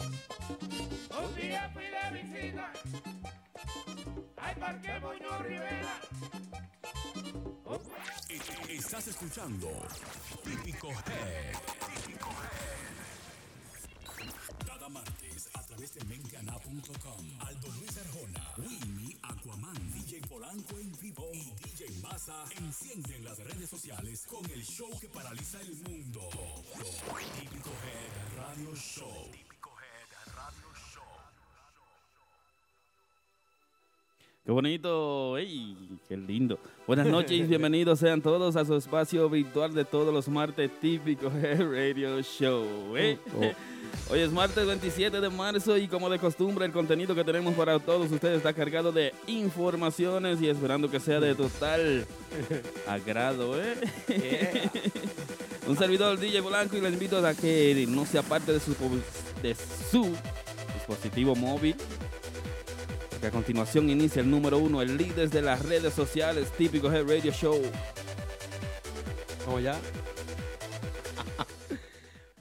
Un día fui de visita al Parque Muñoz Rivera. E- Estás escuchando Típico Head. Cada martes a través de mengana.com, Aldo Luis Arjona, Winnie, Aquaman, DJ Polanco en vivo y DJ Massa encienden las redes sociales con el show que paraliza el mundo. Típico Head Radio Show. Típico Head Radio Show. Qué bonito, ey, qué lindo. Buenas noches y bienvenidos sean todos a su espacio virtual de todos los martes típico Radio Show. ey. Hoy es martes 27 de marzo y como de costumbre el contenido que tenemos para todos ustedes está cargado de informaciones y esperando que sea de total agrado, ¿eh? Un servidor DJ Blanco y les invito a que no sea parte de su, pub- de su dispositivo móvil. Que a continuación inicia el número uno, el líder de las redes sociales, típico Head Radio Show. Vamos ya.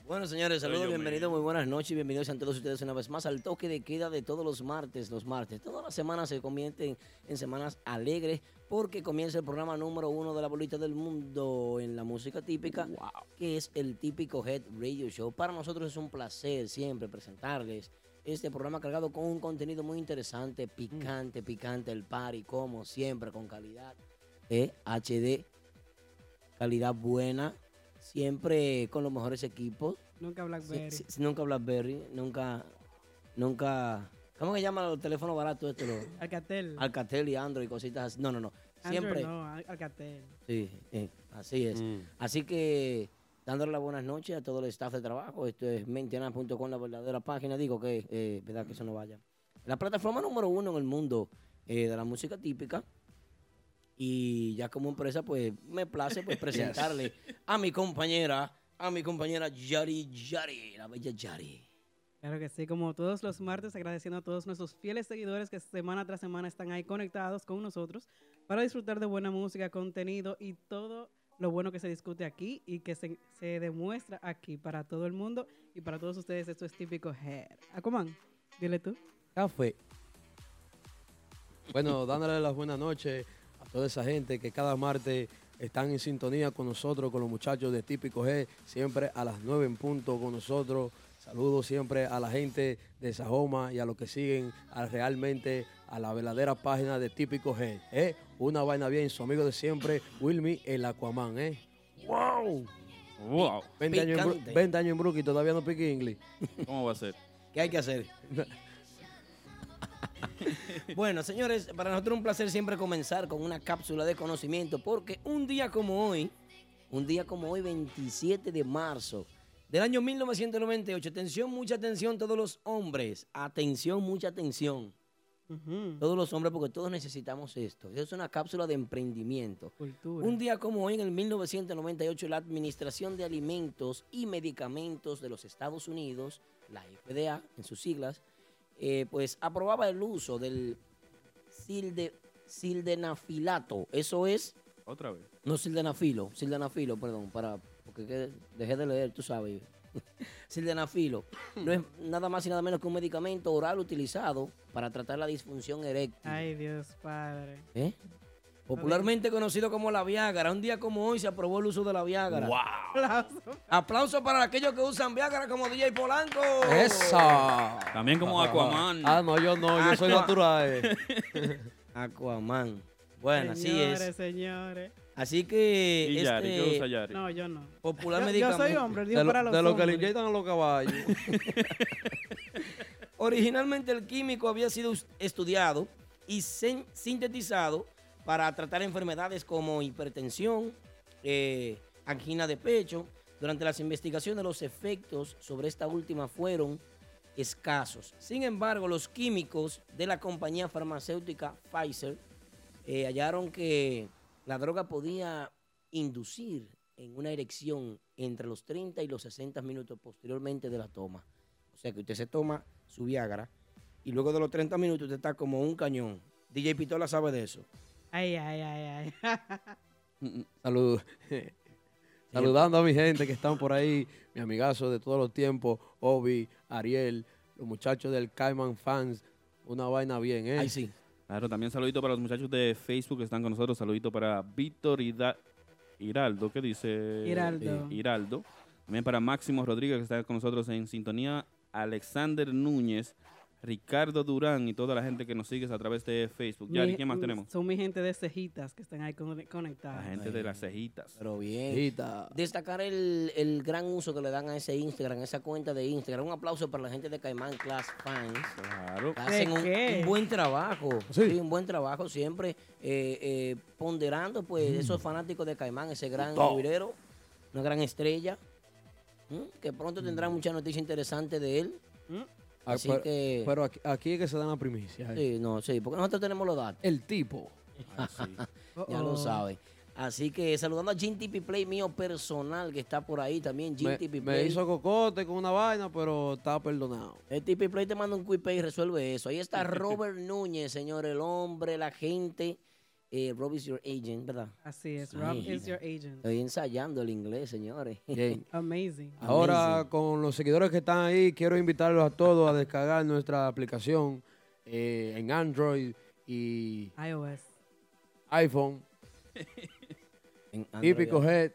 Bueno, señores, Soy saludos, yo, bienvenidos, muy buenas noches, bienvenidos a todos ustedes una vez más al toque de queda de todos los martes, los martes. Todas las semanas se convierten en semanas alegres porque comienza el programa número uno de la bolita del mundo en la música típica, que es el típico Head Radio Show. Para nosotros es un placer siempre presentarles este programa cargado con un contenido muy interesante, picante, picante, el party, como siempre, con calidad. Eh, HD, calidad buena, siempre con los mejores equipos. Nunca Blackberry. Sí, sí, nunca BlackBerry, nunca, nunca. ¿Cómo que llaman los teléfonos baratos estos? los- Alcatel. Alcatel y Android y cositas así. No, no, no. Android Siempre. no, Al- Alcatel. Sí, eh, así es. Así que dándole las buenas noches a todo el staff de trabajo. Esto es mentenas.com, la verdadera página. Digo que, eh, verdad que eso no vaya. La plataforma número uno en el mundo eh, de la música típica. Y ya como empresa, pues me place pues, presentarle a mi compañera, a mi compañera Yari Yari, la bella Yari. Claro que sí, como todos los martes, agradeciendo a todos nuestros fieles seguidores que semana tras semana están ahí conectados con nosotros para disfrutar de buena música, contenido y todo lo bueno que se discute aquí y que se, se demuestra aquí para todo el mundo y para todos ustedes. Esto es típico Hair. Aquaman, dile tú. Café. Bueno, dándole las buenas noches a toda esa gente que cada martes están en sintonía con nosotros, con los muchachos de Típico G, siempre a las 9 en punto con nosotros. Saludos siempre a la gente de Sajoma y a los que siguen a- realmente a la verdadera página de Típico G. ¿eh? Una vaina bien, su amigo de siempre, Wilmy el Aquaman. ¿eh? ¡Wow! ¡Wow! 20 años, en, Picante. Bru- 20 años en Brooklyn, todavía no pique inglés. ¿Cómo va a ser? ¿Qué hay que hacer? bueno, señores, para nosotros es un placer siempre comenzar con una cápsula de conocimiento, porque un día como hoy, un día como hoy, 27 de marzo del año 1998, atención, mucha atención todos los hombres, atención, mucha atención. mm, Todos los hombres, porque todos necesitamos esto. Es una cápsula de emprendimiento. Cultura. Un día como hoy, en el 1998, la Administración de Alimentos y Medicamentos de los Estados Unidos, la FDA, en sus siglas, eh, pues aprobaba el uso del silde, sildenafilato. Eso es, Otra vez. no sildenafilo, sildenafilo, perdón, para, porque que- dejé de leer, tú sabes. sildenafilo. No es nada más y nada menos que un medicamento oral utilizado para tratar la disfunción eréctil. Ay, Dios Padre. ¿Eh? Popularmente conocido como la Viagra. Un día como hoy se aprobó el uso de la Viagra. Aplauso. Aplauso para aquellos que usan Viagra como DJ Polanco. ¡Esa! También como Aquaman. Ah, no, yo no, yo soy Aqua- natural. eh. Aquaman. Bueno, así señores, es. señores. Así que y Yari, este ¿qué usa Yari? No, yo no. popular Yo, yo medicamento soy hombre, digo De lo, para los de lo que le hombres. inyectan a los caballos. Originalmente el químico había sido us- estudiado y sin- sintetizado para tratar enfermedades como hipertensión, eh, angina de pecho. Durante las investigaciones los efectos sobre esta última fueron escasos. Sin embargo, los químicos de la compañía farmacéutica Pfizer eh, hallaron que la droga podía inducir en una erección entre los 30 y los 60 minutos posteriormente de la toma. O sea que usted se toma su Viagra y luego de los 30 minutos usted está como un cañón. DJ Pitola sabe de eso. Mm, Ay, ay, ay, ay. Saludos. Saludando a mi gente que están por ahí, mi amigazo de todos los tiempos, Obi, Ariel, los muchachos del Cayman Fans, una vaina bien, ¿eh? Ay, sí. Claro, también saludito para los muchachos de Facebook que están con nosotros. Saludito para Víctor Hida- Hiraldo, que dice? Hiraldo. Sí, Hiraldo. También para Máximo Rodríguez, que está con nosotros en sintonía. Alexander Núñez, Ricardo Durán y toda la gente que nos sigue a través de Facebook. Yari, Mi- ¿quién más tenemos? Son mi gente de cejitas que están ahí con- La conectadas. gente de las cejitas. Pero bien. Eh, Destacar el, el gran uso que le dan a ese Instagram, a esa cuenta de Instagram. Un aplauso para la gente de Caimán Class Fans. Claro. Hacen ¿De un, qué? un buen trabajo. Sí. un buen trabajo siempre eh, eh, ponderando pues Mm. esos fanáticos de Caimán, ese gran Todo. librero, una gran estrella. ¿Mm? Que pronto tendrá mucha noticia interesante de él. Ah, Así pero, que. pero aquí, aquí es que se dan la primicia. ¿eh? Sí, no, sí, porque nosotros tenemos los datos. El tipo. Ah, ya Uh-oh. lo sabe. Así que saludando a Jim TP Play mío personal que está por ahí también. Jim Me, TP me Play. hizo cocote con una vaina, pero está perdonado. El TP Play te manda un quick pay y resuelve eso. Ahí está Robert Núñez, señor, el hombre, la gente. Eh, Rob is your agent, ¿verdad? Así es, Sí. Rob is your agent. Estoy ensayando el inglés, señores. Bien. Amazing. Ahora, con los seguidores que están ahí, quiero invitarlos a todos a descargar nuestra aplicación eh, en Android y iOS. iPhone. En Android. Típico Head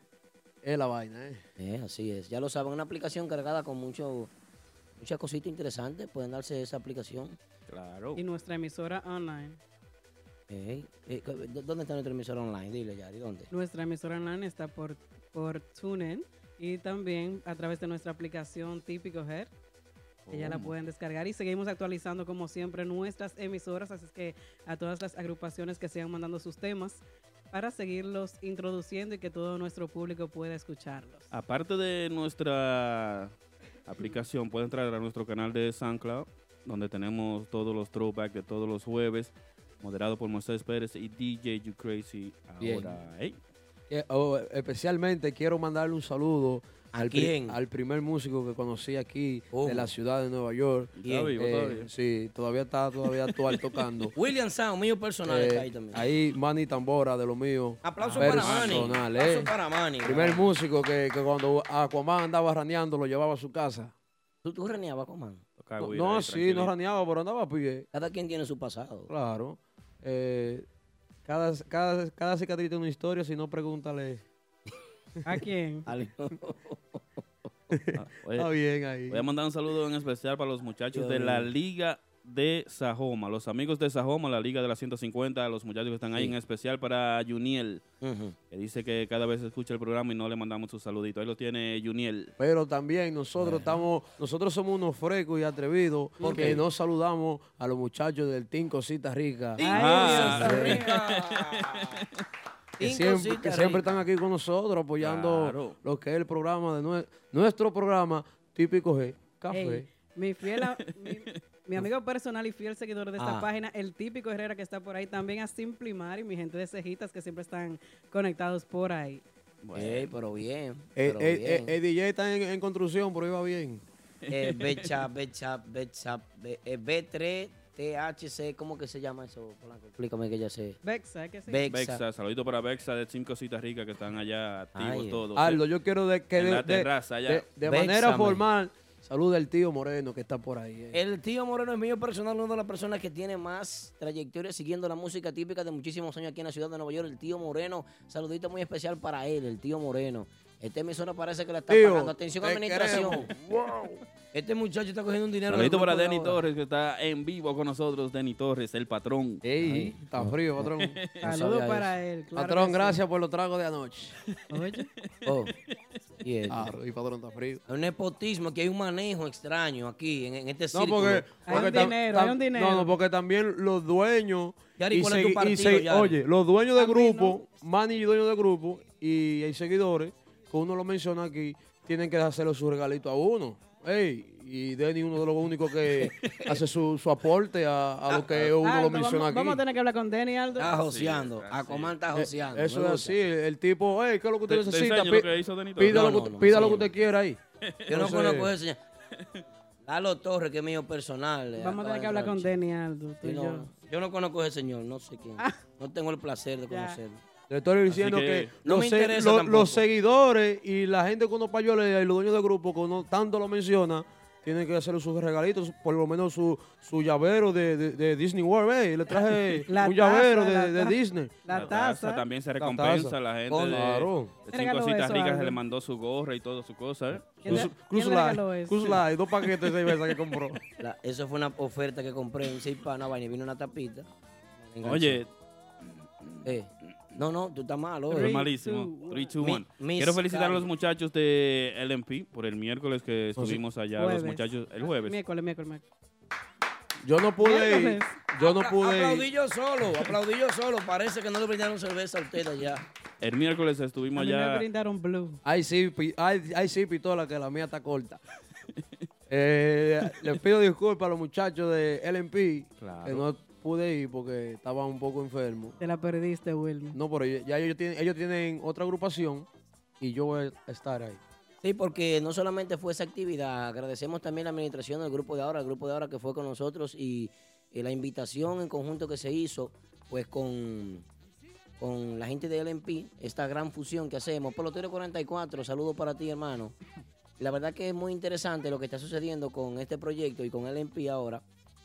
es la vaina, ¿eh? Eh, así es, ya lo saben, una aplicación cargada con mucho, muchas cositas interesantes. Pueden darse esa aplicación. Claro. Y nuestra emisora online. Eh, eh, cu- ¿dó- ¿Dónde está nuestra emisora online? Dile, Yari, ¿dónde? Nuestra emisora online está por, por TuneIn y también a través de nuestra aplicación Típico Head. Que ya la Oh. pueden descargar y seguimos actualizando como siempre nuestras emisoras, así es que a todas las agrupaciones que sigan mandando sus temas para seguirlos introduciendo y que todo nuestro público pueda escucharlos. Aparte de nuestra aplicación, pueden entrar a nuestro canal de SoundCloud, donde tenemos todos los throwbacks de todos los jueves, moderado por Moisés Pérez y DJ You Crazy. Bien. Ahora, ey, Que- oh, especialmente quiero mandarle un saludo al, pri- quién? Oh. al primer músico que conocí aquí ¿Cómo? de la ciudad de Nueva York. ¿Está vivo Eh, todavía? Sí, todavía está todavía actual tocando. William Sound, mío personal, Eh, está ahí también. ahí Manny Tambora de lo mío. Aplauso para Manny. personal, Aplauso ¿eh? para Manny. Primer músico que, que cuando Aquaman andaba raneando lo llevaba a su casa. ¿Tú, tú reneabas con Manny? toca No, güira, no, ey, sí, no tranquilito. raneaba, pero andaba a pie. Cada quien tiene su pasado. Claro. Eh, cada, cada, cada cicatriz tiene una historia, si no, pregúntale. ¿A quién? Ale- Ah, oye, Está bien ahí. voy a mandar un saludo en especial para los muchachos de Dios la mío. Liga de Sajoma, los amigos de Sajoma, la Liga de las 150, los muchachos que están ahí, Sí. en especial para Juniel, Ujú. que dice que cada vez escucha el programa y no le mandamos su saludito. Ahí lo tiene Juniel. Pero también Eh. nosotros estamos, nosotros somos unos frescos y atrevidos porque qué? no saludamos a los muchachos del Team Cosita Rica. Team Ah, Cosita sí. Rica. Que Team siempre, Cosita que siempre Rica. están aquí con nosotros apoyando Claro. lo que es el programa de nue- nuestro programa típico G, café. Ey, mi fiel, a- mi, mi amigo personal y fiel seguidor de esta Ah. página, el típico Herrera que está por ahí, también a Simplimar y mi gente de cejitas que siempre están conectados por ahí. Ey, pero bien. Eh, eh, pero eh, bien. el DJ está en, en construcción, pero iba bien. Eh, Becha, Becha, Becha, B- eh, B3, THC, ¿cómo que se llama eso, Polanco? Explícame que ya sé. Bexa, que sí. Bexa. Bexa, saludito para Bexa de Cinco Cositas Ricas que están allá activos Ay, eh. todos. Aldo, yo quiero de, que En de, la de- terraza, allá. de- de Béxame. manera formal saluda al tío Moreno que está por ahí. eh. El tío Moreno es mío personal, una de las personas que tiene más trayectoria siguiendo la música típica de muchísimos años aquí en la ciudad de Nueva York. El tío Moreno, saludito muy especial para él, el tío Moreno. Esta emisora parece que la está Tío, pagando. Atención, te administración. queremos. Este muchacho está cogiendo un dinero. Saludito del grupo para de Denny ahora. Torres que está en vivo con nosotros. Denny Torres, el patrón. Ey, está frío, patrón. Saludos sabía para él. claro patrón, que sí. gracias por los tragos de anoche. Oye, Oh, y él. Claro, Ah, y patrón está frío. Hay un nepotismo, que hay un manejo extraño aquí, en, en este No, círculo. porque, Hay porque un tam- dinero, tam- hay un dinero. No, no, porque también los dueños. Yari, ¿cuál es tu segui- partido, segui- Yari? oye, los dueños de A mí grupo, Manny y dueños de grupo, y hay seguidores, que uno lo menciona aquí, tienen que hacerle su regalito a uno. Ey, y Denny uno de los únicos que hace su, su aporte a, a lo que uno Ah, lo Aldo, menciona vamos, vamos a aquí. tener que hablar con Denny Aldo. Está joseando. Así es, A así Comán está Eh, joseando. me Eso es gusta. así, el tipo, hey, ¿qué es lo que usted Te- te necesita? enseño Pi- lo que hizo Denny Torres. Pida, No, lo, que, no, no, pida lo que enséñame. usted quiera ahí. Yo no Entonces, conozco ese señor. Lalo Torres, que es mío personal. eh, Vamos a acaba tener de que hablar entrar, con chico. Denny Aldo. tú Sí, y no, yo. Ah. no. yo no conozco a ese señor, no sé quién. No tengo el placer de Ya. conocerlo. Le estoy diciendo que- que, No los, me se- interesa lo- tampoco. los seguidores y la gente que uno payolea y los dueños de grupo que uno tanto lo menciona, tienen que hacer sus regalitos, por lo menos su, su llavero de, de- de Disney World. eh. Le traje La un taza, llavero la de, de taza. Disney. La taza. taza. también se La recompensa taza. Oh, a la gente. De, Claro. de cinco Regalo cositas eso, ricas se Aldo. le mandó su gorra y todo su cosa. ¿eh? ¿Quién le- Cruz- quién Cruz le Light, regaló eso? Cruz Light, dos paquetes de cerveza que compró. La- eso fue una oferta que compré en seis panas, vaina, y vino una tapita. Me enganché. Oye, Eh, no, no, tú estás malo. Fue eh. Three, malísimo. two, 3, 2, Mi- 1. Miss Quiero felicitar a los Carmen. muchachos de LMP por el miércoles que Oh, sí. estuvimos allá. Los Jueves. muchachos, el jueves. Miércoles, miércoles, miércoles. Yo no pude ir. Miércoles. Yo no Apla- pude Aplaudí ir. yo solo, aplaudí yo solo. Parece que no le brindaron cerveza a ustedes allá. El miércoles A estuvimos mí me allá. brindaron blue. Ay, sí, pi- ay, ay, sí, pistola, que la mía está corta. Eh, les pido disculpas a los muchachos de LMP Claro. que no pude ir porque estaba un poco enfermo. Te la perdiste, Wilmer. No, pero ya ellos tienen, ellos tienen otra agrupación y yo voy a estar ahí. Sí, porque no solamente fue esa actividad, agradecemos también la administración del grupo de ahora, el grupo de ahora que fue con nosotros y, eh, la invitación en conjunto que se hizo, pues con, con la gente de LMP, esta gran fusión que hacemos. Pelotero 44, saludos para ti, hermano. La verdad que es muy interesante lo que está sucediendo con este proyecto y con LMP ahora.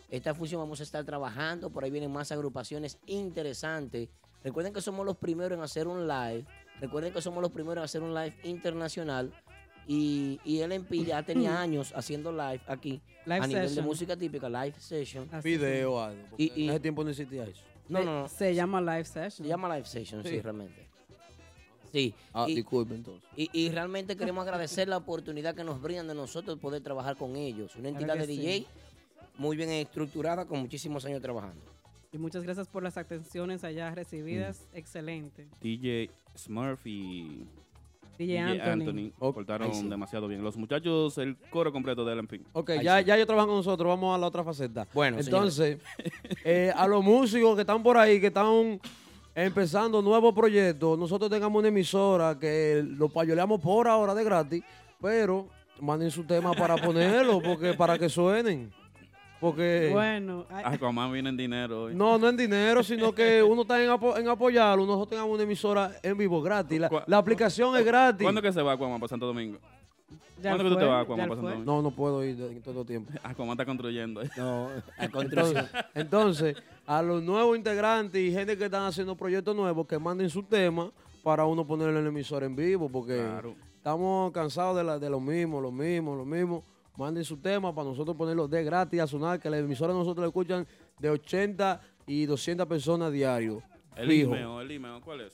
Esta fusión vamos a estar trabajando, por ahí vienen más agrupaciones interesantes. Recuerden que somos los primeros en hacer un live. Recuerden que somos los primeros en hacer un live internacional. Y, y LMP ya tenía años haciendo live aquí. Live a nivel de session. música típica, live session. Así Video o algo. porque Y- y- en ese tiempo no existía eso. que- No, no, no. Se llama live session. Se llama live session, sí, Sí. realmente. Sí. Ah, y- disculpen entonces. y, y realmente queremos agradecer la oportunidad que nos brindan de nosotros poder trabajar con ellos. Una Claro entidad que de sí. DJ muy bien estructurada, con muchísimos años trabajando. Y muchas gracias por las atenciones allá Mm. recibidas. Excelente. DJ Smurf y DJ, Anthony. Oh, cortaron ahí sí. demasiado bien. Los muchachos, el coro completo de LMP. Ok, Ahí ya, sí. ya ellos trabajan con nosotros, vamos a la otra faceta. Bueno, entonces, eh, a los músicos que están por ahí, que están empezando nuevos proyectos, nosotros tengamos una emisora que lo payoleamos por ahora de gratis, pero manden su tema para ponerlo, porque para que suenen. Porque Bueno, ay, Ah, Aquaman viene en dinero hoy. eh. no, no en dinero, sino que uno está en, apo- en apoyarlo, nosotros tengamos una emisora en vivo gratis. La, ¿Cuá- la aplicación es gratis. ¿Cuándo que se va Aquaman para Santo Domingo? ya ¿Cuándo que tú fue, te vas, ya Aquaman, fue. pasando? No, no puedo ir en todo tiempo. Aquaman Ah, está construyendo. ahí. No, a Entonces, entonces, a los nuevos integrantes y gente que están haciendo proyectos nuevos, que manden su tema para uno ponerlo en el emisor en vivo, porque Claro. estamos cansados de, la- de lo mismo, lo mismo, lo mismo. Manden su tema para nosotros ponerlo de gratis a sonar, que la emisora nosotros la escuchan de 80 y 200 personas diario. El fijo. email, el email, ¿cuál es?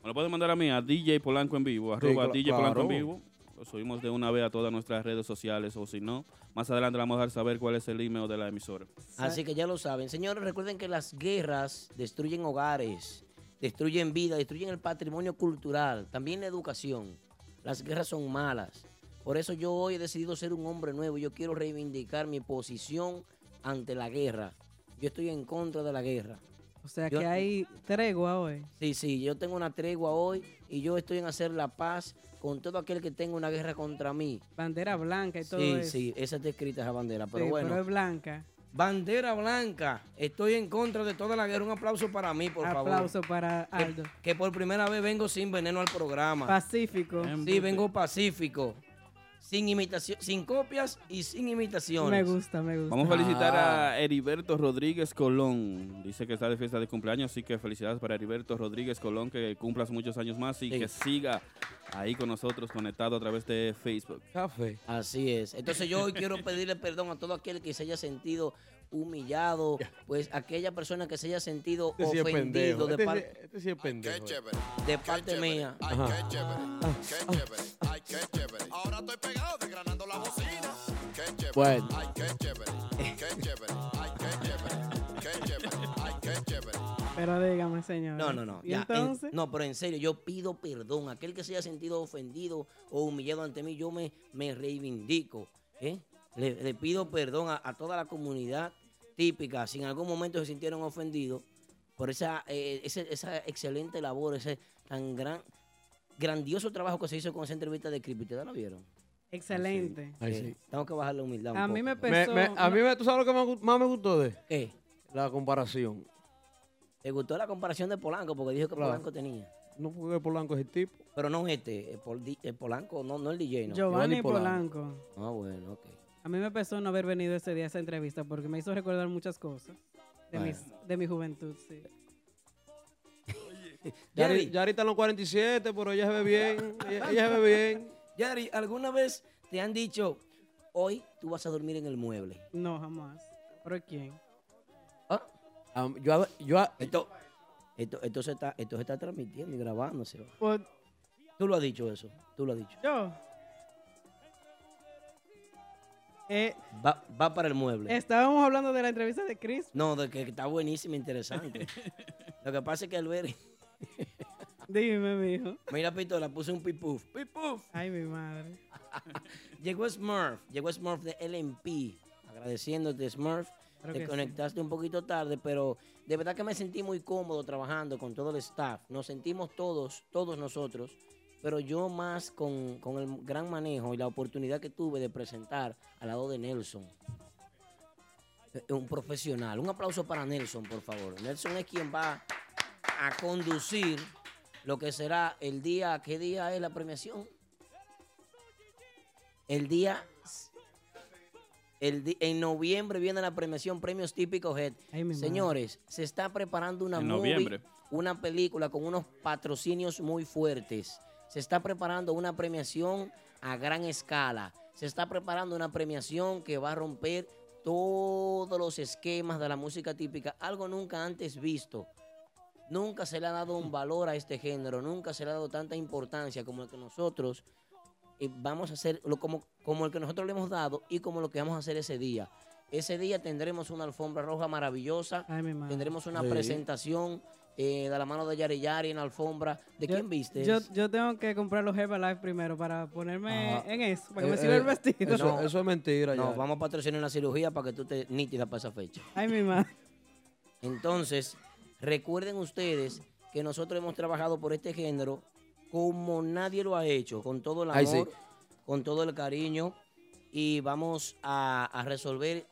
Me lo pueden mandar a mí, a DJ Polanco en vivo, arroba cla- DJ Polanco en claro. vivo. Lo subimos de una vez a todas nuestras redes sociales, o si no, más adelante le vamos a dar saber cuál es el email de la emisora. Así que ya lo saben. Señores, recuerden que las guerras destruyen hogares, destruyen vida, destruyen el patrimonio cultural, también la educación. Las guerras son malas. Por eso yo hoy he decidido ser un hombre nuevo. Yo quiero reivindicar mi posición ante la guerra. Yo estoy en contra de la guerra. O sea Yo- que hay tregua hoy. Sí, sí, yo tengo una tregua hoy y yo estoy en hacer la paz con todo aquel que tenga una guerra contra mí. Bandera blanca y todo sí, eso. sí, esa está escrita esa bandera, pero Sí, bueno. es blanca. Bandera blanca, estoy en contra de toda la guerra. Un aplauso para mí, por Aplauso favor. Em, para Que- Aldo. Que, por primera vez vengo sin veneno al programa. Pacífico. Em, sí, vengo pacífico. Sin imitación, sin copias y sin imitaciones. Me gusta, me gusta. Vamos a felicitar Ah. a Heriberto Rodríguez Colón. Dice que está de fiesta de cumpleaños, así que felicidades para Heriberto Rodríguez Colón, que cumplas muchos años más y Sí. que siga ahí con nosotros conectado a través de Facebook. Café. Así es. Entonces yo hoy quiero pedirle perdón a todo aquel que se haya sentido humillado, pues aquella persona que se haya sentido Este sí es pendejo. ofendido de, Este, par- sí- este sí es pendejo. de parte mía. Ay, qué chévere. Qué chévere. Ay, qué chévere. Ahora estoy pegado desgranando la bocina. Qué chévere. Bueno. Ay, qué chévere. Qué chévere. Ay, qué chévere. Qué chévere. Ay, qué chévere. Pero dígame, señor. No, no, no. ¿Y ya, en- entonces? no, pero en serio, yo pido perdón. Aquel que se haya sentido ofendido o humillado ante mí, yo me, me reivindico. ¿eh? Le, le pido perdón a, a toda la comunidad típica. Si en algún momento se sintieron ofendidos por esa, eh, ese- esa excelente labor, ese tan gran, grandioso trabajo que se hizo con esa entrevista de Creepy. ¿Ustedes la vieron? Excelente. Ay, Eh, sí. Tengo que bajar la humildad. un A mí poco. me Me- pesó. me- a no- mí, me- ¿tú sabes lo que más gu- más me gustó de? ¿Qué? La comparación. ¿Te gustó la comparación de Polanco? Porque dijo que Claro. Polanco tenía. No porque Polanco es el tipo. Pero no este, el, Pol- di- el Polanco, no, no el DJ, no. Giovanni Polanco. Ah, bueno, ok. A mí me pesó no haber venido ese día a esa entrevista porque me hizo recordar muchas cosas de, Bueno. mis- de mi juventud, sí. Ya, Jerry. ahorita- ya ahorita en los 47, pero ella se ve bien. Ella, ella se ve bien. Yari, ¿alguna vez te han dicho, hoy tú vas a dormir en el mueble? No, jamás. ¿Pero quién? Am- Ah, yo, yo, Esto, esto, esto, se está, esto se está transmitiendo y grabándose. Pues, Tú lo has dicho eso, tú lo has dicho. yo. Eh, Va, va para el mueble. estábamos hablando de la entrevista de Chris. No, de que está buenísimo, interesante. lo que pasa es que Alberi, Dime, mijo. mira Pitola, puse un pipuf. ¡Pipuf! Ay, mi madre. Llegó Smurf, llegó Smurf de LMP. Agradeciéndote, Smurf. Claro que Te sí. conectaste un poquito tarde, pero de verdad que me sentí muy cómodo trabajando con todo el staff. Nos sentimos todos, todos nosotros, pero yo más con, con el gran manejo y la oportunidad que tuve de presentar al lado de Nelson. Eh, Un profesional. Un aplauso para Nelson, por favor. Nelson es quien va a conducir lo que será el día, ¿qué día es la premiación? El día el di- en noviembre viene la premiación Premios Típicos Head. Ay, mi madre. Señores, se está preparando una En movie, noviembre. una película con unos patrocinios muy fuertes. Se está preparando una premiación a gran escala. Se está preparando una premiación que va a romper todos los esquemas de la música típica, algo nunca antes visto. Nunca se le ha dado un valor a este género, nunca se le ha dado tanta importancia como el que nosotros eh, vamos a hacer, lo- como, como el que nosotros le hemos dado y como lo que vamos a hacer ese día. Ese día tendremos una alfombra roja maravillosa, Ay, mi madre. tendremos una Sí. presentación eh, de la mano de Yari Yari en la alfombra. ¿De Yo- quién viste? Yo, yo tengo que comprar los Herbalife primero para ponerme Ajá. en eso, para que me Eh, sirva el eh, vestido. Eso, eso es mentira. no, ya. vamos a patrocinar una cirugía para que tú te nítidas para esa fecha. Ay, mi madre. Entonces, recuerden ustedes que nosotros hemos trabajado por este género como nadie lo ha hecho, con todo el amor, Ay, sí. con todo el cariño, y vamos a, a resolver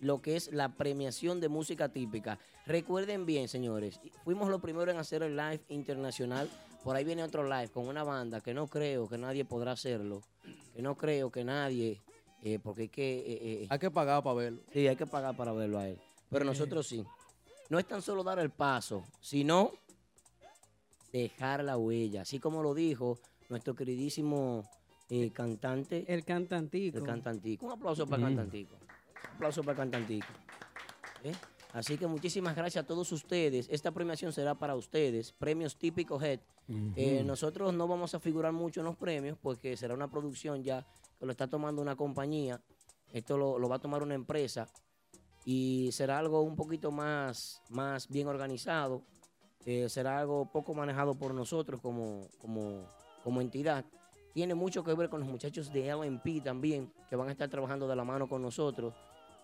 lo que es la premiación de música típica. Recuerden bien, señores, fuimos los primeros en hacer el live internacional. Por ahí viene otro live con una banda que no creo que nadie podrá hacerlo, que no creo que nadie, eh, porque es que... eh, eh, Hay que pagar para verlo. Sí, hay que pagar para verlo a él. Pero nosotros sí. No es tan solo dar el paso, sino dejar la huella. Así como lo dijo nuestro queridísimo eh, cantante, el, El cantantico. cantantico. Un aplauso para el cantantico. Un aplauso para el cantantico. ¿Eh? Así que muchísimas gracias a todos ustedes. Esta premiación será para ustedes. Premios típicos Head. Eh, nosotros no vamos a figurar mucho en los premios porque será una producción ya que lo está tomando una compañía. Esto lo, lo va a tomar una empresa y será algo un poquito más, más bien organizado. Eh, será algo poco manejado por nosotros como, como, como entidad. Tiene mucho que ver con los muchachos de LMP también, que van a estar trabajando de la mano con nosotros.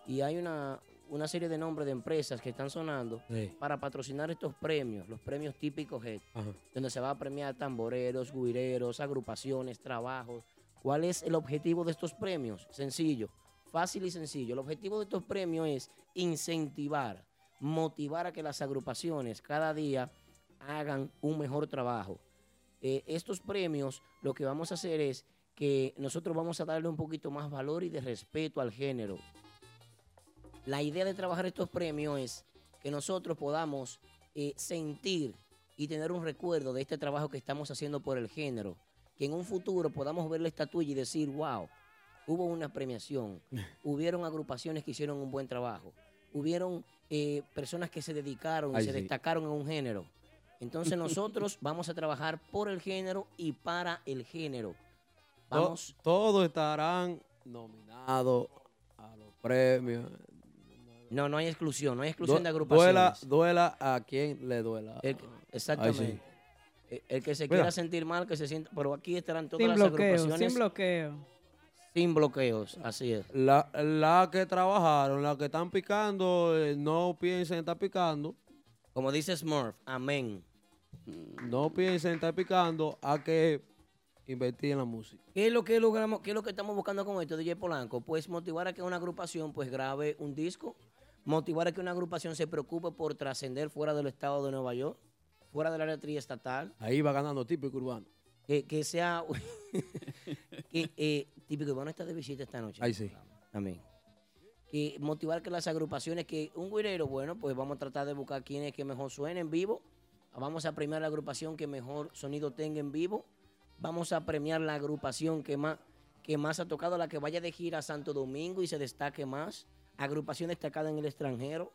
Y hay una, una serie de nombres de empresas que están sonando Sí. para patrocinar estos premios, los premios típicos Head Ajá. donde se va a premiar tamboreros, guireros, agrupaciones, trabajos. ¿Cuál es el objetivo de estos premios? Sencillo, fácil y sencillo. El objetivo de estos premios es incentivar, motivar a que las agrupaciones cada día hagan un mejor trabajo. Eh, estos premios lo que vamos a hacer es que nosotros vamos a darle un poquito más valor y de respeto al género. La idea de trabajar estos premios es que nosotros podamos eh, sentir y tener un recuerdo de este trabajo que estamos haciendo por el género. Que en un futuro podamos ver la estatuilla y decir, wow, hubo una premiación, hubieron agrupaciones que hicieron un buen trabajo, hubieron eh, personas que se dedicaron y Ay, se sí. destacaron en un género. Entonces nosotros vamos a trabajar por el género y para el género. To- Vamos Todos estarán nominados a los premios. No, no hay exclusión, no hay exclusión Du- de duela, agrupaciones. duela a quien le duela. El- exactamente. El, el que se Mira. quiera sentir mal, que se sienta. Pero aquí estarán todas Sin las bloqueo, agrupaciones sin sin, bloqueo. bloqueos. Así es. La, la que trabajaron, la que están picando, eh, no piensen estar picando. Como dice Smurf, amén. No piensen estar picando a que invertir en la música. ¿Qué es lo que logramos? ¿Qué es lo que estamos buscando con esto, DJ Polanco? Pues motivar a que una agrupación pues grabe un disco, motivar a que una agrupación se preocupe por trascender fuera del estado de Nueva York, fuera del área triestatal. Ahí va ganando típico urbano. Que, que sea. que eh, típico urbano está de visita esta noche. Ahí sí. Amén. Que motivar que las agrupaciones, que un güirero, bueno, pues vamos a tratar de buscar quienes que mejor suenen en vivo. Vamos a premiar la agrupación que mejor sonido tenga en vivo. Vamos a premiar la agrupación que más, que más ha tocado, la que vaya de gira a Santo Domingo y se destaque más. Agrupación destacada en el extranjero.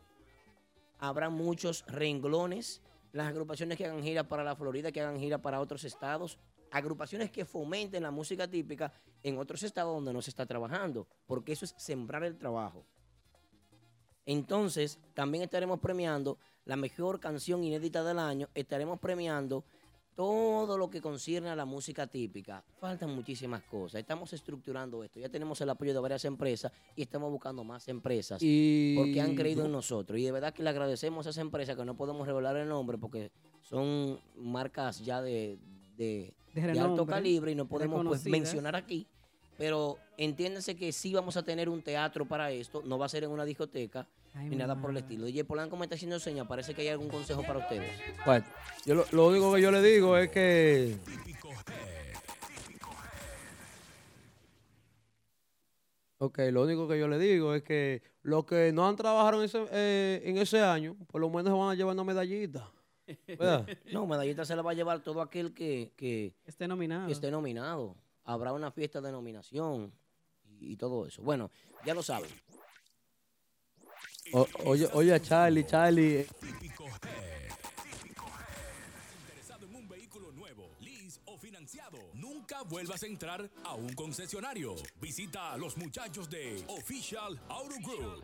Habrá muchos renglones. Las agrupaciones que hagan gira para la Florida, que hagan gira para otros estados. Agrupaciones que fomenten la música típica en otros estados donde no se está trabajando. Porque eso es sembrar el trabajo. Entonces, también estaremos premiando la mejor canción inédita del año. Estaremos premiando todo lo que concierne a la música típica. Faltan muchísimas cosas. Estamos estructurando esto. Ya tenemos el apoyo de varias empresas y estamos buscando más empresas Y- porque han creído en nosotros. Y de verdad que le agradecemos a esas empresas que no podemos revelar el nombre porque son marcas ya de, de- De de alto renombre, calibre y no podemos pues, reconocidas. mencionar aquí. Pero entiéndanse que sí vamos a tener un teatro para esto. No va a ser en una discoteca ni nada por el estilo. DJ Polanco me está haciendo señas. Parece que hay algún consejo para ustedes. Bueno, yo lo, lo único que yo le digo es que. Ok, lo único que yo le digo es que los que no han trabajado en ese, eh, en ese año, por lo menos se van a llevar una medallita. ¿Verdad? No, medallita se la va a llevar todo aquel que, que esté nominado. esté nominado. Habrá una fiesta de nominación y, y todo eso. Bueno, ya lo saben. O- oye, oye a Charlie, Charlie. interesado en un vehículo nuevo, lease o financiado, nunca vuelvas a entrar a un concesionario. Visita a los muchachos de Official Auto Group.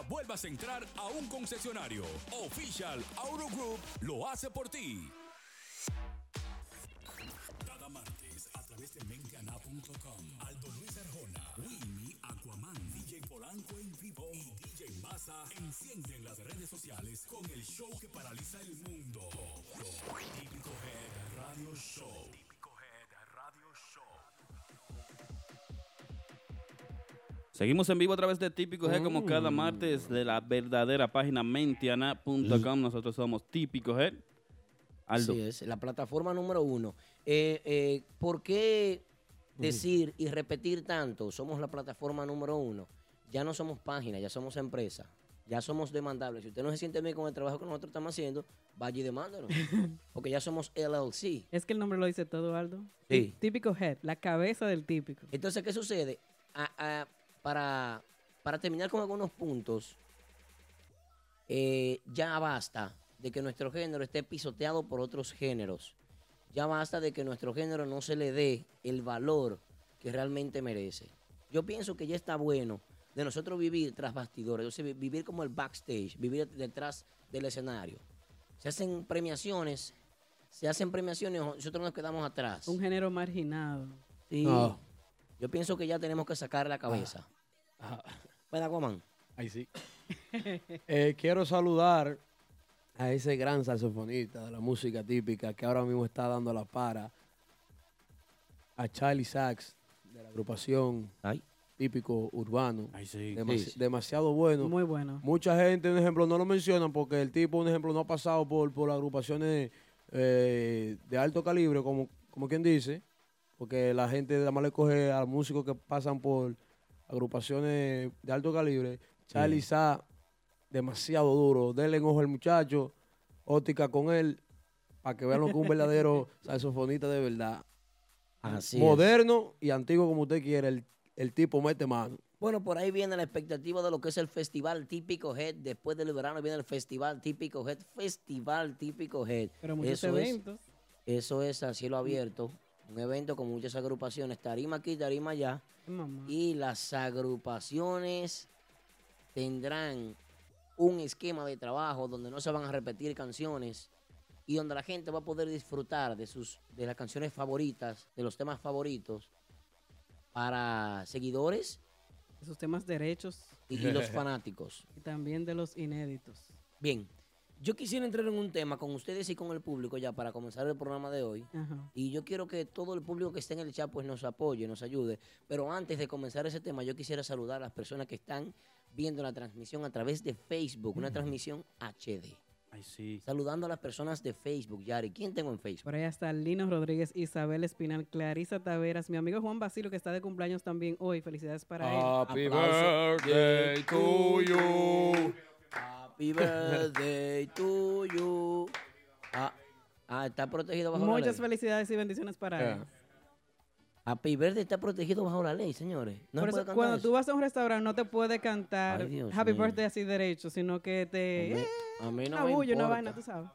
vuelvas a entrar a un concesionario. Official Auto Group lo hace por ti. Cada martes a través de mengana.com Aldo Luis Arjona, Winnie, Aquaman, DJ Polanco en vivo y DJ Maza encienden las redes sociales con el show que paraliza el mundo. Típico Head Radio Show. Típico Head Radio Show. Seguimos en vivo a través de Típico G como cada Mm. martes de la verdadera página mentiana.com. Nosotros somos Típico G. Aldo. Mm. Así es, la plataforma número uno. Eh, eh, ¿Por qué decir y repetir tanto? Somos la plataforma número uno. Ya no somos página, ya somos empresa. Ya somos demandables. Si usted no se siente bien con el trabajo que nosotros estamos haciendo, vaya y demándanos. Porque ya somos LLC. Es que el nombre lo dice todo, Aldo. Sí. Típico head, la cabeza del típico. Entonces, ¿qué sucede? A- a- para, para terminar con algunos puntos, eh, ya basta de que nuestro género esté pisoteado por otros géneros. Ya basta de que nuestro género no se le dé el valor que realmente merece. Yo pienso que ya está bueno de nosotros vivir tras bastidores, o sea, vi- vivir como el backstage, vivir detrás del escenario. Se hacen premiaciones, se hacen premiaciones, nosotros nos quedamos atrás. Un género marginado. Sí. No. Yo pienso que ya tenemos que sacar la cabeza. ¿Verdad, Guamán? Ahí sí. Eh, quiero saludar a ese gran saxofonista de la música típica que ahora mismo está dando la para a Charlie Sachs de la agrupación Ay. típico urbano. Demasi- Sí, sí. Demasiado bueno. Muy bueno. Mucha gente, un ejemplo, no lo mencionan porque el tipo, un ejemplo, no ha pasado por, por agrupaciones eh, de alto calibre, como, como quien dice, porque la gente nada más le coge a músicos que pasan por agrupaciones de alto calibre. Charlie Sa, demasiado duro. Denle en ojo al muchacho, óptica con él, para que vean lo que un verdadero saxofonista de verdad. Así es. Moderno y antiguo como usted quiera, el, el tipo mete mano. Bueno, por ahí viene la expectativa de lo que es el Festival Típico Head. Después del verano viene el Festival Típico Head. Festival Típico Head. Pero muchos Eso es- eventos. eso es a cielo abierto. Un evento con muchas agrupaciones. Tarima aquí, tarima allá. Mamá. y las agrupaciones tendrán un esquema de trabajo donde no se van a repetir canciones, y donde la gente va a poder disfrutar de sus de las canciones favoritas, de los temas favoritos para seguidores Esos temas derechos. y, y los fanáticos. Y también de los inéditos. Bien, yo quisiera entrar en un tema con ustedes y con el público ya para comenzar el programa de hoy. Ajá. Y yo quiero que todo el público que está en el chat pues nos apoye, nos ayude. Pero antes de comenzar ese tema, yo quisiera saludar a las personas que están viendo la transmisión a través de Facebook, Mm. una transmisión HD. Ay, sí. Saludando a las personas de Facebook, Yari. ¿Quién tengo en Facebook? Por ahí está Lino Rodríguez, Isabel Espinal, Clarisa Taveras, mi amigo Juan Basilio, que está de cumpleaños también hoy. Felicidades para Happy él. birthday to you. Happy birthday to you. Ah, ah, está protegido bajo Muchas la ley. felicidades y bendiciones para él. Ah. Happy birthday está protegido bajo la ley, señores. Por eso, No se puede cantar cuando eso. tú vas a un restaurante no te puede cantar Ay, Dios Happy mío. Birthday así derecho, sino que te... eh, A mí no una me bulla, una importa. vaina, tú sabes.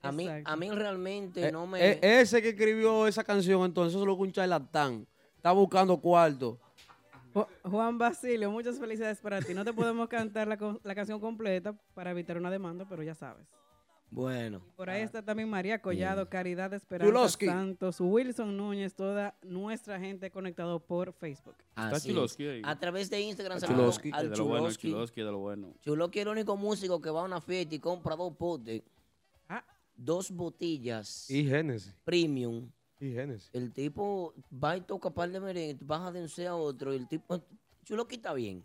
A mí, a mí realmente Eh, no me... eh, ese que escribió esa canción, entonces, solo un charlatán. Está buscando cuarto. Ju- Juan Basilio, muchas felicidades para ti. No te podemos cantar la, co- la canción completa para evitar una demanda, pero ya sabes. Bueno. Por Ah, ahí está también María Collado, Caridad Esperanza Chulosky. Santos, Wilson Núñez, toda nuestra gente conectado por Facebook. Está Así es. Chulosky ahí. A través de Instagram Está saludamos Chulosky. Es al de lo bueno, Chulosky. Chulosky es de lo bueno. Chulosky es el único músico que va a una fiesta y compra dos potes, Ah. dos botellas Y Génesis. premium. Y Génesis. El tipo va y toca par de merengue, baja de un sea a otro y el tipo... Chulosky está bien.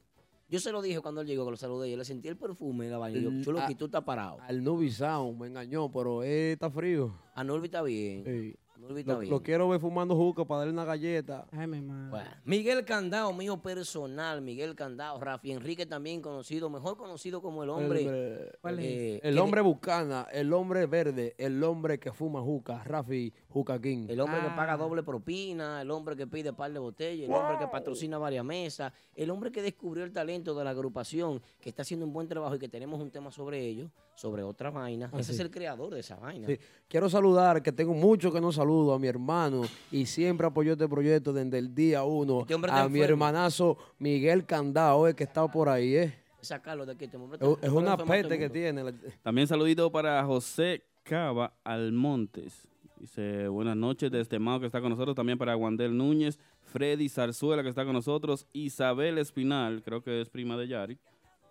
Yo se lo dije cuando él llegó, que lo saludé, yo le sentí el perfume en la vaina. y Yo, Mm, Chulosky, ah. tú estás parado. Al Nubi Sound me engañó, pero eh, está frío. Anulvi está bien. Sí. Anulvi está Lo, bien. lo quiero ver fumando juca para darle una galleta. Ay, mi madre. Bueno, Miguel Candao, mío personal, Miguel Candao, Rafi Enrique también conocido, mejor conocido como el hombre... ¿Cuál es? eh, El que- hombre bucana, el hombre verde, el hombre que fuma juca, Rafi Juca King. El hombre que Ah. paga doble propina, el hombre que pide par de botellas, el hombre que patrocina varias mesas, el hombre que descubrió el talento de la agrupación, que está haciendo un buen trabajo y que tenemos un tema sobre ello, sobre otra vaina. Ese es el creador de esa vaina. Ah, Sí. Quiero saludar, que tengo mucho que no saludo, a mi hermano y siempre apoyó este proyecto desde el día uno. Este hombre a está mi enfermo. hermanazo Miguel Candao, eh, que está por ahí. Eh. Sacarlo de aquí. este hombre Es, está- es una está enfermo todo peste el que mundo. tiene. la- También saludito para José Cava Almontes. Dice, buenas noches desde Mao que está con nosotros, también para Wandel Núñez, Freddy Zarzuela que está con nosotros, Isabel Espinal, creo que es prima de Yari.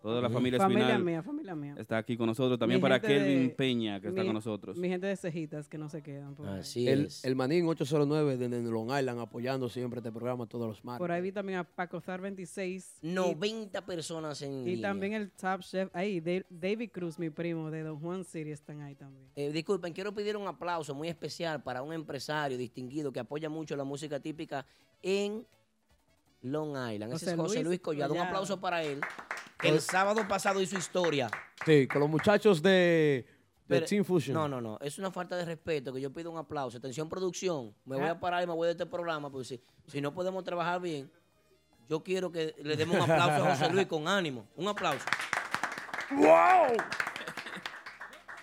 Toda la familia familia Espinal mía, familia mía. está aquí con nosotros. También Mi para gente Kelvin de- Peña que está mi- con nosotros. Mi gente de cejitas que no se quedan. Por, ahí. Así El, es. el Manín 809 de de Long Island apoyando siempre este programa todos los Por martes. ahí vi también a Paco Zar 26. y- 90 personas en Y, línea. también el Top Chef. Ahí, Da- David Cruz, mi primo de Don Juan City, están ahí también. Eh, disculpen, quiero pedir un aplauso muy especial para un empresario distinguido que apoya mucho la música típica en Long Island. Ese José es José Luis, Luis Collado. Un Collado. aplauso para él. que El sábado pasado hizo historia. Sí, con los muchachos de, de Pero- Team Fusion. No, no, Eh, no. Es una falta de respeto que yo pido un aplauso. Atención, producción. Me voy a parar y me voy de este programa. Porque si, si no podemos trabajar bien, yo quiero que le demos un aplauso a José Luis con ánimo. Un aplauso. ¡Wow!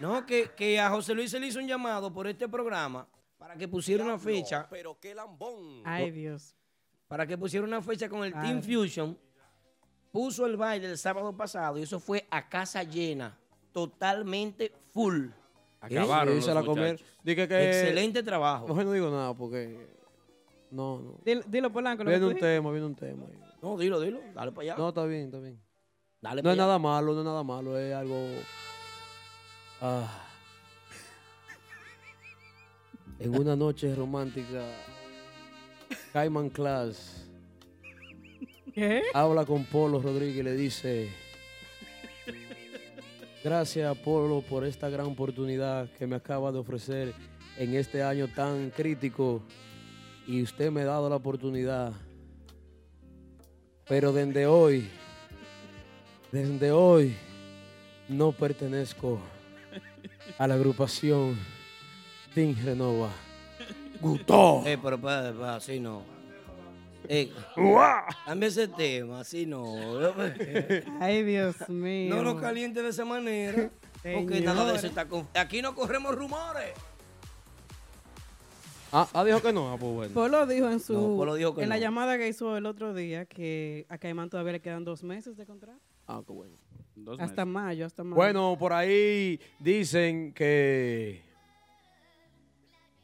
No, que, que a José Luis se le hizo un llamado por este programa para que pusiera una fecha, Pero qué lambón. Ay, Dios. para que pusiera una fecha con el Ay. Team Fusion. Puso el baile el sábado pasado y eso fue a casa llena, totalmente full. Acabaron Y los se la comer. muchachos. Dije que. Excelente trabajo. Mejor no digo nada porque. No, no. Dil- Dilo, Polanco. Ah, lo que Viene tú un dijiste. tema, viene un tema. ahí. No, dilo, dilo. Dale para allá. No, está bien, está bien. Dale No pa' es allá. nada malo, no es nada malo, es algo. Ah. En una noche romántica, Cayman Class ¿Qué? habla con Polo Rodríguez y le dice: Gracias, Polo, por esta gran oportunidad que me acaba de ofrecer en este año tan crítico. Y usted me ha dado la oportunidad. Pero desde hoy, desde hoy, no pertenezco a la agrupación Team Renova. Gustó. Eh, pero pa- pa- así no. Eh, cambia ese tema, así no. Ay, Dios mío. No nos caliente de esa manera. Porque nada de eso está con... Aquí no corremos rumores. Ah, ah, dijo que no. Ah, pues bueno. Polo dijo en su No, Polo dijo que en la no. llamada que hizo el otro día que a Caimán todavía le quedan dos meses de contrato. Ah, qué bueno. Hasta mayo, hasta mayo. Bueno, por ahí dicen que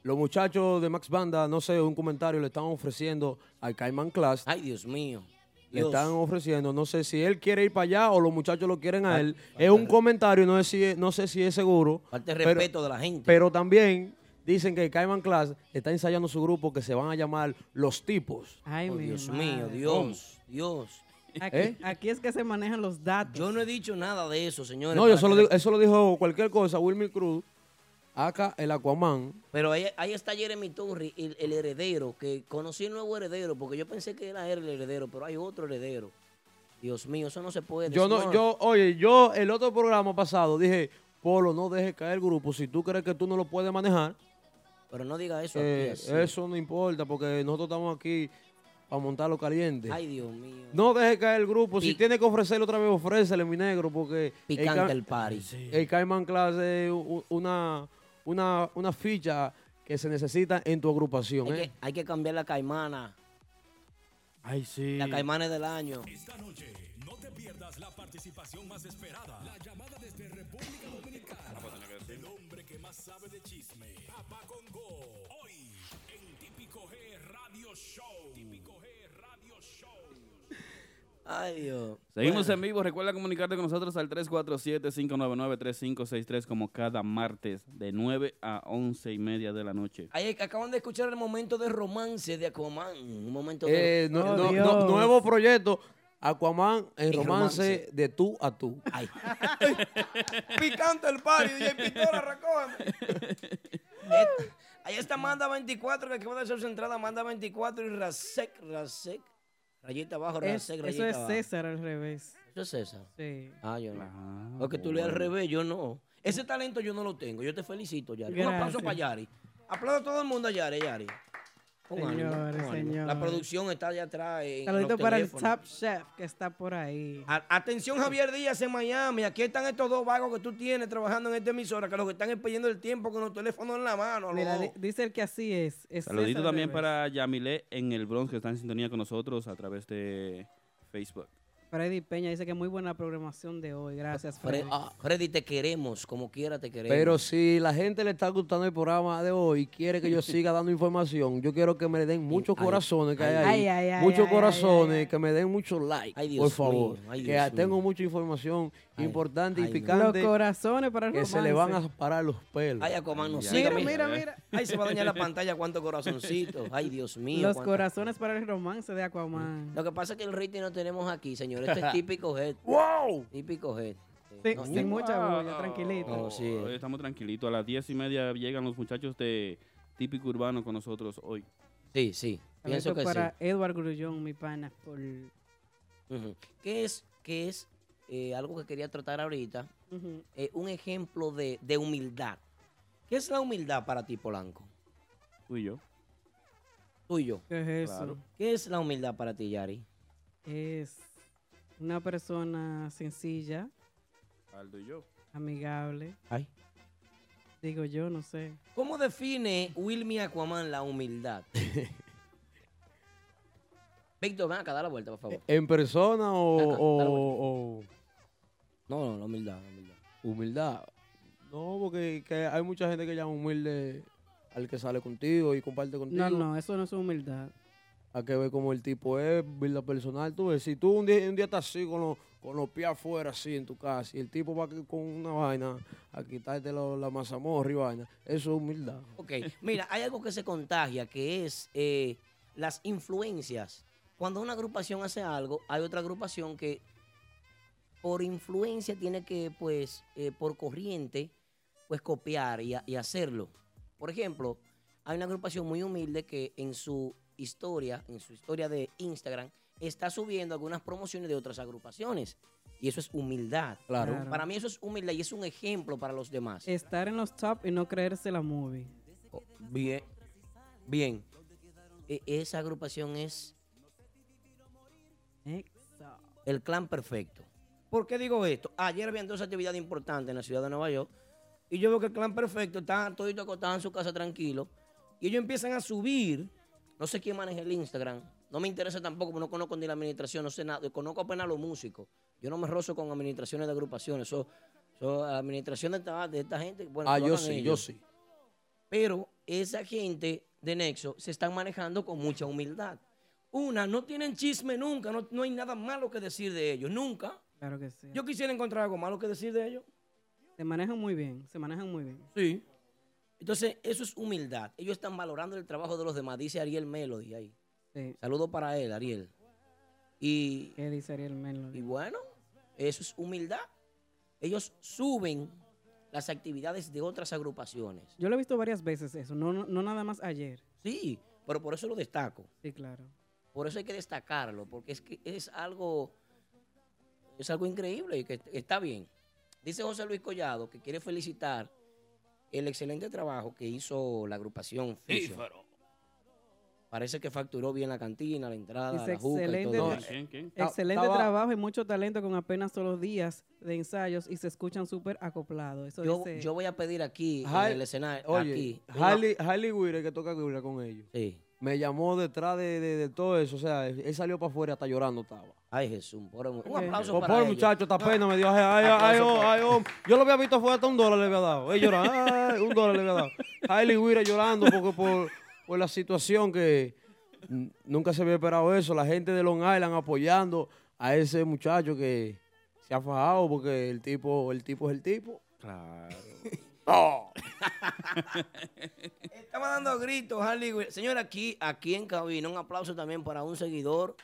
los muchachos de Max Banda, no sé, un comentario le están ofreciendo al Cayman Class. Ay, Dios mío. Le Dios. están ofreciendo, no sé si él quiere ir para allá o los muchachos lo quieren a él. Es un comentario, no, es si es- no sé si es seguro. Falta de pero- respeto de la gente. Pero también dicen que el Cayman Class está ensayando su grupo que se van a llamar Los Tipos. Ay, Oh, mi Dios madre. mío, Dios, Dios. Aquí, ¿Eh? aquí es que se manejan los datos. Yo no he dicho nada de eso, señores. No, yo para solo que- digo- eso lo dijo cualquier cosa, Wilmer Cruz, acá el Aquaman. Pero ahí, ahí está Jeremy Torres, el, el heredero, que conocí el nuevo heredero, porque yo pensé que era él el heredero, pero hay otro heredero. Dios mío, eso no se puede. Yo no, señor. yo, oye, yo el otro programa pasado dije, Polo, no dejes caer el grupo. Si tú crees que tú no lo puedes manejar, Pero no diga eso. eh, aquí, así. eso no importa, porque nosotros estamos aquí para montarlo caliente. Ay, Dios mío. No dejes caer el grupo. Si Pi- tiene que ofrecerle otra vez, ofrécele, mi negro, porque Picante ca- el party. el Cayman Class es u- una, una, una ficha que se necesita en tu agrupación. Hay, ¿eh? que, hay que cambiar la caimana. Ay, sí. La caimana es del año. Esta noche no te pierdas la participación más esperada. La llamada desde República Dominicana. El hombre Ah, pues que más sabe de chisme. Papá Congo. Hoy en Típico G Radio Show. Típico G Radio Show. Ay, Dios. Seguimos Bueno, en vivo. Recuerda comunicarte con nosotros al 347-599-3563 como cada martes de 9 a 11 y media de la noche. ahí acaban de escuchar el momento de romance de Aquaman. Un momento de. Eh, no- Oh, no- no- Dios. nuevo proyecto, Aquaman en Y romance, romance. de tú a tú. Ay. Picante el party, DJ Pintora, recógeme. Et- Ahí está Manda 24, que acaba de hacer su entrada. Manda 24 y Rasek, Rasek. Rayita abajo, Es- Rasek, eso rayita es abajo. César al revés. Eso es César. Sí. Ah, yo no. Ah, Porque tú lees al bueno. revés, yo no. Ese talento yo no lo tengo. Yo te felicito, Yari. Un aplauso Gracias. para Yari. Aplaudo a todo el mundo a Yari, Yari. Con ánimo, con Señores, ánimo. La señores. producción está allá atrás. en Saludito los para el teléfonos. Top Chef que está por ahí. A- Atención Javier Díaz en Miami. Aquí están estos dos vagos que tú tienes trabajando en esta emisora, que los que están es perdiendo el tiempo con los teléfonos en la mano. Mira, los di- dice el que así es. es César Saludito al también revés. para Yamile en el Bronx que está en sintonía con nosotros a través de Facebook. Freddy Peña dice que muy buena programación de hoy. Gracias, Fre- ah, Freddy. Freddy, te queremos, como quiera te queremos. Pero si la gente le está gustando el programa de hoy y quiere que yo siga dando información, yo quiero que me den muchos Ay, corazones que hay ay, ahí. ay, ay, muchos ay, corazones, ay, ay. que me den muchos likes, Ay, Dios por favor. mío, ay, que Dios tengo mío. mucha información Ay, importante ay, y Dios. Los picante corazones para el que se le van a parar los pelos. Ay, Aquaman, no Mira, siga, mira, mira. Ay, se va a dañar la pantalla, cuántos corazoncitos. Ay, Dios mío. Los cuántas- corazones para el romance de Aquaman. Lo que pasa es que el rating no tenemos aquí, señor. Esto es típico head. ¡Wow! Típico head. Sí, No, sin no. mucha bulla, tranquilito. No, Oh, sí. Hoy estamos tranquilitos. A las 10 y media llegan los muchachos de Típico Urbano con nosotros hoy. Sí, sí. Pienso Saludito que para sí. Edward Grullón, mi pana, por Ujú. ¿Qué es, qué es eh, algo que quería tratar ahorita? Ujú. eh, un ejemplo de, de humildad. ¿Qué es la humildad para ti, Polanco? Tú y yo. Tú y yo. ¿Qué es eso? Claro. ¿Qué es la humildad para ti, Yari? Es una persona sencilla, Aldo y yo. amigable. Ay. Digo yo, no sé. ¿Cómo define Wilmy Aquaman la humildad? Víctor, ven acá, da la vuelta, por favor. ¿En persona o, Acá, o- dale o No, no, la humildad, la humildad. humildad? No, porque que hay mucha gente que llama humilde al que sale contigo y comparte contigo. No, no, eso no es humildad. Hay que ver cómo el tipo es, vida personal. Tú ves, si tú un día, un día estás así con, los- con los pies afuera, así en tu casa, y el tipo va aquí con una vaina a quitarte lo- la mazamorra y vaina, eso es humildad. Ok, mira, hay algo que se contagia, que es eh, las influencias. Cuando una agrupación hace algo, hay otra agrupación que por influencia tiene que, pues, eh, por corriente, pues copiar y, ha- y hacerlo. Por ejemplo, hay una agrupación muy humilde que en su historia, en su historia de Instagram, está subiendo algunas promociones de otras agrupaciones. Y eso es humildad. Claro. Claro. Para mí eso es humildad y es un ejemplo para los demás. Estar en los top y no creerse la movie. Oh, Bien. Bien. E- esa agrupación es Eso. el clan perfecto. ¿Por qué digo esto? Ayer habían dos actividades importantes en la ciudad de Nueva York. Y yo veo que el clan perfecto está todito acostado en su casa tranquilo. Y ellos empiezan a subir. No sé quién maneja el Instagram. No me interesa tampoco, porque no conozco ni la administración, no sé nada. Conozco apenas a los músicos. Yo no me rozo con administraciones de agrupaciones. So, so, la administración de esta, de esta gente. Bueno, ah, que lo yo hagan sí, yo ellos. sí. Pero esa gente de Nexo se están manejando con mucha humildad. Una, no tienen chisme nunca, no, no hay nada malo que decir de ellos, nunca. Claro que sí. Yo quisiera encontrar algo malo que decir de ellos. Se manejan muy bien, se manejan muy bien. Sí. Entonces, eso es humildad. Ellos están valorando el trabajo de los demás, dice Ariel Melody ahí. Sí. Saludos para él, Ariel. Y, ¿Qué dice Ariel Melody? y bueno, eso es humildad. Ellos suben las actividades de otras agrupaciones. Yo lo he visto varias veces eso, no, no, no nada más ayer. Sí, pero por eso lo destaco. Sí, claro. Por eso hay que destacarlo, porque es que es algo, es algo increíble y que est- está bien. Dice José Luis Collado que quiere felicitar el excelente trabajo que hizo la agrupación Fusion. Ífaro. Parece que facturó bien la cantina, la entrada, Dice la juca y excelente, todo. tra- eso. excelente Estaba- trabajo y mucho talento con apenas solo días de ensayos y se escuchan súper acoplados. Eso Yo, dice yo voy a pedir aquí Jal- en el escenario, Oye, aquí. Harley, Harley Wheeler, que toca guira con ellos. Me llamó detrás de, de- de todo eso. O sea, él, él salió para afuera hasta llorando estaba. Ay, Jesús. Por un, un Ok. aplauso Por para favor, ellos. muchacho, esta pena me dio. Ay, ay, ay, Aplauso oh, para- ay, oh. Yo lo había visto afuera hasta un dólar le había dado. Él llora, ay, un dólar le había dado. Hailey Guira llorando porque por, por la situación que n- nunca se había esperado eso. La gente de Long Island apoyando a ese muchacho que se ha fajado porque el tipo, el tipo es el tipo. Claro. Estamos dando gritos, Harley. Will. Señor, aquí, aquí en cabina, un aplauso también para un seguidor.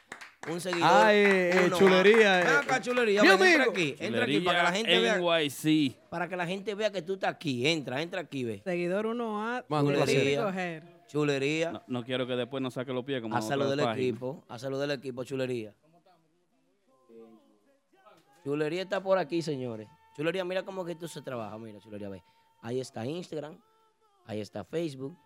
Un seguidor. Ay, eh, uno más. chulería, Ven eh. acá, chulería. Mi ven, entra amigo. aquí. Entra aquí para que la gente Chulería vea. NYC. Para que la gente vea que tú estás aquí. Entra, entra aquí, ve. seguidor 1A. Mano, un de placer. Típico Hair. Chulería. No, no quiero que después nos saque los pies como A en otras saludar del páginas. equipo. A saludar del equipo, chulería. Chulería está por aquí, señores. Chulería, mira cómo que tú se trabaja. Mira, chulería, ve. Ahí está Instagram. Ahí está Facebook.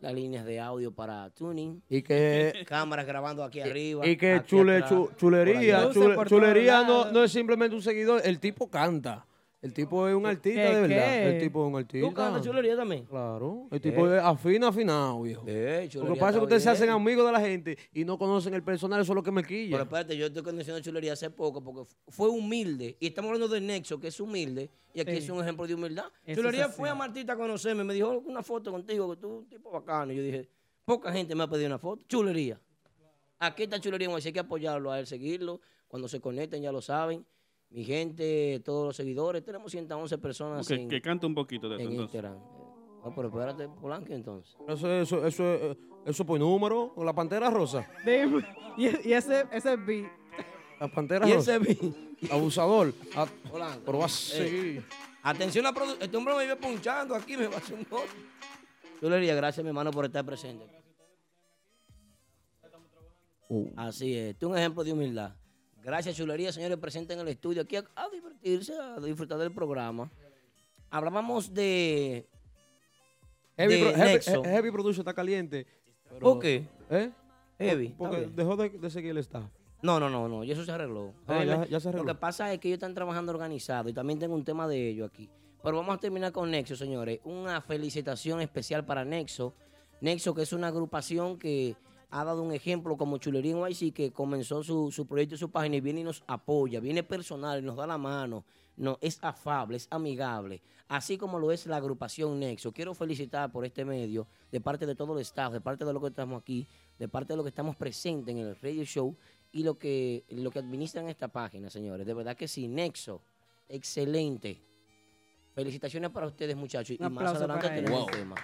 Las líneas de audio para tuning. Y que- Cámaras grabando aquí arriba. Y que aquí chule- atrás, chu- por chulería, allá. chule- chulería no, no es simplemente un seguidor, el tipo canta. El tipo es un artista ¿Qué, de verdad. qué? El tipo es un artista. ¿Tú cantas chulería también? Eh, Claro. El tipo es afina, afinado, viejo. Lo que pasa chulería es que está ustedes se hacen bien. amigos de la gente y no conocen el personal, eso es lo que me quilla. Pero espérate, yo estoy conociendo chulería hace poco porque f- fue humilde. Y estamos hablando del Nexo, que es humilde. Y aquí Sí. es un ejemplo de humildad. Eso chulería es así. fue a Martita a conocerme. Me dijo "Oh, una foto contigo, que tú un tipo bacano. Y yo dije, poca gente me ha pedido una foto. Chulería. Aquí está chulería. Moisés, hay que apoyarlo a él, seguirlo. Cuando se conecten, ya lo saben. Mi gente, todos los seguidores. Tenemos 111 personas Que, en, que cante un poquito de eso, Ah, en entonces. Instagram. No, pero espérate, Polanco, entonces. Eso, eso, eso, eh, eso por número, con la pantera rosa. Dime, Y, y ese, ese beat. La pantera Y rosa. ese Abusador. Ah, Polanco. Pero va así. Eh, atención, la produ- este hombre me vive punchando aquí, me va a hacer un gol. Chulería, gracias, mi hermano, por estar presente. Uh. Así es, este es un ejemplo de humildad. Gracias, chulería, señores, presentes en el estudio aquí a, a divertirse, a disfrutar del programa. Hablábamos de. Heavy, de Pro- Heavy- Nexo. He- Heavy Production está caliente. pero- ¿Por qué? ¿Eh? Heavy, Por- Porque está bien. dejó de, de seguir el staff. No, no, no, no, y eso se arregló. Ah, ya- Jaime, ya se arregló. Lo que pasa es que ellos están trabajando organizado y también tengo un tema de ello aquí. Pero vamos a terminar con Nexo, señores. Una felicitación especial para Nexo. Nexo, que es una agrupación que ha dado un ejemplo como Chulería en YC, que comenzó su, su proyecto y su página y viene y nos apoya, viene personal, nos da la mano, no, es afable, es amigable, así como lo es la agrupación Nexo. Quiero felicitar por este medio, de parte de todo el staff, de parte de lo que estamos aquí, de parte de lo que estamos presentes en el radio show y lo que, lo que administran esta página, señores. De verdad que sí, Nexo, excelente. Felicitaciones para ustedes, muchachos. Un y más aplauso adelante para ellos. tenemos Wow. el tema.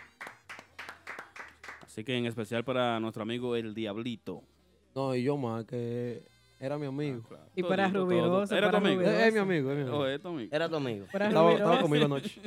Así que en especial para nuestro amigo El Diablito. No, y yo más, que era mi amigo. Y Todito, para Ah, todo. Rubirosa, Era tu para amigo. Rubirosa. Es mi amigo, es mi amigo. Oh, es tu amigo. Era tu amigo. Para Estaba- estaba Rubirosa. conmigo anoche.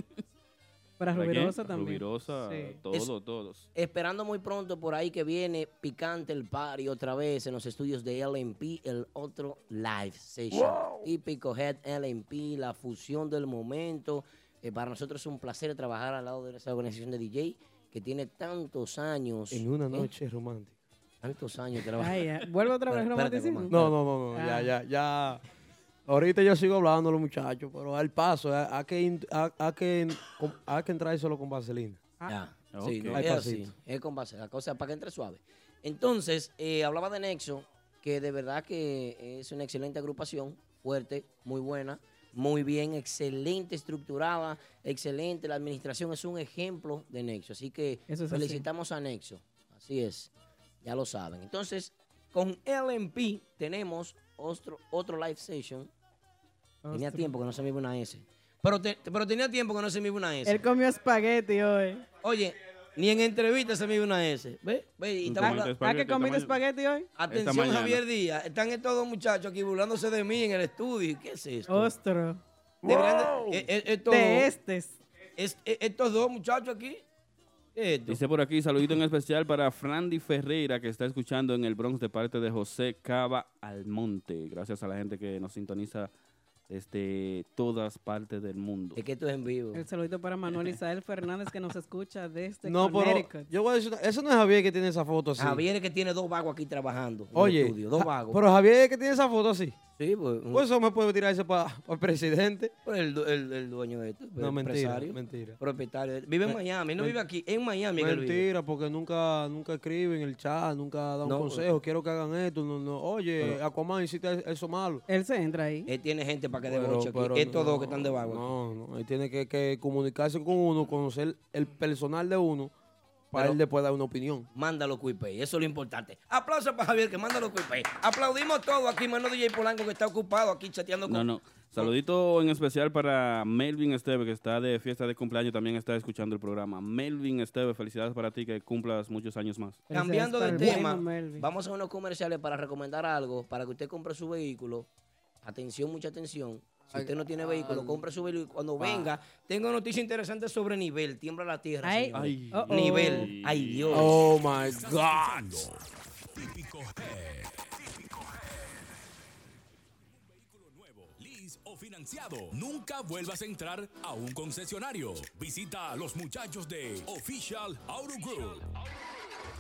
Para ¿Para quién? Rubirosa también. Rubirosa, Sí. todo, Es- todos. Esperando muy pronto por ahí que viene picante el party otra vez en los estudios de LMP, el otro live session. Típico Head LMP, la fusión del momento. Eh, para nosotros es un placer trabajar al lado de esa organización de DJ que tiene tantos años. En una ¿eh? noche romántica. Tantos años trabajando. Ay, ay, vuelve otra vez el Espérate, romanticismo. No, no, no, no, ya, Ah. ya, ya. Ahorita yo sigo hablando a los muchachos, pero al paso, eh, hay hay que, in- hay hay que, in- con- hay que entrárselo con vaselina. Ya. Ah, Sí, ok. no, Ay, es así. pasito. Es con base. La cosa para que entre suave. Entonces, eh, hablaba de Nexo, que de verdad que es una excelente agrupación, fuerte, muy buena, muy bien, excelente estructurada, excelente. La administración es un ejemplo de Nexo. Así que Eso es así. felicitamos a Nexo. Así es, ya lo saben. Entonces, con LMP tenemos otro, otro live session. Tenía Ostras. tiempo que no se me iba una S. Pero, te- pero tenía tiempo que no se me iba una S. Él comió espagueti hoy. Oye, ni en entrevista se me iba una S. ¿Ve? ¿Ve? Y estamos- ¿Verdad que comiste espagueti hoy? Atención, Javier Díaz. Están estos dos muchachos aquí burlándose de mí en el estudio. ¿Qué es esto? Ostro. Deberían de- eh, eh, estos- De estes. es- eh, estos dos muchachos aquí. Dice por aquí, saludito en especial para Frandy Ferreira, que está escuchando en el Bronx de parte de José Cava Almonte. Gracias a la gente que nos sintoniza desde todas partes del mundo. Es que esto es en vivo. El saludito para Manuel Isael Fernández que nos escucha desde No, pero Connecticut. yo voy a decir, una- eso no es Javier que tiene esa foto así. Javier es que tiene dos vagos aquí trabajando. en el Oye, estudio, dos Ja- vagos. pero Javier es que tiene esa foto así. Sí, pues. Pues eso me puede tirar eso para el presidente. el, du- el- el dueño de esto. No, el mentira, empresario, mentira. Propietario. de- Vive en Me- Miami, no men- vive aquí. En Miami es que él vive. Mentira, porque nunca, nunca escriben en el chat, nunca dan No, consejos. Quiero que hagan esto. No, no. Oye, Pero- Aquaman hiciste eso malo. Él se entra ahí. Él tiene gente para que dé Pero- boche aquí. pero Estos no, dos que están de vago. aquí. No, no. Él tiene que, que comunicarse con uno, conocer el personal de uno, para Pero- él después dar una opinión. Mándalo cuipey, eso es lo importante. Aplausos para Javier que manda los cuipey. Aplaudimos todo aquí, mano DJ Polanco que está ocupado aquí chateando con No, no. Saludito en especial para Melvin Esteve, que está de fiesta de cumpleaños, también está escuchando el programa. Melvin Esteve, felicidades para ti, que cumplas muchos años más. Cambiando de Felicidades para tema, el primo Melvin. vamos a unos comerciales para recomendar algo, para que usted compre su vehículo. Atención, mucha atención. Si usted no tiene vehículo, compre su vehículo. y Cuando Ah. venga, tengo noticias interesantes sobre nivel. Tiembla la tierra, Ay. señores. Ay. Uh-oh. Nivel. Ay, Dios. Oh my God. God. Típico Head. Típico Head. Un vehículo nuevo, lease o financiado. Nunca vuelvas a entrar a un concesionario. Visita a los muchachos de Official Auto Group.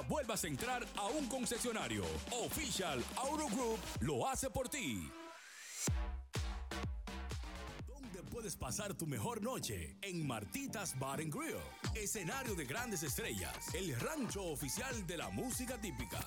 vuelvas a entrar a un concesionario. Official Auto Group lo hace por ti. ¿Dónde puedes pasar tu mejor noche? En Martitas Bar and Grill. Escenario de grandes estrellas. El rancho oficial de la música típica.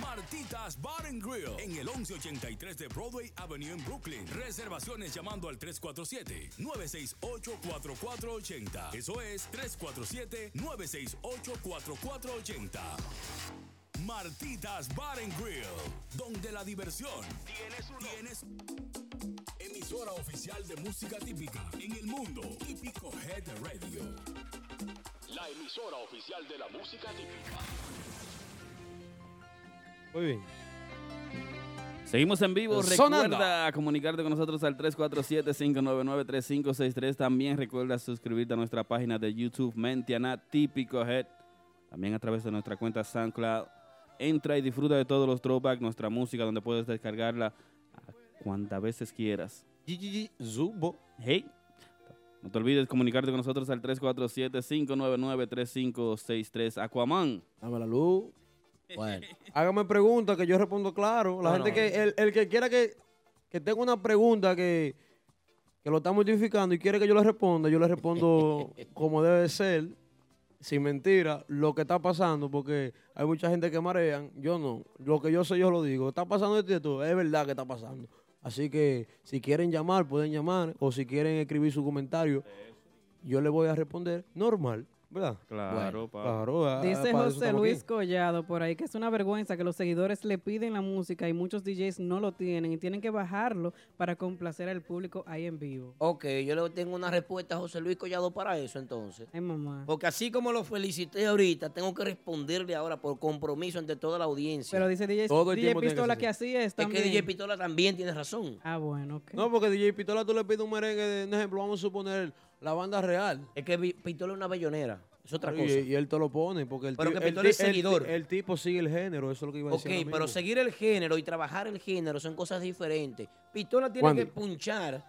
Martitas Bar and Grill en el 1183 de Broadway Avenue en Brooklyn. Reservaciones llamando al 347-968-4480. Eso es 347-968-4480. Martitas Bar and Grill, donde la diversión tienes un tienes emisora oficial de música típica en el mundo. Típico Head Radio. La emisora oficial de la música típica. Muy bien. Seguimos en vivo. Sonando. Recuerda comunicarte con nosotros al 347-599-3563. También recuerda suscribirte a nuestra página de YouTube Mentiana Típico Head. También a través de nuestra cuenta SoundCloud. Entra y disfruta de todos los throwbacks, nuestra música, donde puedes descargarla a cuantas veces quieras. Gigi Zubo. Hey. No te olvides comunicarte con nosotros al 347-599-3563. Aquaman. Dame la luz. Bueno, Hágame preguntas que yo respondo claro. La Bueno. gente que, el, el que quiera que, que tenga una pregunta que, que lo está modificando y quiere que yo le responda, yo le respondo como debe de ser, sin mentira, lo que está pasando, porque hay mucha gente que marean. Yo no. Lo que yo sé, yo lo digo. Está pasando esto y esto. Es verdad que está pasando. Así que si quieren llamar, pueden llamar. O si quieren escribir su comentario, yo le voy a responder normal. ¿Verdad? Claro, Bueno, pa. claro, ah, Dice para eso José estamos aquí. Luis Collado por ahí que es una vergüenza que los seguidores le piden la música y muchos DJs no lo tienen y tienen que bajarlo para complacer al público ahí en vivo. Ok, yo le tengo una respuesta a José Luis Collado para eso entonces. Ay, mamá. Porque así como lo felicité ahorita, tengo que responderle ahora por compromiso ante toda la audiencia. Pero dice DJ, DJ Pistola que, así es Es que también. DJ Pistola también tiene razón. Ah, bueno, ok. No, porque DJ Pistola tú le pides un merengue, de, un ejemplo, vamos a suponer la banda real. Es que Pistola es una bellonera, es otra y, cosa. Y él te lo pone, porque el, Pero ti- que el Pistola es ti- el ti- seguidor. El, tipo sigue el género, eso es lo que iba a Ok, decir. ahora pero mismo. seguir el género y trabajar el género son cosas diferentes. Pistola tiene ¿Cuándo? que punchar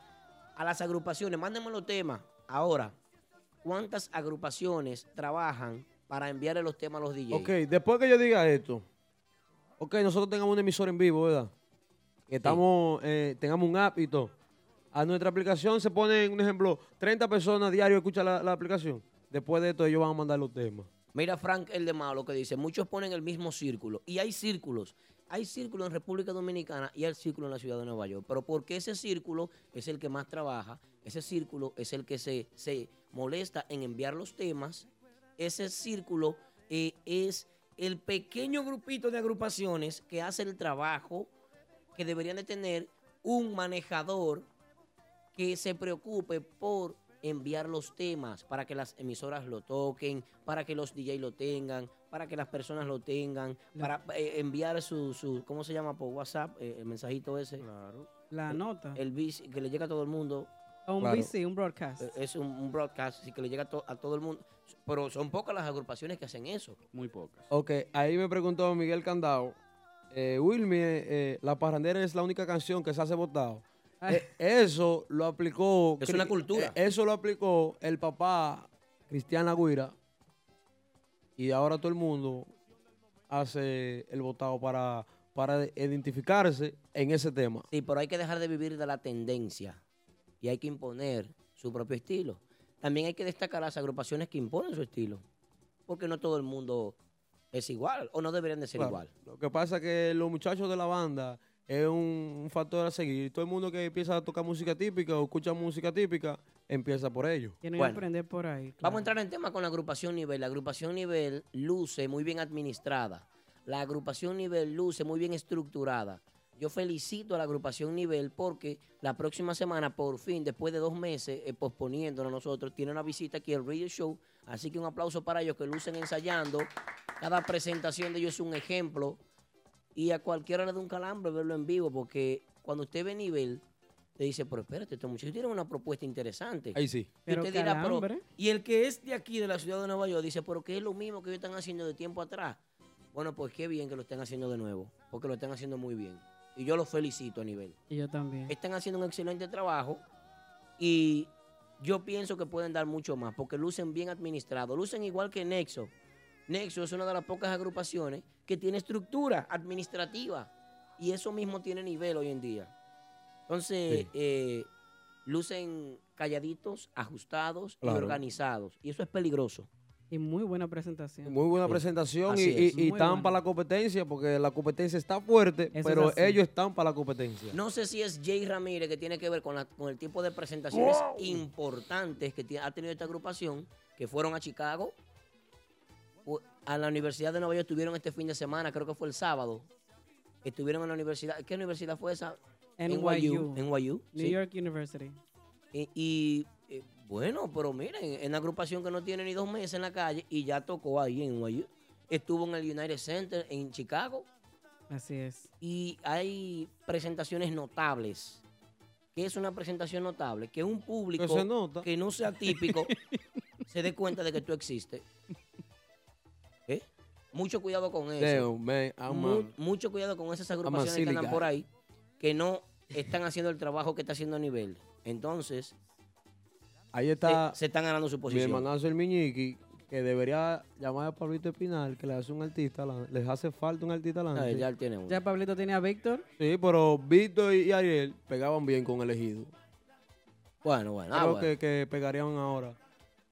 a las agrupaciones. Mándenme los temas. Ahora, ¿cuántas agrupaciones trabajan para enviarle los temas a los DJs? Ok, después que yo diga esto, ok, nosotros tengamos una emisora en vivo, ¿verdad? Que estamos, eh, tengamos un app y todo. A nuestra aplicación se ponen, un ejemplo, 30 personas diario escuchan la, la aplicación. Después de esto ellos van a mandar los temas. Mira Frank el de Malo que dice, muchos ponen el mismo círculo. Y hay círculos. Hay círculos en República Dominicana y hay círculo en la ciudad de Nueva York. Pero porque ese círculo es el que más trabaja, ese círculo es el que se, se molesta en enviar los temas, ese círculo eh, es el pequeño grupito de agrupaciones que hace el trabajo que deberían de tener un manejador que se preocupe por enviar los temas para que las emisoras lo toquen, para que los DJ lo tengan, para que las personas lo tengan, para eh, enviar su, su, ¿cómo se llama? Por WhatsApp, eh, el mensajito ese. Claro. La nota. El bis que le llega a todo el mundo. E, O un Claro. VC, un broadcast. Eh, Es un, un broadcast, así que le llega a, to- a todo el mundo. Pero son pocas las agrupaciones que hacen eso. Muy pocas. Ok, ahí me preguntó Miguel Candao. Eh, Wilmy, eh, eh, La Parrandera es la única canción que se hace votado. Eh, eso lo aplicó. Ah. Es una Cri- cultura. eh, eso lo aplicó el papá Cristian Agüira. Y ahora todo el mundo hace el votado para, para identificarse en ese tema. Sí, pero hay que dejar de vivir de la tendencia y hay que imponer su propio estilo. También hay que destacar las agrupaciones que imponen su estilo, porque no todo el mundo es igual o no deberían de ser Claro. igual. Lo que pasa es que los muchachos de la banda es un, un factor a seguir. Todo el mundo que empieza a tocar música típica o escucha música típica empieza por ellos. Tienen que Bueno. aprender por ahí. Vamos a entrar en tema con la agrupación nivel. La agrupación nivel luce muy bien administrada. La agrupación nivel luce muy bien estructurada. Yo felicito a la agrupación nivel porque la próxima semana, por fin, después de dos meses eh, posponiéndonos nosotros, tiene una visita aquí el Radio Show. Así que un aplauso para ellos que lucen ensayando. Cada presentación de ellos es un ejemplo. Y a cualquiera le da un calambre verlo en vivo porque cuando usted ve nivel, te dice, pero espérate, estos muchachos tienen una propuesta interesante. Ahí sí. Y Pero usted dirá, pero- calambre. y el que es de aquí, de la ciudad de Nueva York, dice, pero que es lo mismo que ellos están haciendo de tiempo atrás. Bueno, pues qué bien que lo estén haciendo de nuevo, porque lo están haciendo muy bien. Y yo los felicito a nivel. Y yo también. Están haciendo un excelente trabajo y yo pienso que pueden dar mucho más, porque lucen bien administrados, lucen igual que Nexo. Nexo es una de las pocas agrupaciones que tiene estructura administrativa y eso mismo tiene nivel hoy en día. Entonces, eh, lucen calladitos, ajustados Claro. y organizados. Y eso es peligroso. Y muy buena presentación. Muy buena presentación y, Así y, es. y Muy están bueno. para la competencia porque la competencia está fuerte, es pero así. ellos están para la competencia. No sé si es Jay Ramírez que tiene que ver con, la- con el tipo de presentaciones importantes que ti- ha tenido esta agrupación, que fueron a Chicago, u- a la Universidad de Nueva York, estuvieron este fin de semana, creo que fue el sábado. Estuvieron en la universidad. ¿Qué universidad fue esa? NYU. NYU. New sí. York University. Y, y, eh, bueno, pero miren, en una agrupación que no tiene ni dos meses en la calle y ya tocó ahí en NYU. Estuvo en el United Center en Chicago Así es. y hay presentaciones notables. ¿Qué es una presentación notable? Que un público Que se nota. que no sea típico se dé cuenta de que tú existes. ¿Eh? Mucho cuidado con eso. Damn, ah, man, I'm Mu- a- mucho cuidado con esas a agrupaciones que silly andan guy. por ahí que no están haciendo el trabajo que está haciendo a nivel. Entonces, Ahí está eh, se, se están ganando su posición. mi hermanazo el Miñiqui, que debería llamar a Pablito Espinal, que le hace un artista, la- les hace falta un artista. Ah, adelante. ya él tiene uno. Ya Pablito tiene a Víctor. Sí, pero Víctor y Ariel pegaban bien con elegido. Bueno, bueno. ah, Creo bueno. que, que pegarían ahora.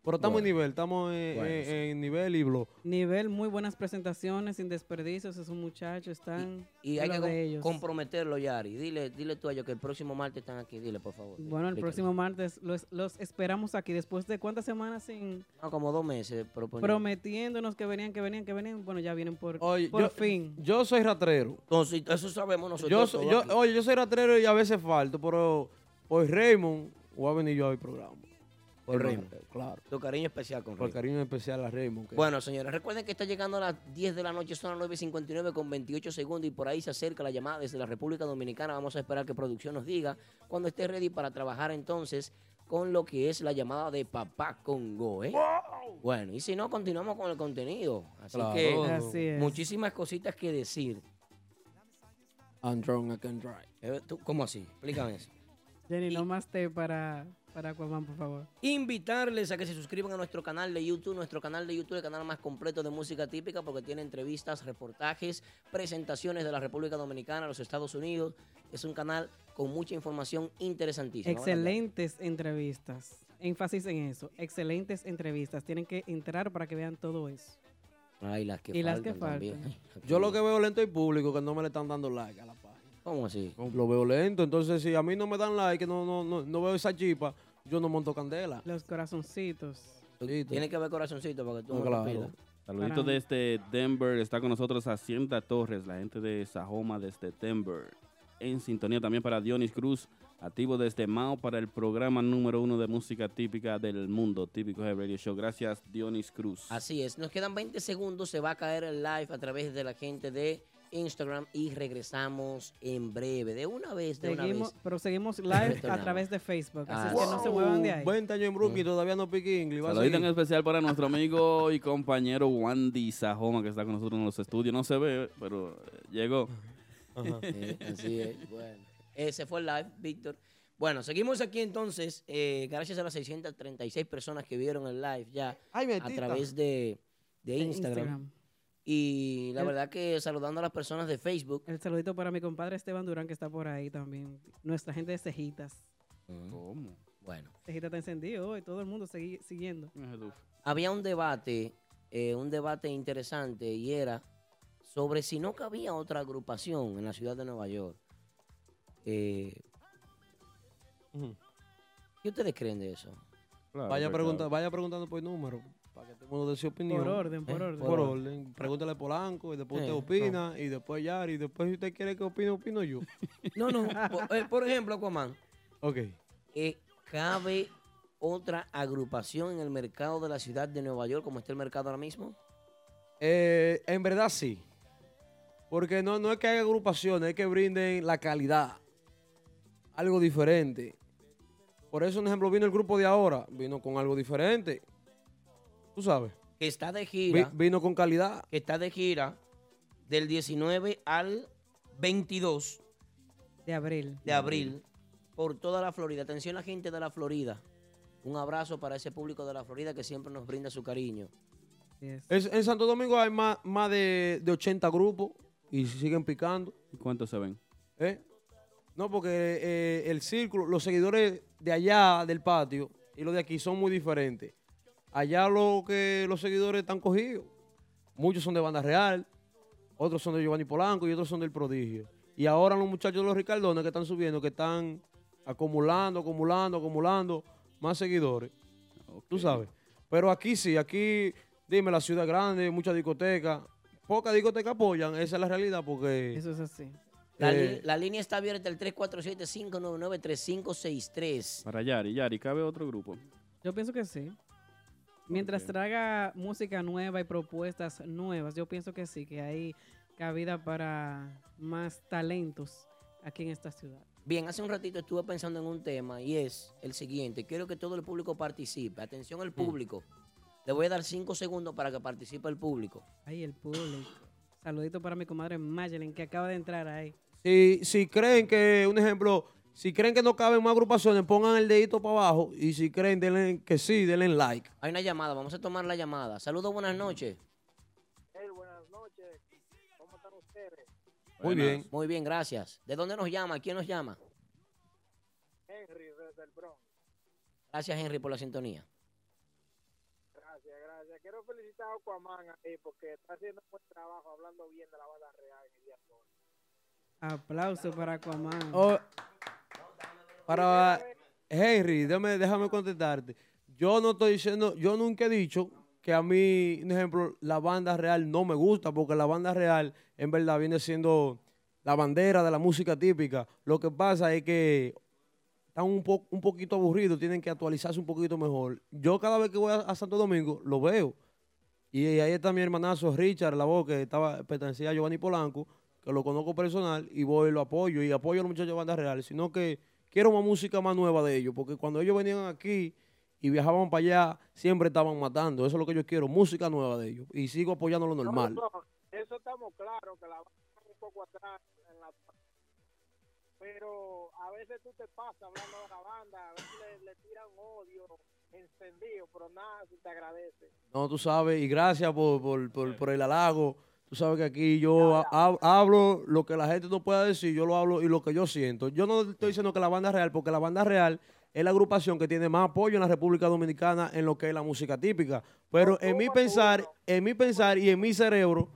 Pero estamos Bueno. en nivel, estamos en, Bueno, en- sí. en nivel y blog. Nivel, muy buenas presentaciones, sin desperdicios, es un muchacho, están... Y hay lo que de com- ellos. comprometerlo, Yari. Dile, dile tú a ellos que el próximo martes están aquí. Dile, por favor. Bueno, el Explícale. próximo martes los, los esperamos aquí. Después de cuántas semanas sin No, como dos meses. proponiendo. prometiéndonos que venían, que venían, que venían. Bueno, ya vienen por, por yo, fin. Yo soy ratrero. Entonces, eso sabemos nosotros. Yo, soy- todos yo- aquí. oye, yo soy ratrero y a veces falto, pero hoy Raymond voy a venir yo al programa. Por El Raymond. ratero, Claro. Tu cariño especial con Por Raymond. cariño especial a Raymond. que- Bueno, señores, recuerden que está llegando a las 10 de la noche, son las 9.59 con 28 segundos y por ahí se acerca la llamada desde la República Dominicana. Vamos a esperar que producción nos diga cuando esté ready para trabajar entonces con lo que es la llamada de Papá Congo. ¿eh? Bueno, y si no, continuamos con el contenido. Así Claro. que Así es. muchísimas cositas que decir. I'm drunk, I can drive. Eh, ¿tú- ¿Cómo así? Explícame eso. Jenny, no más té para, para Aquaman, por favor. Invitarles a que se suscriban a nuestro canal de YouTube, nuestro canal de YouTube, el canal más completo de música típica, porque tiene entrevistas, reportajes, presentaciones de la República Dominicana, los Estados Unidos. Es un canal con mucha información interesantísima. Excelentes entrevistas. Énfasis en eso. Excelentes entrevistas. Tienen que entrar para que vean todo eso. Ah. Ay, las que Y las faltan que también. faltan. Ay, Yo lo que veo lento es el público que no me le están dando like a la página. ¿Cómo así? Lo veo lento, entonces si a mí no me dan like, no, no, no, no veo esa chispa, yo no monto candela. Los corazoncitos. Tiene que haber corazoncito para que tú No, no te claro. pidas. Saludito Para- desde Denver, está con nosotros Hacienda Torres, la gente de Sajoma desde Denver. En sintonía también para Dionis Cruz, activo desde Mao para el programa número uno de música típica del mundo, típico de Radio Show. Gracias, Dionis Cruz. Así es, nos quedan 20 segundos, se va a caer el live a través de la gente de Instagram y regresamos en breve. De una vez, de una Seguimos, vez. pero seguimos live a Retornamos. través de Facebook. Así Ah, que no se muevan de ahí. 20 años en Brooklyn y Mm. todavía no pique inglés. va a Saludito en seguir. especial para nuestro amigo y compañero Wandy Sajoma, que está con nosotros en los estudios. No se ve, pero eh, llegó. Eh, así es. Bueno, ese fue el live, Víctor. Bueno, seguimos aquí entonces. eh, gracias a las 636 personas que vieron el live ya Ay, a Betita. través de, de Instagram. Instagram. Y la El- verdad que saludando a las personas de Facebook. El saludito para mi compadre Esteban Durán, que está por ahí también. Nuestra gente de Cejitas. ¿Cómo? Bueno. Cejitas está encendido hoy, todo el mundo segui- siguiendo. Había un debate, eh, un debate interesante y era sobre si no cabía otra agrupación en la ciudad de Nueva York. Eh, ¿Qué ustedes creen de eso? Vaya, pregunta, vaya preguntando por número, para que todo el mundo dé su opinión. orden, por Eh, orden. Por orden. Pregúntale a Polanco y después Eh, usted opina, y después Yari, y después si usted quiere que opine, opino yo. No, no, por, eh, por ejemplo, Aquaman. Ok. eh, ¿Cabe otra agrupación en el mercado de la ciudad de Nueva York como está el mercado ahora mismo? Eh, en verdad sí. Porque no, no es que haya agrupaciones, es que brinden la calidad. Algo diferente. Por eso, un ejemplo, vino el grupo de ahora, vino con algo diferente. Tú sabes. Que está de Vi- gira, vino con calidad. que está de gira del 19 al 22 De abril. de abril por toda la Florida. Atención la gente de la Florida. Un abrazo para ese público de la Florida que siempre nos brinda su cariño. Es- en Santo Domingo hay más, más de, de 80 grupos y siguen picando. ¿Y cuántos se ven? ¿eh? No, porque eh, el círculo, los seguidores de allá del patio y los de aquí son muy diferentes. Allá lo que los seguidores están cogidos. Muchos son de Banda Real, otros son de Giovanni Polanco y otros son del Prodigio. Y ahora los muchachos de los Ricardones que están subiendo, que están acumulando, acumulando, acumulando más seguidores. Tú sabes. Pero aquí sí, aquí, dime, la ciudad grande, muchas discotecas. Pocas discotecas apoyan, esa es la realidad porque... Eso es así. La, li- la línea está abierta al 347-599-3563. Para Yari, Yari, ¿cabe otro grupo? Yo pienso que sí. Mientras traiga música nueva y propuestas nuevas, yo pienso que sí, que hay cabida para más talentos aquí en esta ciudad. Bien, hace un ratito estuve pensando en un tema y es el siguiente. Quiero que todo el público participe. Atención al público. Le voy a dar cinco segundos para que participe el público. Ahí el público. Saludito para mi comadre Mayelin, que acaba de entrar ahí. Si, si creen que, un ejemplo, si creen que no caben más agrupaciones, pongan el dedito para abajo. Y si creen denle, que sí, denle like. Hay una llamada, vamos a tomar la llamada. Saludos, buenas noches. Muy bien. Muy bien, gracias. ¿De dónde nos llama? ¿Quién nos llama? Henry desde el Bronx. Gracias, Henry, por la sintonía. señores, quiero felicitar a Aquaman ahí porque está haciendo un buen trabajo hablando bien de la banda real en el día de hoy. Aplauso para Aquaman. Oh, para Henry, déjame, déjame contestarte. Yo no estoy diciendo, yo nunca he dicho que a mí, un ejemplo, la banda real no me gusta, porque la banda real en verdad viene siendo la bandera de la música típica. Lo que pasa es que están un, po- un poquito aburridos, tienen que actualizarse un poquito mejor. Yo cada vez que voy a, a Santo Domingo lo veo. Y ahí está mi hermanazo Richard la voz que estaba, pertenecía a Giovanni Polanco, que lo conozco personal y voy y lo apoyo. Y apoyo a los muchachos de bandas reales, sino que quiero una música más nueva de ellos, porque cuando ellos venían aquí y viajaban para allá, siempre estaban matando. Eso es lo que yo quiero, música nueva de ellos. Y sigo apoyando lo normal. No, no, eso estamos claros, que la banda está un poco atrás en la... Pero a veces tú te pasas hablando de la banda, a veces le, le tiran odio encendido, pero nada, si te agradece. No, tú sabes, y gracias por, por, por- por el halago. Tú sabes que aquí yo ha- hab- hablo lo que la gente no pueda decir, yo lo hablo y lo que yo siento. Yo no estoy diciendo que la banda real, porque la banda real es la agrupación que tiene más apoyo en la República Dominicana en lo que es la música típica. Pero en mi pensar, en mi pensar y en mi cerebro,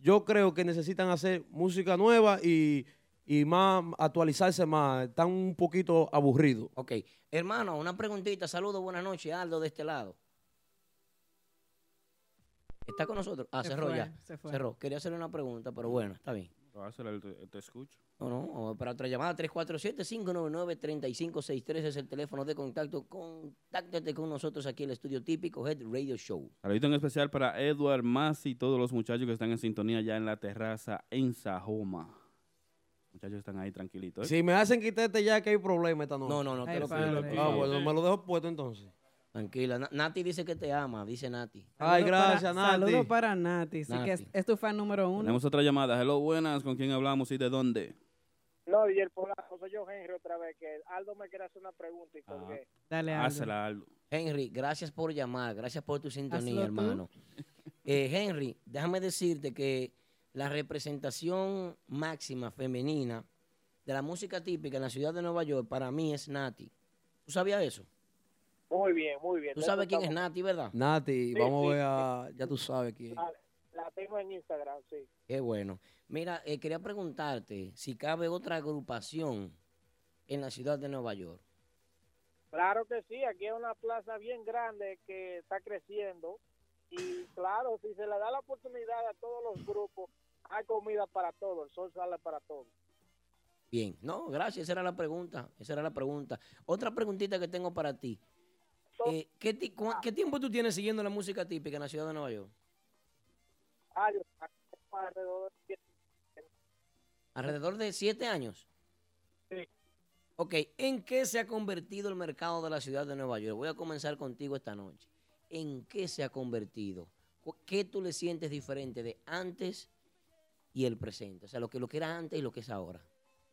yo creo que necesitan hacer música nueva y, y más actualizarse más. Están un poquito aburridos. Ok. Hermano, una preguntita. Saludos, buenas noches, Aldo, de este lado. ¿Está con nosotros? Ah, Se cerró fue, ya. se fue. Cerró. Quería hacerle una pregunta, pero bueno, está bien. te, te escucho. No, no, vamos para otra llamada, 347-599-3563 es el teléfono de contacto. Contáctate con nosotros aquí en el estudio típico Head Radio Show. Saludito en especial para Edward Masi y todos los muchachos que están en sintonía ya en la terraza en Sajoma. Muchachos están ahí tranquilitos. ¿eh? Si me hacen quitarte ya que hay problema esta noche. No, no, no, te Ay, lo padre. pido. te lo Ah, pido. bueno, me lo dejo puesto entonces. Tranquila, Na- Nati dice que te ama, dice Nati. Ay, Saludos para- gracias, Nati. Saludos para Nati, sí, que es, Nati. es tu fan número uno. Tenemos otra llamada. Hello, buenas. ¿Con quién hablamos y de dónde? No, y el polaco, soy yo Henry otra vez, que Aldo me quiere hacer una pregunta y colgué. Dale, Aldo. Hazla, Aldo. Henry, gracias por llamar, gracias por tu sintonía, Hazlo tú. hermano. Eh, Henry, déjame decirte que la representación máxima femenina de la música típica en la ciudad de Nueva York para mí es Nati. ¿Tú sabías eso? Muy bien, muy bien. ¿Tú de sabes eso quién es estamos- Nati, verdad? Ah, Nati, Sí, vamos sí, a ver a. Ya tú sabes quién. La, la tengo en Instagram, sí. Qué bueno. Mira, eh, quería preguntarte si cabe otra agrupación en la ciudad de Nueva York. Claro que sí, aquí es una plaza bien grande que está creciendo y claro, si se le da la oportunidad a todos los grupos, hay comida para todos, el sol sale para todos. Bien. No, gracias. Esa era la pregunta. Esa era la pregunta. Otra preguntita que tengo para ti. Eh, ¿qué, ti- cua- qué tiempo tú tienes siguiendo la música típica en la ciudad de Nueva York? Hay alrededor de- Alrededor de siete años. Sí. Ok, ¿en qué se ha convertido el mercado de la ciudad de Nueva York? Voy a comenzar contigo esta noche. ¿En qué se ha convertido? Cu- ¿Qué tú le sientes diferente de antes y el presente? O sea, lo que, lo que era antes y lo que es ahora.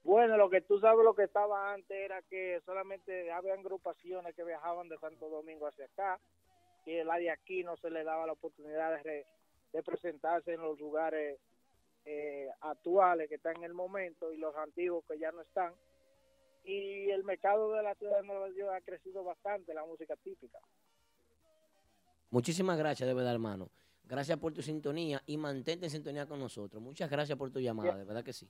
Bueno, lo que tú sabes, lo que estaba antes era que solamente había agrupaciones que viajaban de Santo Domingo hacia acá, que la de aquí no se le daba la oportunidad de, re- de presentarse en los lugares eh, actuales que están en el momento y los antiguos que ya no están. Y el mercado de la ciudad de Nueva York ha crecido bastante, la música típica. Muchísimas gracias, de verdad, hermano. Gracias por tu sintonía y mantente en sintonía con nosotros. Muchas gracias por tu llamada, de verdad que sí.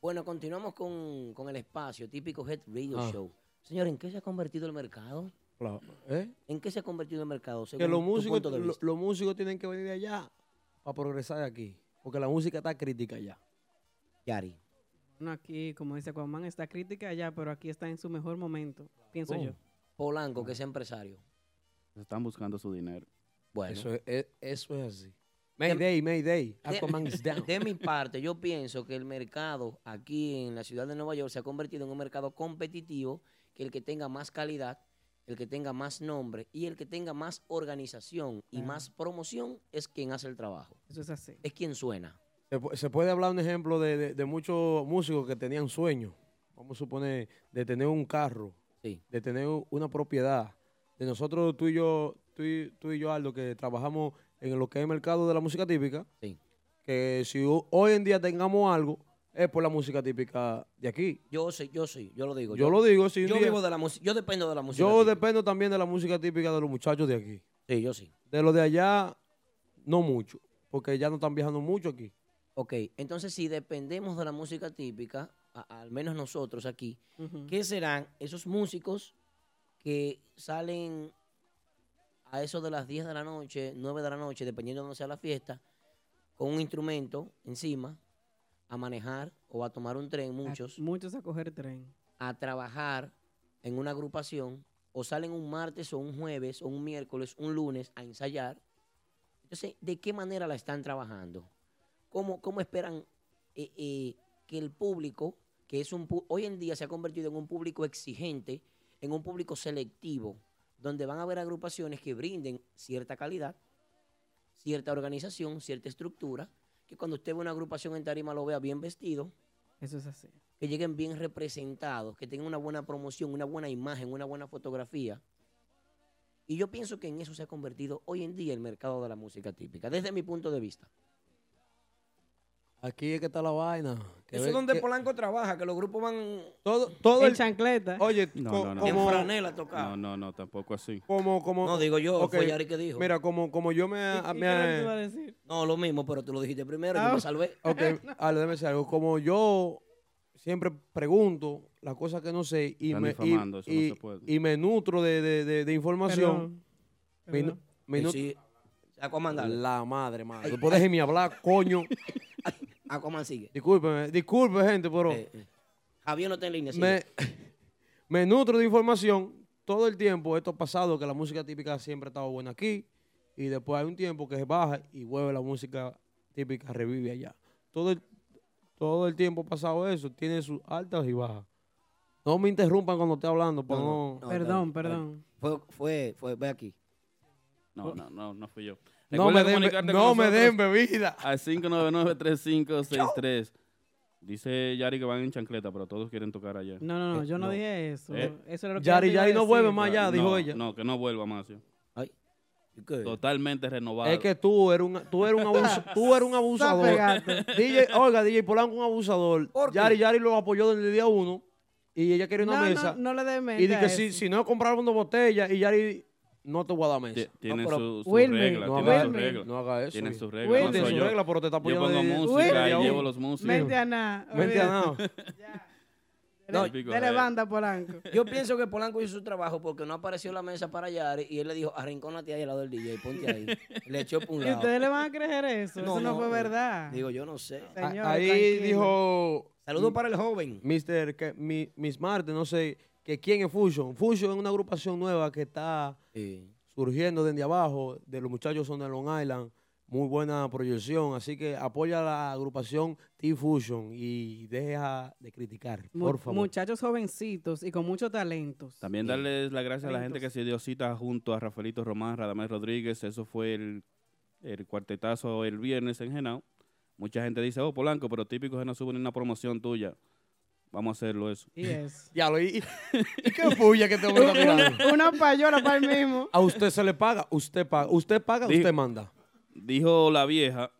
Bueno, continuamos con, con el espacio típico Head Radio Ah. Show. Señor, ¿en qué se ha convertido el mercado? Claro. ¿Eh? ¿En qué se ha convertido el mercado? Que según los tu músicos, punto de lo- vista? los músicos tienen que venir de allá para progresar de aquí. Porque la música está crítica ya. Yari. Bueno, aquí, como dice Aquaman, está crítica allá, pero aquí está en su mejor momento, pienso Oh, yo. Polanco, que es empresario. Están buscando su dinero. Bueno, Eso es, es- eso es así. Mayday, Mayday. de- Aquaman is down. de mi parte, yo pienso que el mercado aquí en la ciudad de Nueva York se ha convertido en un mercado competitivo, que el que tenga más calidad, el que tenga más nombre y el que tenga más organización y Ah. Claro. más promoción es quien hace el trabajo, Eso es así. es quien suena. Se, pu- se puede hablar un ejemplo de, de- de muchos músicos que tenían sueños. Vamos a suponer, de tener un carro, Sí. de tener u- una propiedad. De nosotros, tú y yo, tú y, tú y yo, Aldo, que trabajamos en lo que es el mercado de la música típica. Sí. que si ho- hoy en día tengamos algo, es por la música típica de aquí. Yo sé, yo sí, yo lo digo. Yo lo digo, sí, un Yo día- vivo de la música, yo dependo de la música. Yo dependo también de la música típica de los muchachos de aquí. Sí, yo sí. De los de allá, no mucho, porque ya no están viajando mucho aquí. Ok, entonces si dependemos de la música típica, a- al menos nosotros aquí, Ujú. ¿qué serán esos músicos que salen a eso de las 10 de la noche, 9 de la noche, dependiendo de dónde sea la fiesta, con un instrumento encima, a manejar o a tomar un tren, muchos? Muchos a coger tren. a trabajar en una agrupación o salen un martes o un jueves o un miércoles, un lunes a ensayar. Entonces, ¿de qué manera la están trabajando? ¿Cómo, cómo esperan eh, eh, que el público, que es un pu- hoy en día se ha convertido en un público exigente, en un público selectivo, donde van a haber agrupaciones que brinden cierta calidad, cierta organización, cierta estructura, que cuando usted ve una agrupación en tarima lo vea bien vestido, Eso es así. que lleguen bien representados, que tengan una buena promoción, una buena imagen, una buena fotografía. Y yo pienso que en eso se ha convertido hoy en día el mercado de la música típica, desde mi punto de vista. Aquí es que está la vaina. que Eso ve- es donde que Polanco trabaja, que los grupos van todo, todo En el- chancleta. Oye, No, co- no, no. como, en franela tocado. No, no, no, tampoco así. como, como- No, digo yo, ok, fue Yari que dijo. Mira, como, como yo me... ¿Y- y me- qué era lo que iba a decir? No, lo mismo, pero tú lo dijiste primero, Ah. yo me salvé. Ok, Ale, déjame decir algo. Como yo siempre pregunto las cosas que no sé y, Están me, y, difamando, eso no y- se puede. y me nutro de, de- de- de información. Eh, Me nu- Perdón. me nu- Sí, Aquaman, dale. La madre, madre. Después déjeme hablar, coño. Aquaman sigue. Discúlpeme, disculpe, gente, pero Eh, eh. Javier no está en línea, sigue. me, me nutro de información todo el tiempo. Esto ha pasado que la música típica siempre ha estado buena aquí y después hay un tiempo que se baja y vuelve la música típica, revive allá. Todo el, todo el tiempo ha pasado eso, tiene sus altas y bajas. No me interrumpan cuando esté hablando, pues no. No, Perdón, está bien. perdón. Fue, fue, Eh, fue, ve aquí. No, no, no, no fui yo. No, Recuerda me, den, be- comunicarte con no me nosotros den bebida. Al 599-3563. Dice Yari que van en chancleta, pero todos quieren tocar allá. No, no, no, yo no, no. dije eso. Eh. Eso era lo que yo Yari, te iba a Yari no decir. vuelve más allá, No, dijo ella. No, que no vuelva más. yo. Ay, ¿y qué? Totalmente renovado. Es que tú eres un, tú eres un, abuso- tú eres un abusador. pegando. DJ, oiga, DJ Polanco un abusador. ¿Por qué? Yari Yari lo apoyó desde el día uno y ella quería No, una no, mesa. no le dé mente y dije, a si, eso. si no compraron una botella y Yari, no te voy a dar mesa. Tie- Tienen pero su, su Wilmer, regla, No tienen haga, su Wilmer. regla. no haga eso. Tienen viejo. sus reglas. Wilmer. no soy Tiene yo. su regla, pero te está Yo apoyando. pongo desde- música Wilmer. y llevo los músicos. Mente a nada. Mente a nada. No, Dele, dele eh. banda, Polanco. Yo pienso que Polanco hizo su trabajo porque no apareció la mesa para Yari y él le dijo, arrincónate ahí al lado del DJ, ponte ahí. le echó por un ¿Y lado. ustedes le van a creer eso? eso no, fue eh, verdad. Digo, yo no sé. A- Señores, Ah, Ahí tranquilos. dijo Saludos para el joven. Mr. que- mi- Miss Marte, no sé, que quién es Fusion. Fusion es una agrupación nueva que está Sí. surgiendo desde abajo, de los muchachos son de Long Island, muy buena proyección, así que apoya a la agrupación T-Fusion y deja de criticar, Mu- por favor. Muchachos jovencitos y con muchos talentos. También darles las gracias a la gente que Talentos. se dio cita junto a Rafaelito Román, Radamés Rodríguez. Eso fue el, el cuartetazo el viernes en Genao. Mucha gente dice, oh, Polanco, pero típico que no suben una promoción tuya. Vamos a hacerlo eso. Y eso. Ya lo y, y qué puya que te voy a mirar. una, una payola para el mismo. A usted se le paga, usted paga, usted paga, Di- usted manda. Dijo la vieja,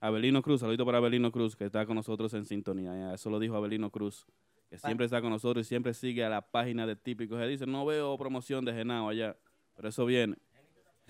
Abelino Cruz, saludito para Abelino Cruz, que está con nosotros en sintonía. ya, Eso lo dijo Abelino Cruz, que siempre está con nosotros y siempre sigue a la página de típicos. Él dice, no veo promoción de Genao allá, pero eso viene.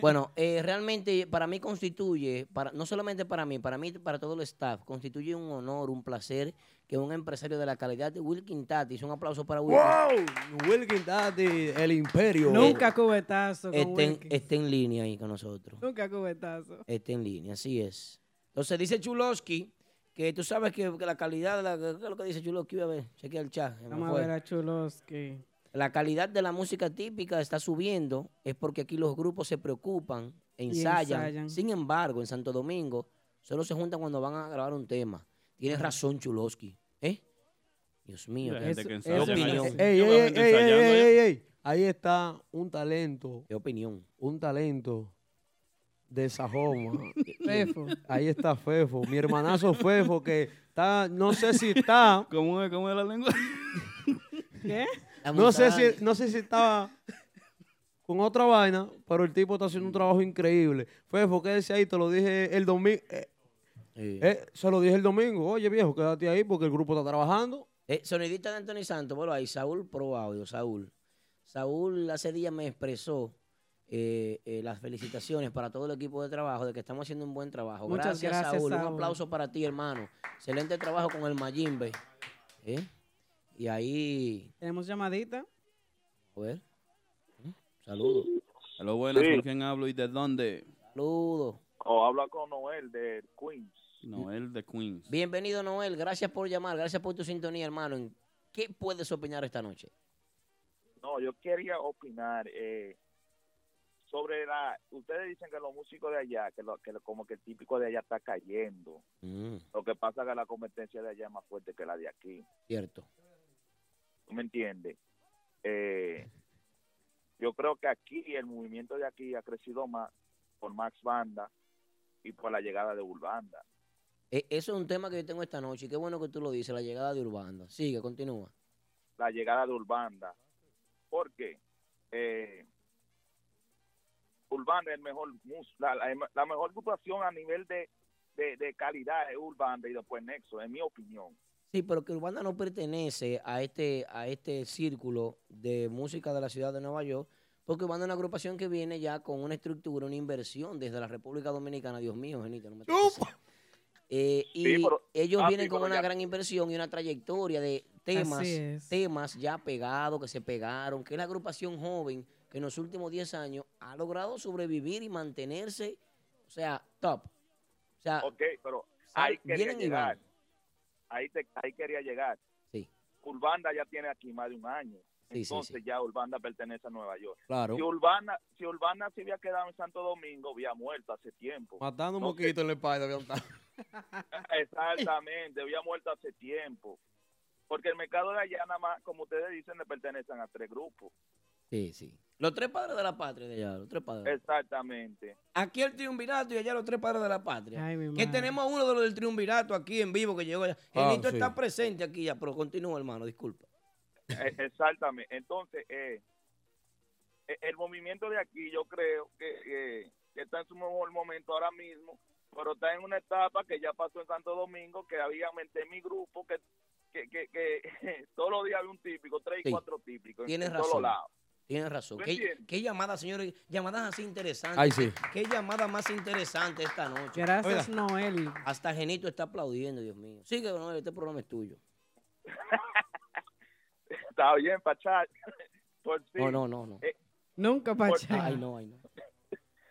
Bueno, eh, realmente para mí constituye, para, no solamente para mí, para mí, para todo el staff, constituye un honor, un placer que un empresario de la calidad de Wilkin Tatis, un aplauso para Wilkin, Wilkin Daddy, el imperio. Nunca cubetazo. Con esté, en- Wilkie. esté en línea ahí con nosotros. Nunca cubetazo. Esté en línea, así es. Entonces dice Chulosky que tú sabes que, que la calidad de la... ¿Qué es lo que dice Chulosky? A ver, chequea el chat. se me Vamos a fue. ver a Chuloski. La calidad de la música típica está subiendo, es porque aquí los grupos se preocupan, ensayan. ensayan. Sin embargo, en Santo Domingo solo se juntan cuando van a grabar un tema. Tienes razón, Chuloski. ¿Eh? Dios mío, La qué, gente Eso- que eso qué ensaya, es opinión, así. Ey, Yo ey, veo ey, gente ey, ensayando, ey, ¿eh? ey, ey. Ahí está un talento, qué opinión. un talento de Sajoma. Fefo. Ahí está Fefo, mi hermanazo Fefo, que está, no sé si está, ¿Cómo es, cómo es la lengua? ¿Qué? no sé si, no sé si está con otra vaina, pero el tipo está haciendo un trabajo increíble. Fefo, quédese ahí, te lo dije el domingo, Eh, se lo dije el domingo, oye viejo, quédate ahí porque el grupo está trabajando. Eh, sonidista de Anthony Santos, bueno, ahí Saúl Pro Audio, Saúl. Saúl hace días me expresó eh, eh, las felicitaciones para todo el equipo de trabajo de que estamos haciendo un buen trabajo. Muchas gracias, Saúl. Saúl. Un aplauso para ti, hermano. Excelente trabajo con el Mayimbe. ¿Eh? Y ahí, Tenemos llamadita. a ver. Mm, Saludos. Hello, buenas, Sí. ¿con quién hablo y de dónde? Saludos. O habla con Noel de Queens. Noel de Queens. Bienvenido, Noel. Gracias por llamar. Gracias por tu sintonía, hermano. ¿En ¿Qué puedes opinar esta noche? No, yo quería opinar eh, sobre la. Ustedes dicen que los músicos de allá, que, lo- que lo- como que el típico de allá está cayendo. Mm, Lo que pasa es que la competencia de allá es más fuerte que la de aquí. Cierto. ¿Tú me entiendes? Eh, yo creo que aquí, el movimiento de aquí ha crecido más por Max Banda y por la llegada de Urbanda. E- eso es un tema que yo tengo esta noche. Y qué bueno que tú lo dices, la llegada de Urbanda. Sigue, continúa. la llegada de Urbanda. Porque eh, Urbanda es el mejor, mus- la, la- la mejor agrupación a nivel de, de, de calidad es Urbanda y después Nexo, en mi opinión. Sí, pero que Urbanda no pertenece a este, a este círculo de música de la ciudad de Nueva York, porque Urbanda es una agrupación que viene ya con una estructura, una inversión desde la República Dominicana. Dios mío, Genito, no me toques. Eh, y Sí, pero- ellos ah, vienen sí, con pero una ya- gran inversión y una trayectoria de temas, Así temas ya pegados, que se pegaron, que es la agrupación joven que en los últimos 10 años ha logrado sobrevivir y mantenerse, o sea, top. O sea, ok, pero sal- ahí quería vienen y van. llegar. Ahí, te- ahí quería llegar. Sí. Urbanda ya tiene aquí más de un año. Sí, sí, Entonces ya Urbanda pertenece a Nueva York. Claro. Si Urbana, si Urbana se hubiera quedado en Santo Domingo, había muerto hace tiempo. Matando un moquito en la espalda. había matado. Exactamente, había muerto hace tiempo. Porque el mercado de allá, nada más, como ustedes dicen, le pertenecen a tres grupos. Sí, sí. Los tres padres de la patria de allá, los tres padres. Eh, Exactamente. Aquí el triunvirato y allá los tres padres de la patria. Ay, mi que madre. tenemos a uno de los del triunvirato aquí en vivo que llegó allá. Ah, Genito sí. está presente aquí ya, pero continúa, hermano, disculpa. Eh, Exactamente. Entonces, eh, eh, el movimiento de aquí, yo creo que, eh, que está en su mejor momento ahora mismo, pero está en una etapa que ya pasó en Santo Domingo, que había en mi grupo, que, que, que, que todos los días había un típico, tres y Sí. cuatro típicos. en- Tienes en razón. todos lados. Tienes razón. ¿Tú ¿Qué, entiendes? qué llamada, señores. Llamadas así interesantes. Ay, sí. Qué llamada más interesante esta noche. Gracias, Noel. Hasta Genito está aplaudiendo, Dios mío. Sigue, Noel, este programa es tuyo. Está bien, Pachá. Por sí. No, no, no, no. Eh, Nunca, Pachá. Ay, no, ay, no.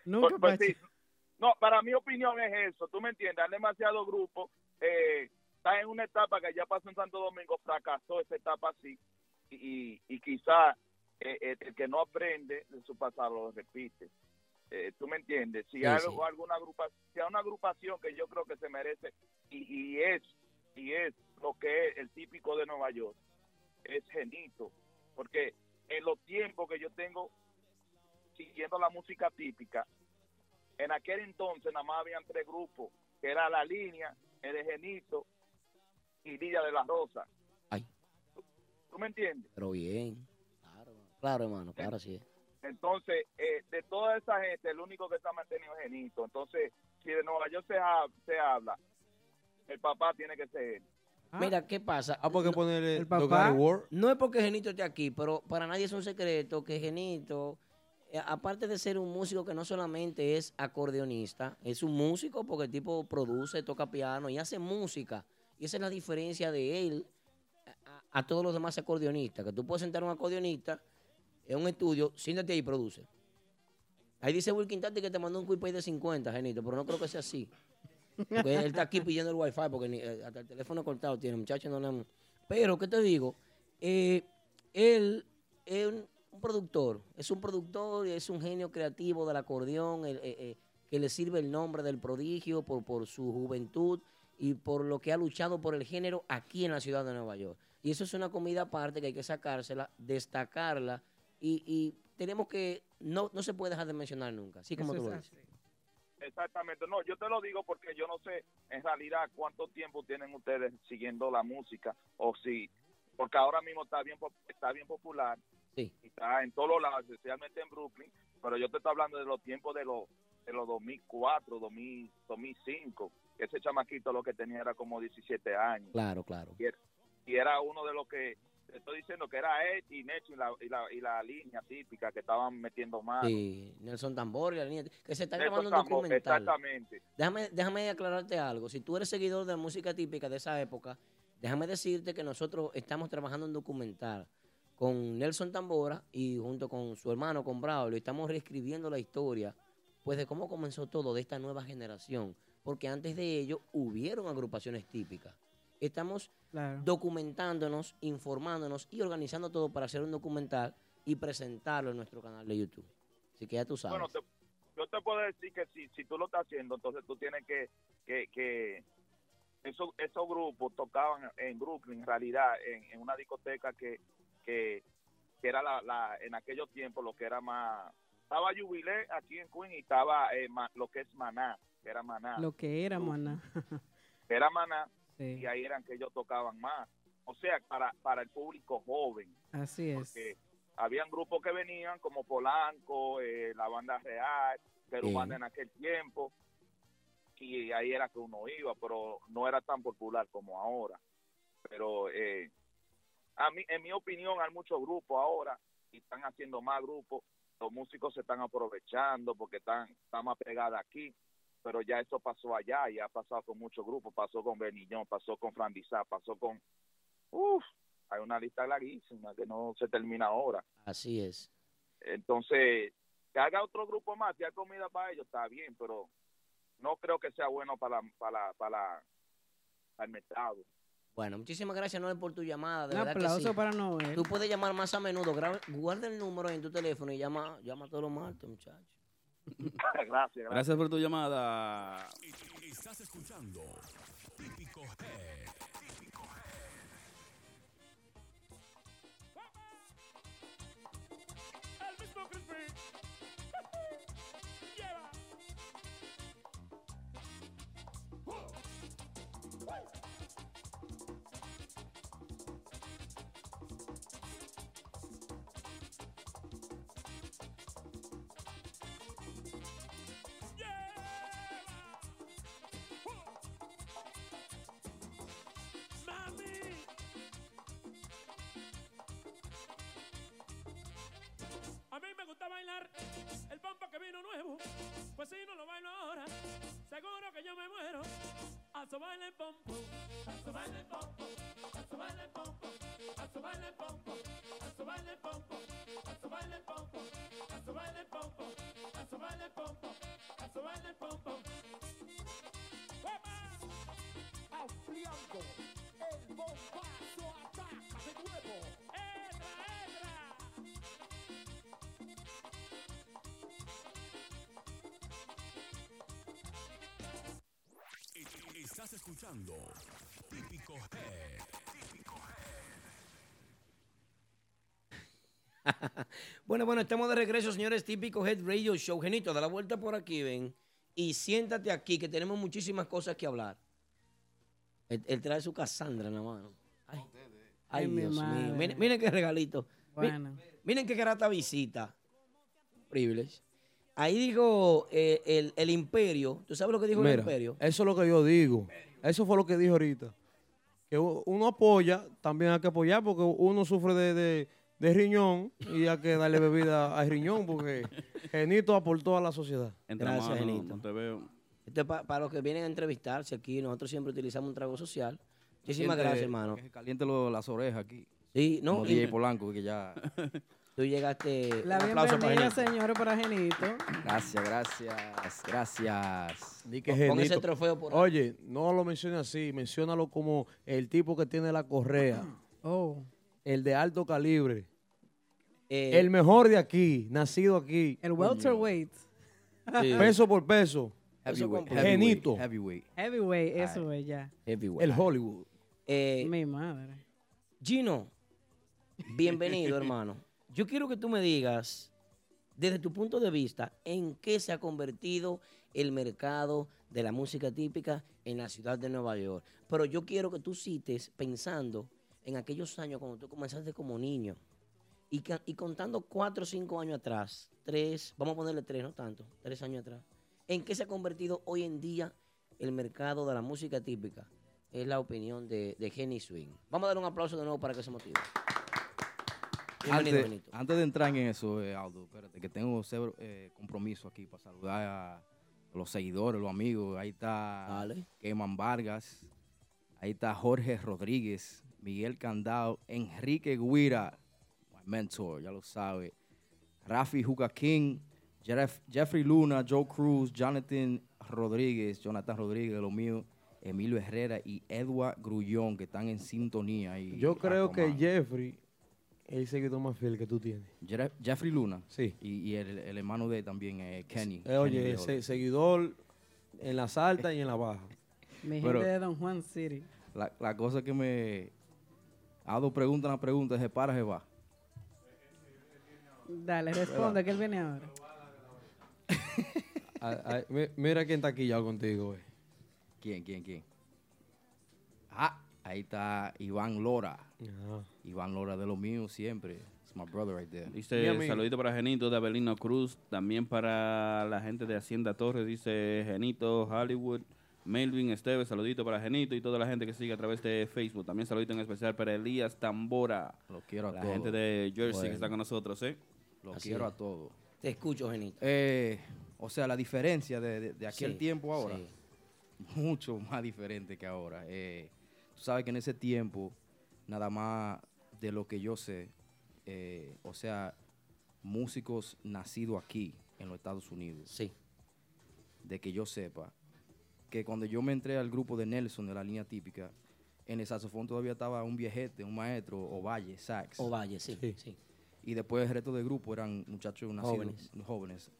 Nunca, Pues- pues Pachá. sí. No, para mi opinión es eso, tú me entiendes, hay demasiado grupo, eh, está en una etapa que ya pasó en Santo Domingo, fracasó esa etapa así, y, y quizá eh, eh, el que no aprende de su pasado lo repite. Eh, tú me entiendes, si Sí, hay sí. algo- alguna agrupación, si hay una agrupación que yo creo que se merece y, y es y es lo que es el típico de Nueva York, es genito, porque en los tiempos que yo tengo siguiendo la música típica, en aquel entonces nada más habían tres grupos, que era La Línea, El Egenito y Villa de la Rosa. Ay. ¿Tú me entiendes? Pero bien. Claro, claro hermano, claro, sí. es. Entonces, eh, de toda esa gente, el único que está mantenido es Genito. Entonces, si de Nueva York se, ha- se habla, el papá tiene que ser él. Mira, ¿qué pasa? Ah, porque ponerle el Dogari World. No es porque Genito esté aquí, pero para nadie es un secreto que Genito, eh, aparte de ser un músico que no solamente es acordeonista, es un músico porque el tipo produce, toca piano y hace música. Y esa es la diferencia de él a, a todos los demás acordeonistas. Que tú puedes sentar a un acordeonista en un estudio, siéntate ahí y produce. Ahí dice Wilkin Tati que te mandó un quick de 50, Genito, pero no creo que sea así. Porque él está aquí pidiendo el wifi porque ni- eh, hasta el teléfono cortado tiene, muchachos. No, le han- Pero, ¿qué te digo? Eh, él es un, un productor, es un productor, es un genio creativo del acordeón, el- eh, eh, que le sirve el nombre del prodigio por, por su juventud y por lo que ha luchado por el género aquí en la ciudad de Nueva York. Y eso es una comida aparte que hay que sacársela, destacarla y, y tenemos que, no, no se puede dejar de mencionar nunca, así como Eso tú es lo dices. Exactamente, no, yo te lo digo porque yo no sé en realidad cuánto tiempo tienen ustedes siguiendo la música o si, porque ahora mismo está bien, pop- está bien popular, Sí. está en todos los lados, especialmente en Brooklyn, pero yo te estoy hablando de los tiempos de los en los 2004, 2000, 2005. que Ese chamaquito lo que tenía era como 17 años. Claro, claro. Y era, y era uno de los que, te estoy diciendo que era Ed y Necho y la, y la, y la línea típica que estaban metiendo más. Sí, Nelson Tambor y la línea. Que se está Nelson grabando un Tambor, documental. exactamente. Déjame, déjame aclararte algo. Si tú eres seguidor de música típica de esa época, déjame decirte que nosotros estamos trabajando un documental con Nelson Tambora y junto con su hermano, con Braulio, estamos reescribiendo la historia, pues de cómo comenzó todo de esta nueva generación. Porque antes de ello hubieron agrupaciones típicas. Estamos documentándonos, informándonos y organizando todo para hacer un documental y presentarlo en nuestro canal de YouTube. Así que ya tú sabes. Bueno, te- yo te puedo decir que si, si tú lo estás haciendo, entonces tú tienes que... que, que esos, esos grupos tocaban en Brooklyn, en realidad, en, en una discoteca que, que, que era la, la- en aquellos tiempos lo que era más... Estaba Jubilé aquí en Queen y estaba eh, ma- lo que es Maná, que era Maná. Lo que era, maná. que era Maná, Sí. y ahí eran que ellos tocaban más. O sea, para, para el público joven, Así es. porque habían grupos que venían como Polanco, eh, la banda real, pero Sí. banda en aquel tiempo, y ahí era que uno iba, pero no era tan popular como ahora. Pero eh, a mí, en mi opinión, hay muchos grupos ahora y están haciendo más grupos. Los músicos se están aprovechando porque están, están más pegadas aquí, pero ya eso pasó allá y ha pasado con muchos grupos. Pasó con Benillón, pasó con Frandizá, pasó con. Uf, hay una lista larguísima que no se termina ahora. Así es. Entonces, que haga otro grupo más, si hay comida para ellos, está bien, pero no creo que sea bueno para, para, para, para el mercado. Bueno, muchísimas gracias, Noel, por tu llamada. De Un verdad que aplauso sí. para Noel. Tú puedes llamar más a menudo. gra- Guarda el número en tu teléfono y llama, llama todos los martes, muchachos. gracias. Gracias por tu llamada. Estás escuchando Típico Head. Típico Head. El mismo Crispy. Lleva. Mami. A mí me gusta bailar el pampa que vino nuevo, pues si no lo bailo ahora, seguro que yo me muero. A su baile el pompo, a su baile el pompo, a su baile el pompo, a su baile el pompo, a su baile el pompo, a su baile el pompo, a su baile el pompo, a su baile el pompo, a su baile el pompo. Ampliando el bombazo ataca de nuevo. ¡Entra, entra! Estás escuchando Típico Head. Típico Head. Bueno, bueno, estamos de regreso, señores. Típico Head Radio Show. Genito, da la vuelta por aquí, ven. Y siéntate aquí, que tenemos muchísimas cosas que hablar. Él, él trae su Cassandra en la mano. Ay, Ay, Ay, mi Dios mío. madre. Miren, miren qué regalito. Mi- Bueno. Miren qué grata visita. Privilege. Ahí dijo eh, el, el imperio. ¿Tú sabes lo que dijo el Mira, imperio? eso es lo que yo digo. Eso fue lo que dijo ahorita. Que u- uno apoya, también hay que apoyar porque uno sufre de, de- de riñón y hay que darle bebida al riñón porque Genito aportó a la sociedad. Gracias, Genito. Monteveo. Esto es Este, pa- para los que vienen a entrevistarse aquí. Nosotros siempre utilizamos un trago social. Muchísimas Caliente- gracias, hermano. Caliente lo- las orejas aquí. Sí, no, Como y- DJ Polanco, que ya. Tú llegaste. La un aplauso para bienvenida, Genito. señores, para Genito. Gracias, gracias, gracias. Di que Pon- pon ese Genito. trofeo por ahí. Oye, no lo mencione así, menciónalo como el tipo que tiene la correa, Oh. el de alto calibre, Eh, el mejor de aquí, nacido aquí. El welterweight. Coño. Peso por peso. Heavyweight, Genito. Heavyweight. Heavyweight, eso es ya. El Hollywood. Eh, Mi madre. Gino, bienvenido, hermano. Yo quiero que tú me digas, desde tu punto de vista, en qué se ha convertido el mercado de la música típica en la ciudad de Nueva York. Pero yo quiero que tú cites pensando en aquellos años cuando tú comenzaste como niño y, ca- y contando cuatro o cinco años atrás, tres, vamos a ponerle tres, no tanto, tres años atrás, en qué se ha convertido hoy en día el mercado de la música típica. Es la opinión de, de Jenny Swing. Vamos a dar un aplauso de nuevo para que se motive. Bienvenido, Antes, Benito. antes de entrar en eso, eh, Aldo, espérate, que tengo cero, eh, compromiso aquí para saludar a los seguidores, los amigos. Ahí está Keman Vargas, ahí está Jorge Rodríguez, Miguel Candao, Enrique Guira, my mentor, ya lo sabe. Rafi Juca King, Jeff- Jeffrey Luna, Joe Cruz, Jonathan Rodríguez, Jonathan Rodríguez, lo mío, Emilio Herrera y Edward Grullón, que están en sintonía. ahí. Yo creo que Aquaman. Jeffrey es el seguidor más fiel que tú tienes. Jere- Jeffrey Luna. Sí. Y, y el, el hermano de también, eh, Kenny. Eh, Kenny oye, León. se- seguidor en las altas y en las bajas. Mi Pero- gente de Don Juan City. La, la cosa que me. Ado pregunta una pregunta, se para, se va. Dale, responde, que él viene ahora. Ay, ay, mi- mira quién está aquí ya contigo, eh. güey. ¿Quién, quién, quién? Ah, ahí está Iván Lora. Iván Lora de lo mío siempre. It's my brother right there. Dice, saludito para Genito de Abelino Cruz, también para la gente de Hacienda Torres, dice Genito, Hollywood, Melvin Esteves, saludito para Genito y toda la gente que sigue a través de Facebook. También saludito en especial para Elías Tambora. Lo quiero a La todos. gente de Jersey que Bueno. está con nosotros, ¿eh? Lo quiero a todos. Te escucho, Genito. Eh, o sea, la diferencia de, de- de aquel Sí, tiempo ahora, sí. mucho más diferente que ahora. Eh, tú sabes que en ese tiempo, nada más de lo que yo sé, eh, o sea, músicos nacidos aquí, en los Estados Unidos. Sí. De que yo sepa, que cuando yo me entré al grupo de Nelson, de la línea típica, en el saxofón todavía estaba un viejete, un maestro, Ovalle, sax. Ovalle, sí, sí. Y después el resto del grupo eran muchachos nacidos Jóvenes. jóvenes.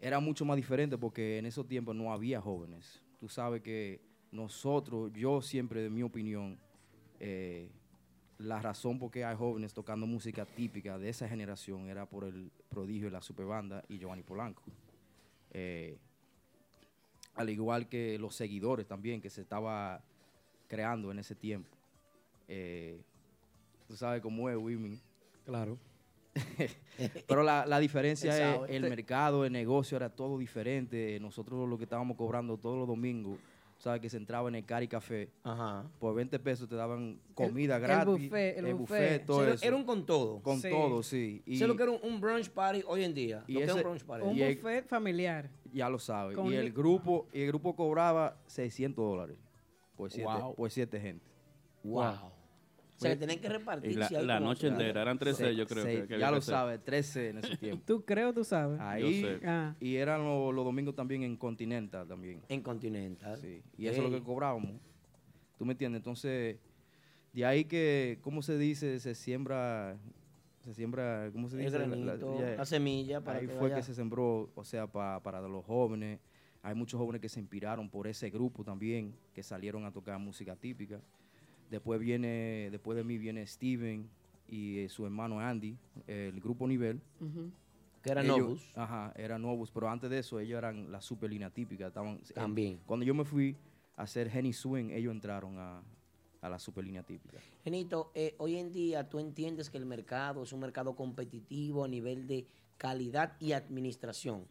Era mucho más diferente porque en esos tiempos no había jóvenes. Tú sabes que nosotros, yo siempre, de mi opinión, eh, la razón por qué hay jóvenes tocando música típica de esa generación era por el prodigio de la superbanda y Giovanni Polanco. Eh, al igual que los seguidores también que se estaba creando en ese tiempo. Eh, tú sabes cómo es, Women. Claro. Pero la, la diferencia Él es sabe. el Sí. mercado, el negocio era todo diferente. Nosotros lo que estábamos cobrando todos los domingos, sabes que se entraba en el Cari Café. Por 20 pesos te daban comida el gratis. buffet, el buffet. todo Era- eso. era un con todo. Con Sí. todo, sí. Sé lo que era un, un brunch party hoy en día. y lo que es un ese- brunch party. y el- familiar. Ya lo sabes. Con Y li- el grupo, y el grupo cobraba 600 dólares por siete, Wow. por siete gente. Wow. O sea, que tenían que repartir. Y la- si hay la como- noche entera, eran 13, Seis- yo creo seis- que- que ya había lo que hacer. sabes, 13 en ese tiempo. Tú creo, tú sabes. Ahí. Ah, Y eran lo- los domingos también en Continental también. En Continental. Sí. Y eso es lo Ey. que cobrábamos. ¿Tú me entiendes? Entonces, de ahí que, ¿cómo se dice? Se siembra, se siembra, ¿cómo se El dice? granito, la semilla para Ahí que fue vaya- que se sembró, o sea, pa- para los jóvenes. Hay muchos jóvenes que se inspiraron por ese grupo también, que salieron a tocar música típica. Después viene, después de mí viene Steven y eh, su hermano Andy, el grupo Nivel. ujú. Que era Ellos- Novus. Ajá, era Novus, pero antes de eso ellos eran la super línea típica. Estaban, eh, También. cuando yo me fui a hacer Henny Swing, ellos entraron a, a la super línea típica. Genito, eh, hoy en día tú entiendes que el mercado es un mercado competitivo a nivel de calidad y administración.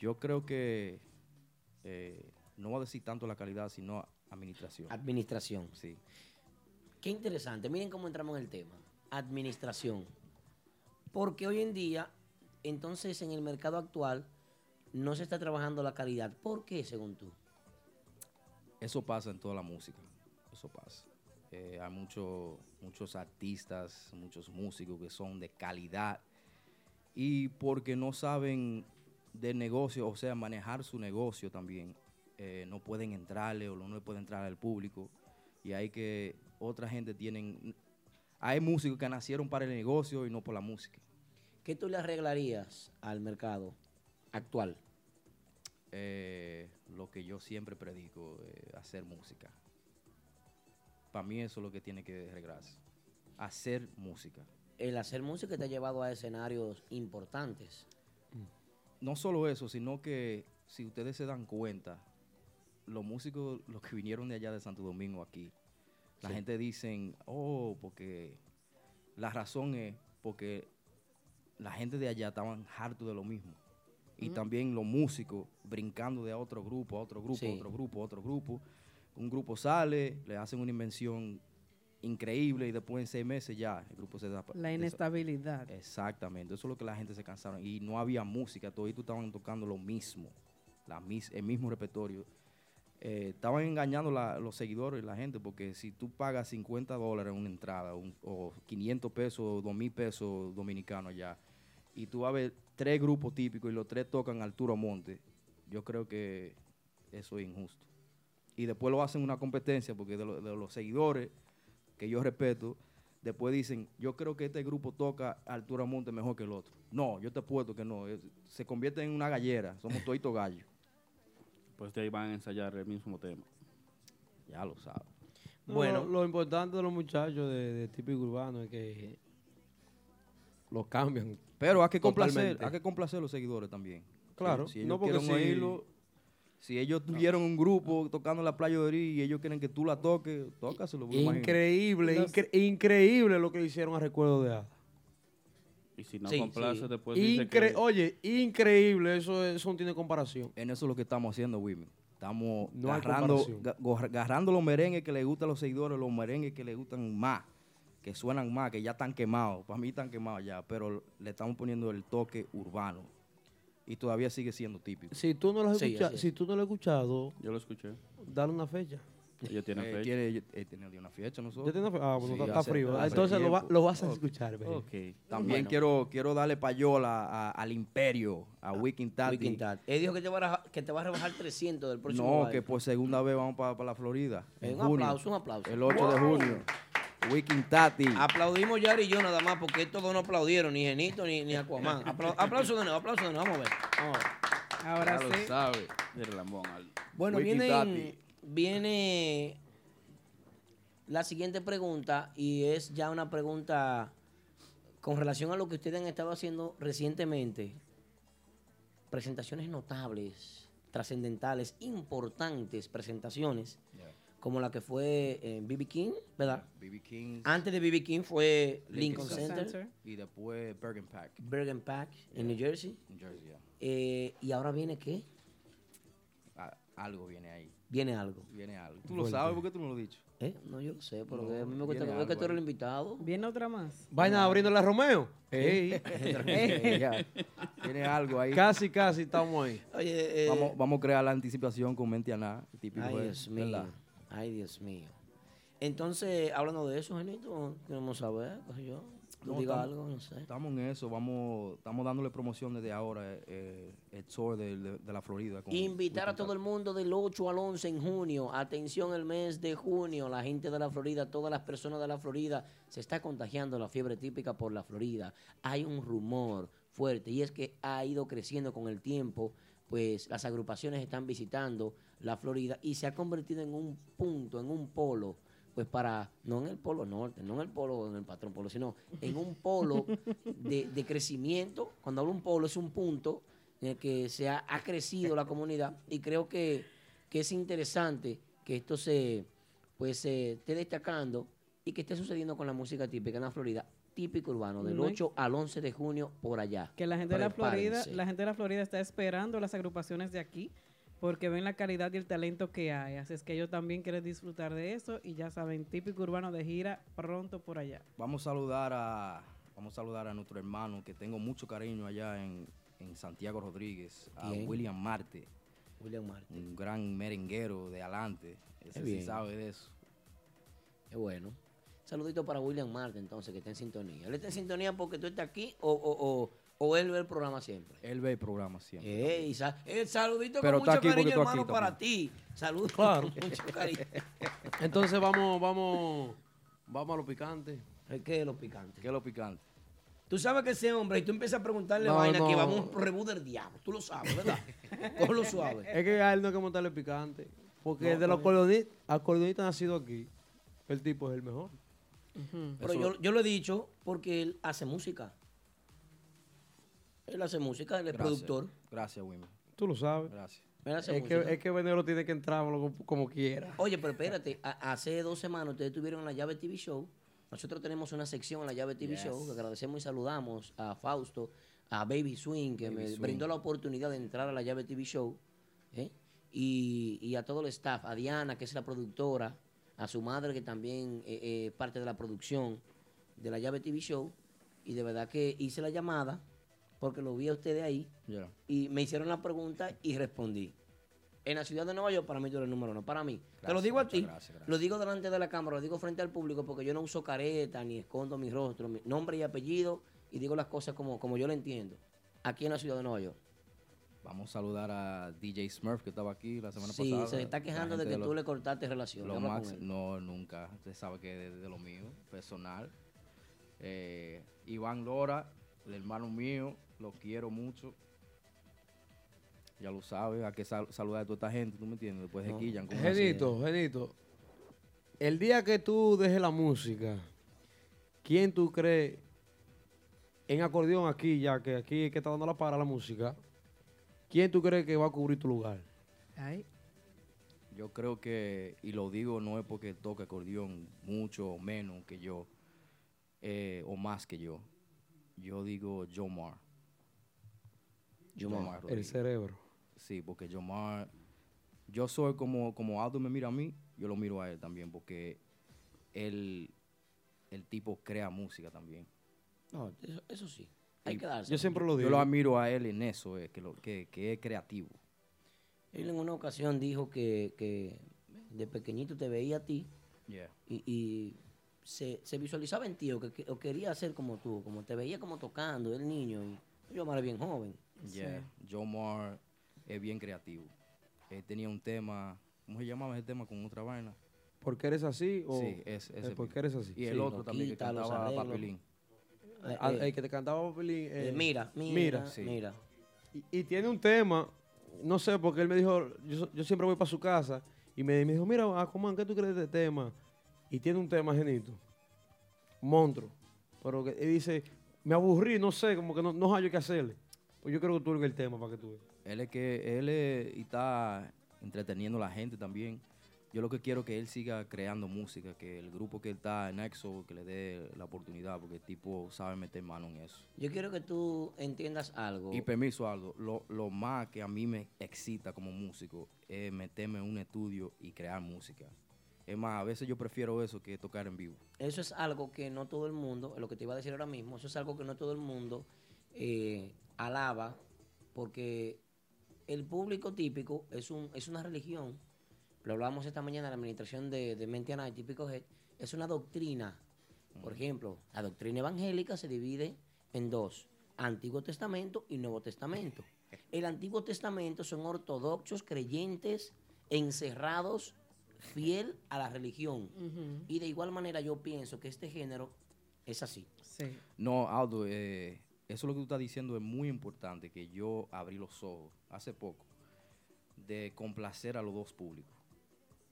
Yo creo que, eh, no voy a decir tanto la calidad, sino administración. Administración. Sí. Qué interesante. Miren cómo entramos en el tema. Administración. Porque hoy en día, entonces en el mercado actual, no se está trabajando la calidad. ¿Por qué, según tú? Eso pasa en toda la música. Eso pasa. Eh, hay mucho- muchos artistas, muchos músicos que son de calidad y porque no saben de negocio, o sea, manejar su negocio también, eh, no pueden entrarle o no le pueden entrar al público. Y hay que otra gente tienen. Hay músicos que nacieron para el negocio y no por la música. ¿Qué tú le arreglarías al mercado actual? eh, lo que yo siempre predico, eh, hacer música. Para mí eso es lo que tiene que arreglarse. Hacer música. El hacer música te ha llevado a escenarios importantes. Mm. No solo eso, sino que si ustedes se dan cuenta, los músicos, los que vinieron de allá de Santo Domingo aquí, la Sí. gente dicen, oh, porque la razón es porque la gente de allá estaban harto de lo mismo. y también los músicos brincando de a otro grupo, a otro grupo, a Sí. otro grupo, a otro grupo. Un grupo sale, le hacen una invención increíble y después en seis meses ya el grupo se da La inestabilidad. Exactamente, eso es lo que la gente se cansaron. Y no había música, todos estaban tocando lo mismo, la mis, el mismo repertorio. Eh, estaban engañando la- los seguidores y la gente, porque si tú pagas 50 dólares una entrada, un- o 500 pesos, 2000 pesos dominicanos allá, y tú vas a ver tres grupos típicos y los tres tocan Arturo Monte, yo creo que eso es injusto. Y después lo hacen una competencia, porque de, lo- de los seguidores, que yo respeto, después dicen, yo creo que este grupo toca Arturo Monte mejor que el otro. No, yo te apuesto que no. es- se convierte en una gallera, somos toito gallo. Pues de ahí van a ensayar el mismo tema. Ya lo sabes. Bueno, lo, importante de los muchachos de, de típico urbano es que los cambian. Pero hay que complacer, totalmente. hay que complacer a los seguidores también. Claro, Si ellos no porque quieren si- oírlo, si ellos tuvieron un grupo tocando la playa de Ori y ellos quieren que tú la toques, tócaselo. porque Increíble, imagínate. incre- increíble lo que hicieron a Recuerdo de A. Y si no Sí, complace, sí. después dice Incre- que... Eh, Oye, increíble, eso, es- eso no tiene comparación. En eso es lo que estamos haciendo, Women. Estamos No hay agarrando, comparación. ga- go- agarrando los merengues que le gustan a los seguidores, los merengues que le gustan más, que suenan más, que ya están quemados. Para mí están quemados ya, pero le estamos poniendo el toque urbano. Y todavía sigue siendo típico. Si tú no lo has Sí, escuchado, así es. si tú no lo has escuchado, Yo lo escuché. dale una fecha. Ellos tienen Eh, fecha. tiene- ellos- eh, tienen una fecha nosotros. Ya tienen fe- ah, bueno, está- está hace- frío. hace Entonces lo va- tiempo. lo vas a escuchar, baby. Ok. También Bueno. quiero, quiero darle payola a- al imperio, a Wiking Tati. Weekend Dad. Él dijo que te, va a, rebajar- que te va a rebajar 300 del próximo No, live. que por segunda vez vamos para la Florida. en Eh, Un junio, aplauso, un aplauso. El 8 de Wow. Ah. junio. Wiking Tati. Aplaudimos Yari y yo nada más porque estos dos no aplaudieron, ni Genito ni, ni Aquaman. Apla- aplauso de nuevo, aplauso de nuevo, vamos a ver. Vamos a ver. ya Ahora sí. lo sabe. El lambón, Aldo. Bueno, Wiki viene, Tati. viene la siguiente pregunta y es ya una pregunta con relación a lo que ustedes han estado haciendo recientemente. Presentaciones notables, trascendentales, importantes presentaciones, como la que fue en BB King, ¿verdad? BB King. Antes de BB King fue Lincoln Lincoln Center. Center, Y después Bergen Pack. Bergen Pack en New Jersey. New Jersey, yeah. Eh, y ahora viene qué? A- algo viene ahí. Viene algo. Viene algo. Tú lo Fuerte. sabes, ¿por qué tú no lo has dicho? ¿Eh? No, yo lo sé, pero No, que a mí me cuesta viene es que algo tú eres ahí. el invitado. Viene otra más. Vaina abriendo la Romeo. Ey. Viene algo ahí. casi, casi estamos ahí. Oye, eh, Vamos, vamos a crear la anticipación con mente a nada. Típico Ay, de- Dios mío. ¿verdad? Ay, Dios mío. Entonces, hablando de eso, Genito, queremos saber, qué sé yo. Tú No, digas estamos- algo, no sé. Estamos en eso, vamos, estamos dándole promoción desde ahora eh, el tour de, de- de la Florida. con- Invitar a todo el mundo del 8 al 11 en junio. Atención el mes de junio. La gente de la Florida, todas las personas de la Florida, se está contagiando la fiebre típica por la Florida. Hay un rumor fuerte y es que ha ido creciendo con el tiempo, pues las agrupaciones están visitando la Florida y se ha convertido en un punto, en un polo, pues para, no en el polo norte, no en el polo, en el patrón polo, sino en un polo de, de crecimiento. Cuando hablo un polo es un punto en el eh, que se ha, ha crecido la comunidad y creo que, que es interesante que esto se pues se esté destacando y que esté sucediendo con la música típica en la Florida, típico urbano, del No hay- 8 al 11 de junio por allá. Que la gente de la Florida, Prepárense. la gente de la Florida está esperando las agrupaciones de aquí porque ven la calidad y el talento que hay. Así es que ellos también quieren disfrutar de eso y ya saben, típico urbano de gira pronto por allá. Vamos a saludar a vamos a saludar a nuestro hermano que tengo mucho cariño allá en, en Santiago Rodríguez, a Bien. William Marte, William Martin. un gran merenguero de adelante. Ese sí bien. sabe de eso. Es bueno. Saludito para William Martin, entonces, que está en sintonía. ¿Él está en sintonía porque tú estás aquí o, o, o- o él ve el programa siempre? Él ve el programa siempre. Ey, sa- eh, saludito Pero con mucho está aquí porque cariño, tú aquí hermano, también. para ti. Saludos Claro. con mucho cariño. Entonces vamos, vamos, vamos a lo picante. Es que lo picante. ¿Qué es lo picante? Tú sabes que ese hombre, y tú empiezas a preguntarle No, vaina que no. vamos a un rebú del diablo. Tú lo sabes, ¿verdad? lo suave. Es que a él no hay que montarle picante. Porque de los acordeonistas, acordeonistas nacido aquí, el tipo es el mejor. Pero Eso- yo, yo lo he dicho porque él hace música. Él hace música, él es Gracias. productor. Gracias, Wilmer. Tú lo sabes. Gracias. Él hace Es música. que, es que Venero tiene que entrar como, como quiera. Oye, pero espérate, a- hace dos semanas ustedes tuvieron la llave TV Show. Nosotros tenemos una sección en la llave TV Show que agradecemos y saludamos a Fausto, a Baby Swing, que me Baby Swing. brindó la oportunidad de entrar a la llave TV Show, ¿eh? y, y a todo el staff, a Diana, que es la productora, a su madre, que también eh, es parte de la producción de la llave TV Show, y de verdad que hice la llamada, porque lo vi a ustedes ahí, Ya. y me hicieron la pregunta y respondí. En la ciudad de Nueva York, para mí tú eres el número uno. Para mí. Te lo Gracias, digo a muchas ti. gracias, gracias. Lo digo delante de la cámara, lo digo frente al público porque yo no uso careta ni escondo mi rostro, mi nombre y apellido y digo las cosas como, como yo lo entiendo. Aquí en la ciudad de Nueva York. Vamos a saludar a DJ Smurf que estaba aquí la semana Sí, pasada. se está La quejando de gente que lo- tú le cortaste relación. lo Habla con max- él. no, nunca. Usted sabe que es de, de lo mío, personal. Eh, Iván Lora, el hermano mío, lo quiero mucho. Ya lo sabes, hay que sal- saludar a toda esta gente, ¿tú me entiendes? Después de Killian. Pues ¿cómo Genito, Genito, el día que tú dejes la música, ¿quién tú crees en acordeón aquí, ya que aquí es que está dando la para la música? ¿Quién tú crees que va a cubrir tu lugar? así? Yo creo que, y lo digo no es porque toque acordeón mucho o menos que yo, eh, o más que yo. Yo digo Jomar. Jomar, el Rodríguez. cerebro. Sí, porque Jomar, yo soy como, como Aldo me mira a mí, yo lo miro a él también, porque él, el tipo crea música también. No, eso, eso sí. Hay Y que darse. Yo lo admiro a él en eso, eh, que, lo- que, que es creativo. Él en una ocasión dijo que, que de pequeñito te veía a ti Yeah. y, y se, se visualizaba en ti o, que, o quería ser como tú, como te veía como tocando, el niño. Y yo era bien joven. Yeah. Jomar es bien creativo. Él tenía un tema, ¿cómo se llamaba ese tema con otra vaina? ¿Porque eres así? O Sí, ese- ese Eh, ¿Por mismo. qué eres así? Y el otro también que Loquita, los cantaba arreglos. Papelín. Eh, ah, Eh, el que te cantaba Papelín. eh, eh, mira, mira, Sí. mira. Y, y tiene un tema, no sé, porque él me dijo, yo, so- yo siempre voy para su casa, y me, me dijo, mira, Aquaman, ¿qué tú crees de este tema? Y tiene un tema, Genito. Monstruo. Pero que, él dice, me aburrí, no sé, como que no, no hallo qué hacerle. Pues yo creo que tú eres el tema para que tú veas. Él es que él es- y está entreteniendo a la gente también. Yo lo que quiero es que él siga creando música, que el grupo que él está en EXO que le dé la oportunidad, porque el tipo sabe meter mano en eso. Yo quiero que tú entiendas algo. Y permiso, Aldo, lo, lo más que a mí me excita como músico es meterme en un estudio y crear música. Es más, a veces yo prefiero eso que tocar en vivo. Eso es algo que no todo el mundo, lo que te iba a decir ahora mismo, eso es algo que no todo el mundo eh, alaba, porque el público típico es, un, es una religión. Lo hablábamos esta mañana en la administración de, de Mentiana y Típico Head. Es una doctrina. Por ejemplo, la doctrina evangélica se divide en dos: Antiguo Testamento y Nuevo Testamento. El Antiguo Testamento son ortodoxos, creyentes, encerrados, fiel a la religión. Y de igual manera yo pienso que este género es así. Sí. No, Aldo, eh, eso lo que tú estás diciendo es muy importante, que yo abrí los ojos hace poco de complacer a los dos públicos.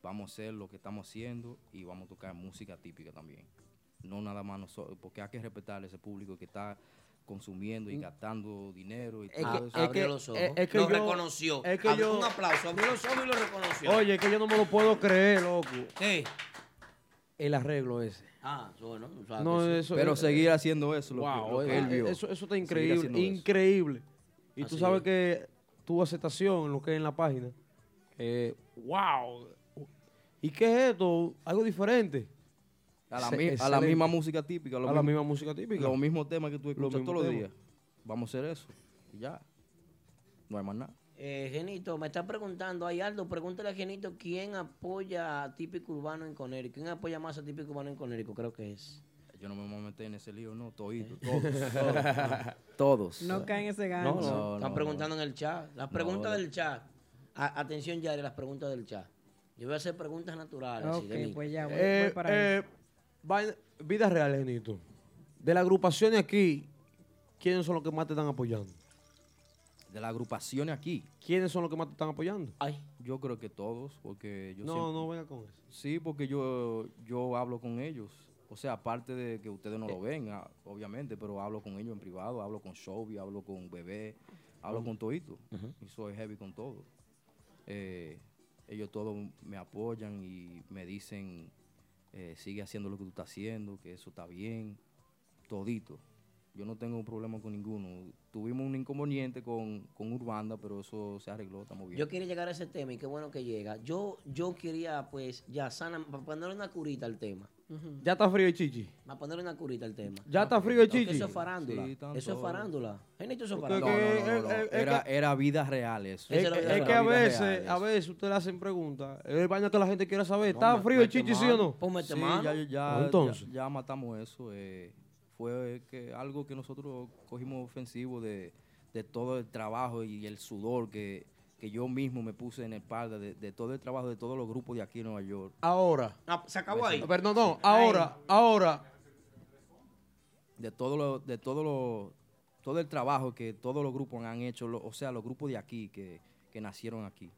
Vamos a hacer lo que estamos haciendo y vamos a tocar música típica también. No nada más nosotros, porque hay que respetar a ese público que está consumiendo y gastando dinero y Mm. Es todo que- eso. es Abrió que- los ojos. es- es que Lo yo- reconoció. es que Abrió yo- un aplauso, abrió los ojos y lo reconoció. Oye, es que yo no me lo puedo creer, loco. ¿Qué? El arreglo ese. Ah, bueno. o sea, No, que sí. eso, Pero eh, seguir haciendo eso, lo que- wow, lo que eh, él vio. Eso, eso está Seguir increíble, haciendo eso. increíble. Y Así tú sabes que tu aceptación, lo que es en la página, eh, wow. ¿Y qué es esto? Algo diferente. A la, Se- mi- a la excelente. misma música típica. A lo la mismo- misma música típica. Los mismos temas que tú escuchas mismos todos los temas. días. Vamos a hacer eso. Y ya. No hay más nada. Eh, Genito, me está preguntando, ahí Aldo, pregúntale a Genito quién apoya a Típico Urbano en Conérico. ¿Quién apoya más a Típico Urbano en Conérico? Creo que es. Eh. Yo no me voy a meter en ese lío, no. Todito, todos. todos, todos. No cae en ese gancho. No, no, no, Están no. preguntando en el chat. Las No, preguntas no. del chat. A- atención, Yari, las preguntas del chat. Yo voy a hacer preguntas Ah, naturales. así, de Ok, mí. pues ya, voy- Eh, voy para eh, vaina- Vida real, Genito. De las agrupaciones aquí, ¿quiénes son los que más te están apoyando? De las agrupaciones aquí. ¿Quiénes son los que más te están apoyando? Yo creo que todos, porque yo no, siempre- no venga con eso. Sí, porque yo, yo ah, hablo con ellos. O sea, aparte de que ustedes no lo Eh. ven, ah, obviamente, pero hablo con ellos en privado, hablo con Shobi, hablo con Bebé, hablo con Toito. Y soy heavy con todo. Eh, ellos todos me apoyan y me dicen, eh, sigue haciendo lo que tú estás haciendo, que eso está bien, todito. Yo no tengo problema con ninguno. Tuvimos un inconveniente con, con Urbanda, pero eso se arregló, estamos bien. Yo quería llegar a ese tema y qué bueno que llega. Yo, yo quería, pues, ya sana, para ponerle una curita al tema. Ya está frío el chichi. Para ponerle una curita al tema. Ya está frío el chichi. Eso es farándula. Sí, tanto. eso es farándula. Genito, eso es Porque farándula. que- No, no, no, eh, no. eh, Era, era vida real eso. Es, que- es que a veces, a veces ustedes le hacen preguntas. eh, Es vaina que la gente quiere saber. ¿Está frío el chichi, sí o no? Sí, ya, ya, Entonces. ya- ya matamos eso. eh, fue que algo que nosotros cogimos ofensivo de, de todo el trabajo y el sudor que, que yo mismo me puse en la espalda, de, de todo el trabajo de todos los grupos de aquí en Nueva York. Ahora. Ah, se acabó ahí. Perdón, Pues, no, ahora, ahora. de todo lo, de todo lo, todo el trabajo que todos los grupos han hecho, lo- o sea, los grupos de aquí que, que nacieron aquí.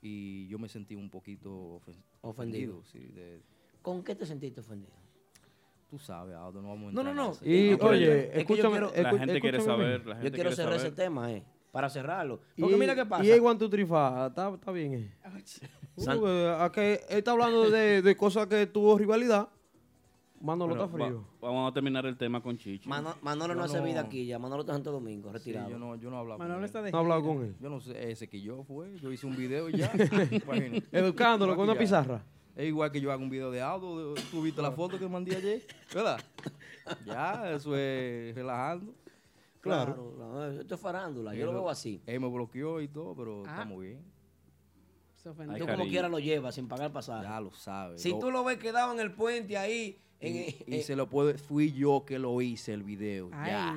Y yo me sentí un poquito ofen- Ofendido. sí, de- ¿Con qué te sentiste ofendido? tú sabes, Aldo, no vamos a No, entrar no, en no. ese Eh, tema. no, pero yo- es que yo quiero- yo quiero cerrar ese tema, eh, para cerrarlo. Porque Y- mira qué pasa. Y el one, two, three, five, Está, está bien. eh. Uh, San- eh, a que él está hablando de, de cosas que tuvo rivalidad. Manolo Pero está frío. va- vamos a terminar el tema con Chichi. Mano- Manolo no, hace vida aquí ya. Manolo está en Santo Domingo, retirado. yo no, yo no hablaba Manolo está de No ha hablado con él. Yo no sé, ese que yo fue, yo hice un video y ya. Educándolo con una pizarra. Es igual que yo hago un video de Aldo, de- tú viste la foto que mandé ayer, ¿verdad? Ya, eso es relajando. Claro, claro, esto es farándula, yo lo veo así. Él me bloqueó y todo, pero Ah. estamos bien. Se Tú ofendió. como quiera lo llevas sin pagar pasaje. Ya lo sabes. Si tú lo ves quedado en el puente ahí, en, eh, Y, y se lo puedo, fui yo que lo hice el video. Ya.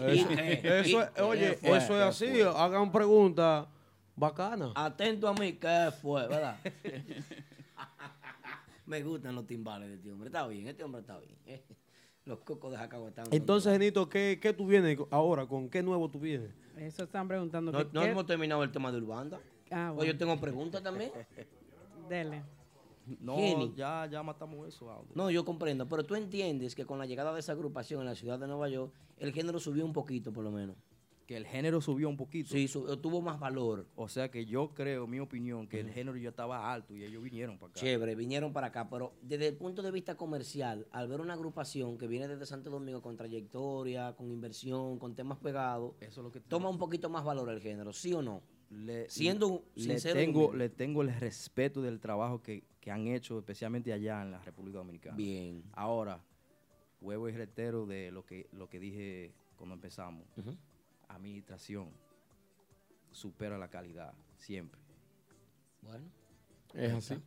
Eso, eso es- oye, fue? eso ¿Qué es así. Hagan preguntas bacanas. Atento a mí, ¿qué fue? ¿Verdad? Me gustan los timbales de este hombre. Está bien, este hombre está bien. eh. Los cocos de Jacagua están. Entonces, Genito, ¿qué, qué tú vienes ahora? ¿Con qué nuevo tú vienes? Eso están preguntando. no, que- no que- hemos terminado el tema de Urbanda. Ah, Oye, bueno. yo tengo preguntas también. Dele. No, Kenny. ya, ya matamos eso, Aldo. No, yo comprendo, pero tú entiendes que con la llegada de esa agrupación en la ciudad de Nueva York, el género subió un poquito, por lo menos. Que el género subió un poquito. Sí, sub- tuvo más valor. O sea que yo creo, mi opinión, que el género ya estaba alto y ellos vinieron para acá. Chévere, vinieron para acá, pero desde el punto de vista comercial, al ver una agrupación que viene desde Santo Domingo con trayectoria, con inversión, con temas pegados, Eso es lo que toma un poquito más valor el género, ¿sí o no? Le- Siendo le sincero y tengo, humilde. le tengo el respeto del trabajo que, que han hecho, especialmente allá en la República Dominicana. Bien. Ahora, huevo y retero de lo que, lo que dije cuando empezamos. Administración supera la calidad, siempre. Bueno. Es así.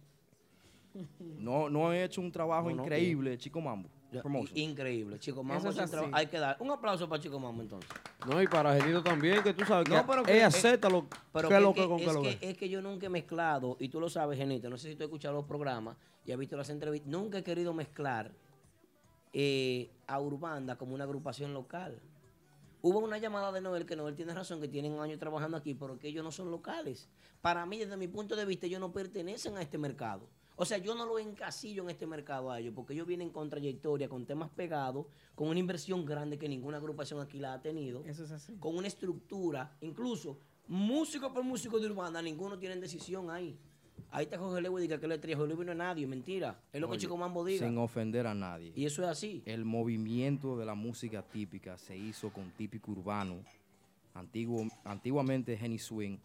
No, no he hecho un trabajo No, no, increíble, Chico Mambo. Ya, Promotion. i- Increíble, Chico Mambo. Eso es es un así. traba- Hay que dar un aplauso para Chico Mambo entonces. No, y para Genito también, que tú sabes que, él eh, acepta lo pero que es lo es que con que, que lo es que. que- es que yo nunca he mezclado, y tú lo sabes, Genito, no sé si tú has escuchado los programas y has visto las entrevistas, nunca he querido mezclar eh, a Urbanda como una agrupación local. Hubo una llamada de Noel que Noel tiene razón, que tienen años trabajando aquí, pero que ellos no son locales. Para mí, desde mi punto de vista, ellos no pertenecen a este mercado. O sea, yo no los encasillo en este mercado a ellos, porque ellos vienen con trayectoria, con temas pegados, con una inversión grande que ninguna agrupación aquí la ha tenido Eso es así. con una estructura, incluso músico por músico de Urbana, ninguno tiene decisión ahí. Ahí está Jorge Lewis, diga que le trae Jorge Lewis no es nadie, mentira. Es lo que Oye, Chico Mambo diga. Sin ofender a nadie. Y eso es así. El movimiento de la música típica se hizo con típico urbano, antiguo, antiguamente Henny Swing,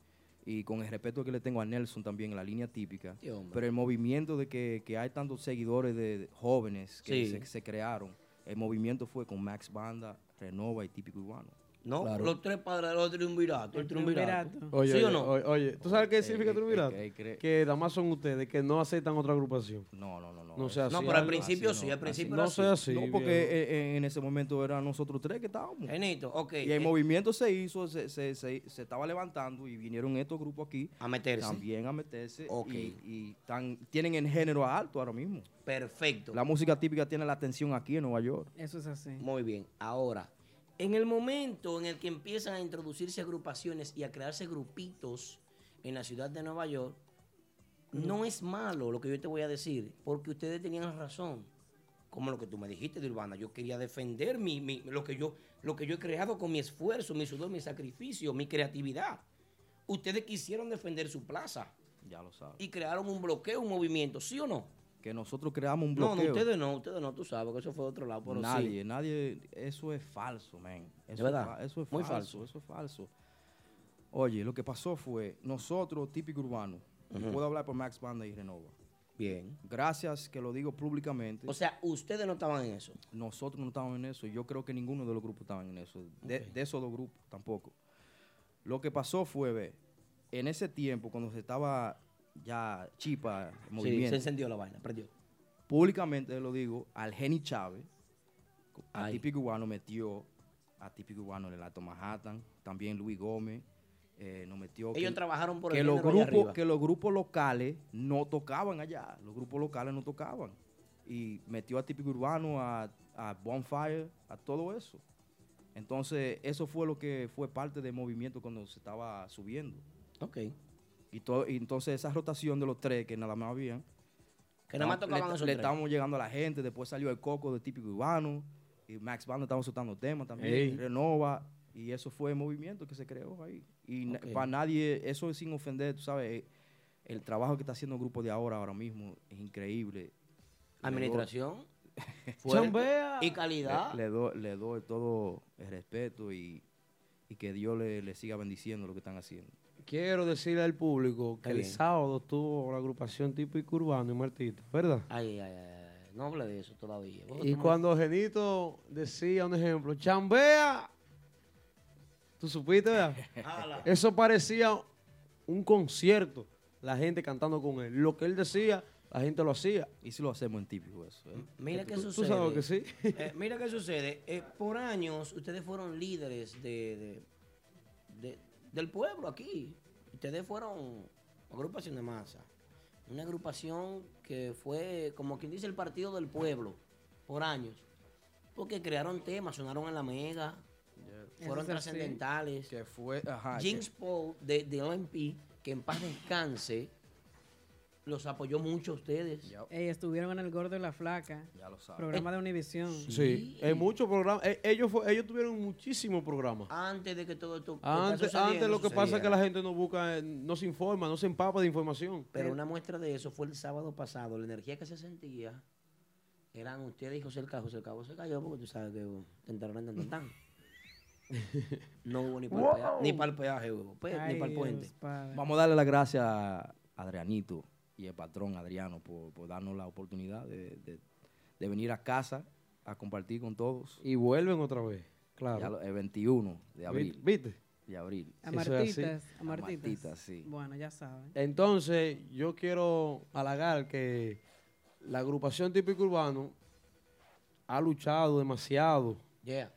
y con el respeto que le tengo a Nelson también en la línea típica. Sí, hombre. Pero el movimiento de que, que hay tantos seguidores de jóvenes que Sí. se, se crearon, el movimiento fue con Max Banda, Renova y típico urbano. No, Claro. los tres padres de los triunviratos, el triunvirato. Oye, ¿Sí oye, o no? oye, oye, ¿tú sabes qué significa eh, triunvirato? eh, eh, Que nada más son ustedes, que no aceptan otra agrupación. No, no, no. No, No sea eso- No, así, pero al algo principio así sí, no, al principio no era así. sea así. no, porque viejo. eh, eh, en ese momento eran nosotros tres que estábamos. Genito, ok. Y el eh, movimiento se hizo, se, se- se- se estaba levantando y vinieron estos grupos aquí a meterse. también a meterse. Ok. Y, y tan- tienen el género alto ahora mismo. Perfecto. La música típica tiene la atención aquí en Nueva York. Eso es así. Muy bien. Ahora, en el momento en el que empiezan a introducirse agrupaciones y a crearse grupitos en la ciudad de Nueva York, Mm. no es malo lo que yo te voy a decir, porque ustedes tenían razón. Como lo que tú me dijiste de Urbana, yo quería defender mi, mi- lo, que yo, lo que yo he creado con mi esfuerzo, mi sudor, mi sacrificio, mi creatividad. Ustedes quisieron defender su plaza Ya lo sabes. y crearon un bloqueo, un movimiento, ¿sí o no? que nosotros creamos un No, bloqueo. no, ustedes no, ustedes no, tú sabes que eso fue de otro lado. Pero nadie, sí. nadie, eso es falso, man. Eso verdad? fa- Eso es Muy falso, falso. eso es falso. Oye, lo que pasó fue, nosotros, típico urbano, y Ujú. puedo hablar por Max Banda y Renova. Bien. Gracias que lo digo públicamente. O sea, ustedes no estaban en eso. Nosotros no estábamos en eso. Yo creo que ninguno de los grupos estaban en eso. De, de esos dos grupos tampoco. Lo que pasó fue, ve, en ese tiempo, cuando se estaba ya chipa, el movimiento. se encendió la vaina, perdió. Públicamente lo digo, al Geni Chávez, a Típico Cubano metió, a Típico Cubano en el Alto Manhattan, también Luis Gómez, eh, nos metió. Ellos trabajaron por que el los género allá grupos, arriba. Que los grupos locales no tocaban allá, los grupos locales no tocaban. Y metió a Típico Urbano, a, a Bonfire, a todo eso. Entonces, eso fue lo que fue parte del movimiento cuando se estaba subiendo. Ok. Y, todo, y entonces esa rotación de los tres que nada más habían. Que nada más estábamos- tocaban le, esos le tres. estábamos llegando a la gente, después salió el coco de típico urbano, y Max Banda estaba soltando temas también, Ey. Renova, y eso fue el movimiento que se creó ahí. Y na- Ok. para nadie, eso es sin ofender, tú sabes, eh, el trabajo que está haciendo el grupo de ahora, ahora mismo, es increíble. Le Administración, doy- fuerte y calidad. Le, le doy, le doy todo el respeto y, y que Dios le, le siga bendiciendo lo que están haciendo. Quiero decirle al público que Está el bien. sábado estuvo la agrupación típico urbano y Martito, ¿verdad? Ay, ay, ay, no hable de eso todavía. Vos Y no- cuando Genito decía un ejemplo, chambea, tú supiste, ¿verdad? Ala. Eso parecía un concierto, la gente cantando con él. Lo que él decía, la gente lo hacía. Mm. Y si lo hacemos en típico eso. ¿eh? Mira qué Tú- sucede. Tú sabes que sí. Eh, mira qué sucede. Eh, por años ustedes fueron líderes de, de- de- del pueblo aquí. Ustedes fueron agrupación de masa. Una agrupación que fue, como quien dice, el partido del pueblo por años. Porque crearon temas, sonaron en la mega, fueron Eso es así. trascendentales. Que fue, ajá. James Paul de, de OMP, que en paz descanse, los apoyó mucho a ustedes. Ey, estuvieron en El Gordo y la Flaca. Ya lo sabes. Programa de Univisión. Sí, en muchos programas. eh, Ellos, fue- ellos tuvieron muchísimos programas. Antes de que todo esto. que Antes, está antes lo sucediendo, que pasa es que la sucediera. gente no busca, eh, no se informa, no se empapa de información. Eh, Pero una muestra de eso fue el sábado pasado. La energía que se sentía eran ustedes y José el Cabo. José el Cabo se cayó porque tú sabes que uh, tentaron tan, tan, tan. No hubo ni Wow. palpeaje. Ni palpeaje hubo. pues, ni para el puente. Vamos a darle las gracias a Adrianito y el patrón Adriano por, por darnos la oportunidad de, de- de venir a casa a compartir con todos. Y vuelven otra vez, claro. Ya lo- el 21 de abril. ¿Viste? De abril. A Eso es así. Martitas. A A Martitas. Martitas, sí. Bueno, ya saben. Entonces, yo quiero halagar que la agrupación típico urbano ha luchado demasiado. Yeah.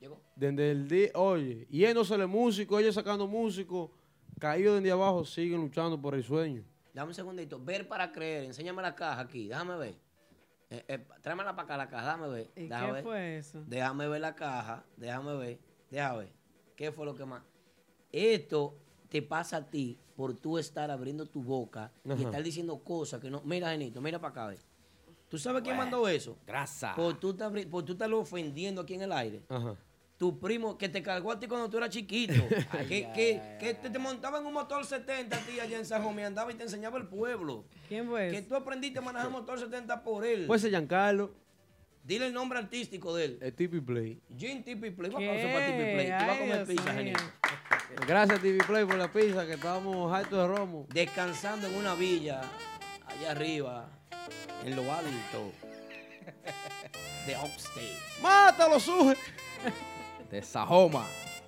Llegó. Desde el día, oye, yéndosele músico, ellos sacando músicos, caídos desde abajo, siguen luchando por el sueño. Dame un segundito. Ver para creer. Enséñame la caja aquí. Déjame ver. Eh, eh, tráemela para acá la caja. Déjame ver. ¿Y Déjame qué ver. fue eso? Déjame ver la caja, déjame ver, déjame ver. ¿Qué fue lo que más? Esto te pasa a ti por tú estar abriendo tu boca Ajá. y estar diciendo cosas que no. Mira, Genito, mira para acá, ve. ¿Tú sabes quién mandó eso? Grasa. Por tú, estar abri- por tú estarlo ofendiendo aquí en el aire. Ajá. Tu primo que te cargó a ti cuando tú eras chiquito. que que, que te, te montaba en un motor 70 a ti allá en San Jomé, andaba y te enseñaba el pueblo. ¿Quién fue? Que tú aprendiste a manejar motor 70 por él. Pues ese Giancarlo, Dile el nombre artístico de él. el Tipi Play. Gin Tipi Play. Una ¿Qué? pausa para Tipi Play. Tú vas a Ay, comer Dios pizza, mío. Genito. Gracias Tipi Play por la pizza, que estábamos altos de romo. Descansando en una villa, allá arriba, en lo alto de Upstate, ¡Mátalo, suje! De Sajoma.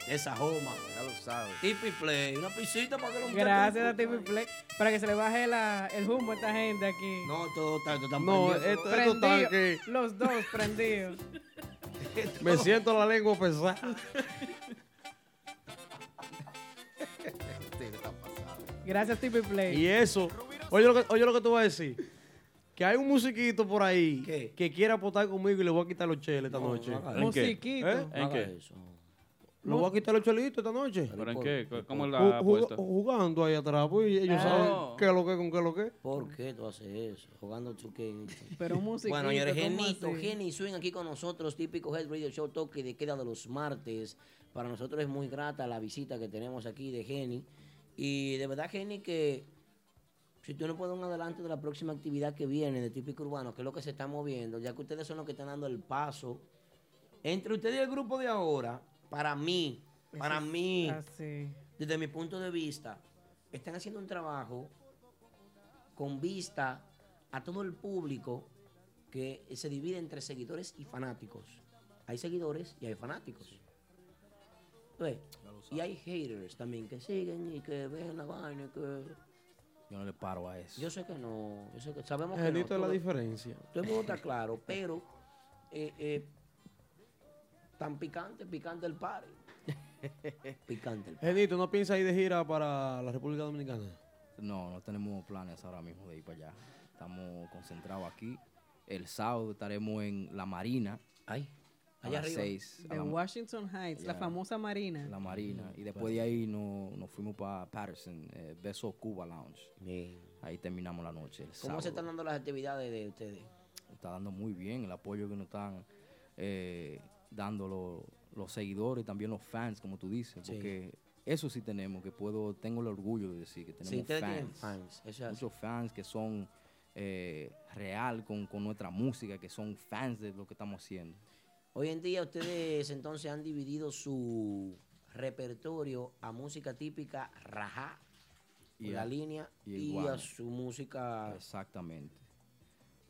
de Sajoma. Ya lo sabes. Tipi Play. Una piscita para que los muchachos Gracias a disfruten. Tipi Play. Para que se le baje la- el humbo a esta gente aquí. No, todo está, todo está No, prendido. esto, esto está Prendido. que Los dos prendidos. me siento la lengua pesada. Gracias, Tipi Play. Y eso, oye lo, que, oye lo que te voy a decir. Que hay un musiquito por ahí que quiere apostar conmigo y le voy a quitar los cheles esta noche. ¿En qué? Musiquito. ¿Eh? ¿En qué? Le voy a quitar los chelitos esta noche. ¿Pero en qué? ¿Cu- ¿Cómo Ju- la juga- apuesta? Jugando ahí atrás, pues y ellos Ah. saben qué es lo que con qué es lo que. ¿Por qué tú haces eso? Jugando tú qué. Pero un musiquito, Bueno, señores, ¿cómo Genito, así? Geni y Swing aquí con nosotros, típico Head Radio Show, toque de queda de los martes. Para nosotros es muy grata la visita que tenemos aquí de Geni. Y de verdad, Geni, que Si tú no puedes un adelanto de la próxima actividad que viene de típico urbano, que es lo que se está moviendo, ya que ustedes son los que están dando el paso. Entre ustedes y el grupo de ahora, para mí, para Eso es mí, así. desde mi punto de vista, están haciendo un trabajo con vista a todo el público que se divide entre seguidores y fanáticos. Hay seguidores y hay fanáticos. Entonces, y hay haters también que siguen y que ven la vaina y que... Yo no le paro a eso. Yo sé que no, yo sé que sabemos que Angelito, no, la todo- diferencia. Todo el mundo está claro, pero eh, eh, tan picante, picante el party. Picante el Genito, ¿no piensas ir de gira para la República Dominicana? No, no tenemos planes ahora mismo de ir para allá. Estamos concentrados aquí. El sábado estaremos en la Marina. Ay, a Allá las arriba. seis, a De la, Washington Heights, la Ya. famosa marina. Pues, la Marina. Mm, Y pues. después de ahí no- nos fuimos para Patterson, eh, Beso Cuba Lounge. Ahí terminamos la noche. el ¿Cómo se sábado. están dando las actividades de ustedes? está dando muy bien el apoyo que nos están eh, dando lo- los seguidores, también los fans, como tú dices, Sí. porque eso sí tenemos, que puedo, tengo el orgullo de decir que tenemos ustedes fans, tienen fans, eso es así. muchos fans que son eh, real con, con nuestra música, que son fans de lo que estamos haciendo. Hoy en día ustedes entonces han dividido su repertorio a música típica rajá, Y la a- línea y y, el guano. a su música Exactamente.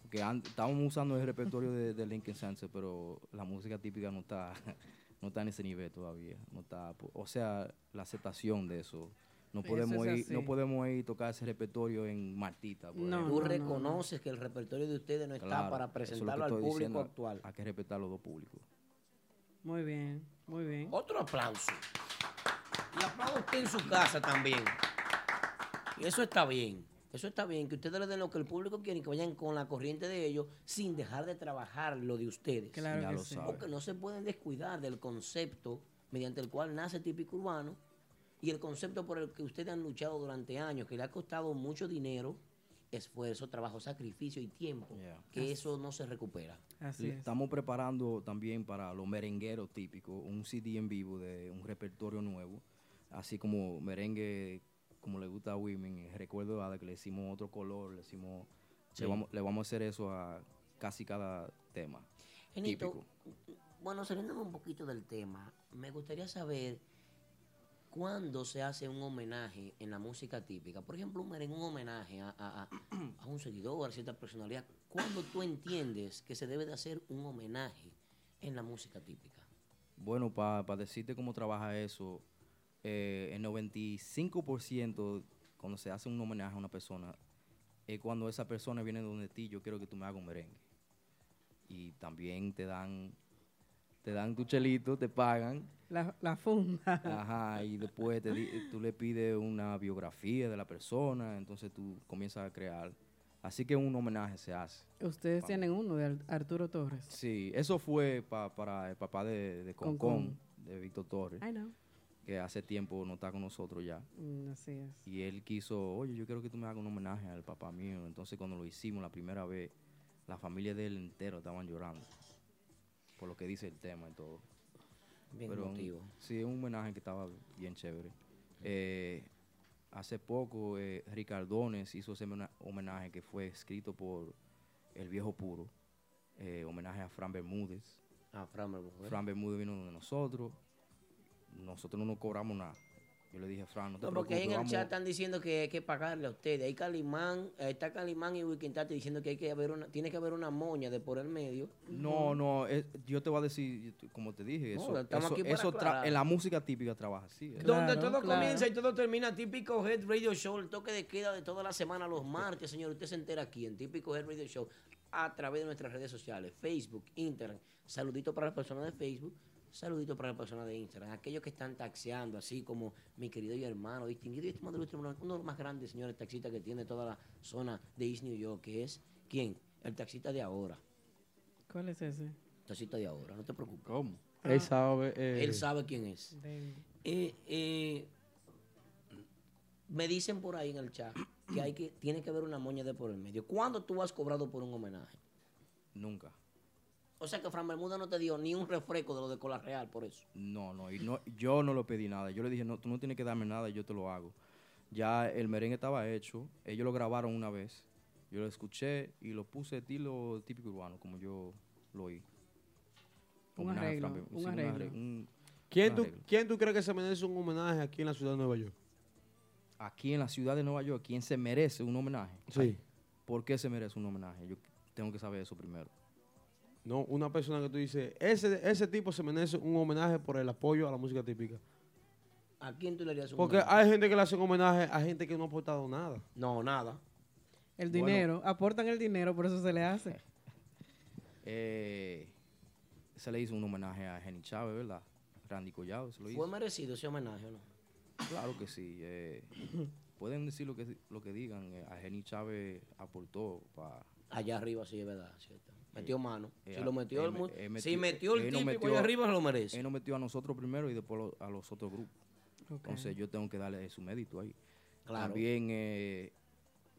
Porque an- estábamos usando el repertorio de, de Linkin Center, pero la música típica no está, no está en ese nivel todavía. No está, po- o sea, la aceptación de eso. No Eso podemos, es ir, no así. podemos ir a tocar ese repertorio en Martita. por No, ejemplo. Tú no, no, reconoces no. que el repertorio de ustedes no está para eso es lo que presentarlo al estoy público diciendo, actual. Hay que respetar los dos públicos. Muy bien, muy bien. Otro aplauso. Y aplauda usted en su casa también. Y eso está bien. Eso está bien, que ustedes le den lo que el público quiere y que vayan con la corriente de ellos sin dejar de trabajar lo de ustedes. Claro Ya que lo sí. sabe. Porque no se pueden descuidar del concepto mediante el cual nace típico urbano y el concepto por el que ustedes han luchado durante años, que le ha costado mucho dinero, esfuerzo, trabajo, sacrificio y tiempo, que eso no se recupera. Así Le- es. Estamos preparando también para los merengueros típicos un CD en vivo de un repertorio nuevo, así como merengue, como le gusta a Women. Recuerdo a que le hicimos otro color, le hicimos, Sí. le, vamos, le vamos a hacer eso a casi cada tema. Genito, típico. Bueno, saliéndome un poquito del tema, me gustaría saber cuándo se hace un homenaje en la música típica. Por ejemplo, un merengue, un homenaje a, a- a- a un seguidor, a cierta personalidad. ¿Cuándo tú entiendes que se debe de hacer un homenaje en la música típica? Bueno, para decirte cómo trabaja eso, eh, el 95% cuando se hace un homenaje a una persona, es cuando esa persona viene donde ti, yo quiero que tú me hagas un merengue. Y también te dan, te dan tu chelito, te pagan, La, la funda. ajá, y después te di- tú le pides una biografía de la persona, entonces tú comienzas a crear. Así que un homenaje se hace. Ustedes tienen uno de Ar- Arturo Torres. Sí, eso fue pa- para el papá de, de Concón, Concón. de Víctor Torres, I know. que hace tiempo no está con nosotros ya. Mm, Así es. Y él quiso, oye, yo quiero que tú me hagas un homenaje al papá mío. Entonces cuando lo hicimos la primera vez, la familia de él entero estaban llorando. Por lo que dice el tema y todo. Bien Pero un- emotivo. sí, es un homenaje que estaba bien chévere. Eh, hace poco eh, Ricardones hizo ese homena- homenaje que fue escrito por El Viejo Puro. eh, homenaje a Fran Bermúdez. A Fran Bermúdez. Fran Bermúdez vino donde nosotros. Nosotros no nos cobramos nada. Yo le dije, Fran, no te No, porque ahí en preocupes, el vamos- chat están diciendo que hay que pagarle a ustedes. Ahí Calimán, eh, está Calimán y Wikintati diciendo que hay que haber una, tiene que haber una moña de por el medio. No, no, es- yo te voy a decir, como te dije, No, eso, estamos eso- aquí para eso tra- aclarar. en la música típica trabaja así. ¿eh? Donde todo comienza y todo termina, típico Head Radio Show, el toque de queda de toda la semana, los martes, señor, usted se entera aquí en típico Head Radio Show, a través de nuestras redes sociales, Facebook, Instagram, saludito para las personas de Facebook, saludito para las personas de Instagram, aquellos que están taxeando, así como mi querido y hermano, distinguido y estimado ilustre, uno uno de los más grandes señores taxistas que tiene toda la zona de East New York, que es, ¿quién? El taxista de ahora, ¿Cuál es ese? el taxista de ahora, no te preocupes. ¿Cómo? Él sabe. Él sabe quién es. Eh, eh, me dicen por ahí en el chat que hay que tiene que haber una moña de por el medio. ¿Cuándo tú has cobrado por un homenaje? Nunca. O sea que Fran Bermuda no te dio ni un refresco de lo de Cola Real por eso. No, no, y no, yo no lo pedí nada. Yo le dije, no, tú no tienes que darme nada, yo te lo hago. ya el merengue estaba hecho, ellos lo grabaron una vez, yo lo escuché y lo puse estilo típico urbano, como yo lo oí. Un Homenaje a arreglo, Fran Pepe, un sí, arreglo. arreg- un- ¿Quién un tú, arreglo. ¿Quién tú crees que se merece un homenaje aquí en la ciudad de Nueva York? Aquí en la ciudad de Nueva York, ¿quién se merece un homenaje? Sí. ¿Por qué se merece un homenaje? Yo tengo que saber eso primero. No, una persona que tú dices, ese, ese tipo se merece un homenaje por el apoyo a la música típica. ¿A quién tú le harías un Porque homenaje? hay gente que le hacen homenaje a gente que no ha aportado nada. No, nada. El Bueno. dinero, aportan el dinero, por eso se le hace. Eh, se le hizo un homenaje a Jenny Chávez, ¿verdad? Randy Collado se lo hizo. ¿Fue merecido ese homenaje o no? Claro que sí. eh, pueden decir lo que, lo que digan. eh, a Jenny Chávez aportó para... Allá arriba, sí, es verdad. cierto. Metió mano. Si lo metió el mu- eh, si metió el él nos típico allá arriba, se lo merece. Él nos metió a nosotros primero y después lo- a los otros grupos. Ok. Entonces yo tengo que darle su mérito ahí. Claro. También eh,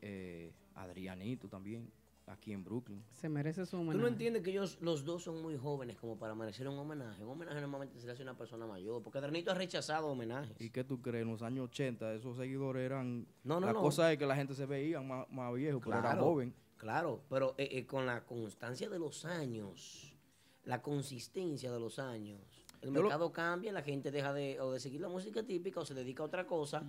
eh, Adrianito también, aquí en Brooklyn. Se merece su Tú no homenaje. entiendes que ellos, los dos son muy jóvenes como para merecer un homenaje. Un homenaje normalmente se le hace a una persona mayor, porque Adrenito ha rechazado homenajes. ¿Y qué tú crees? En los años 80 esos seguidores eran... No, no, la no. cosa es que la gente se veía más, más viejo, pero era Claro, joven. Claro, pero eh, eh, con la constancia de los años, la consistencia de los años, el Yo lo- mercado cambia, la gente deja de, o de seguir la música típica o se dedica a otra cosa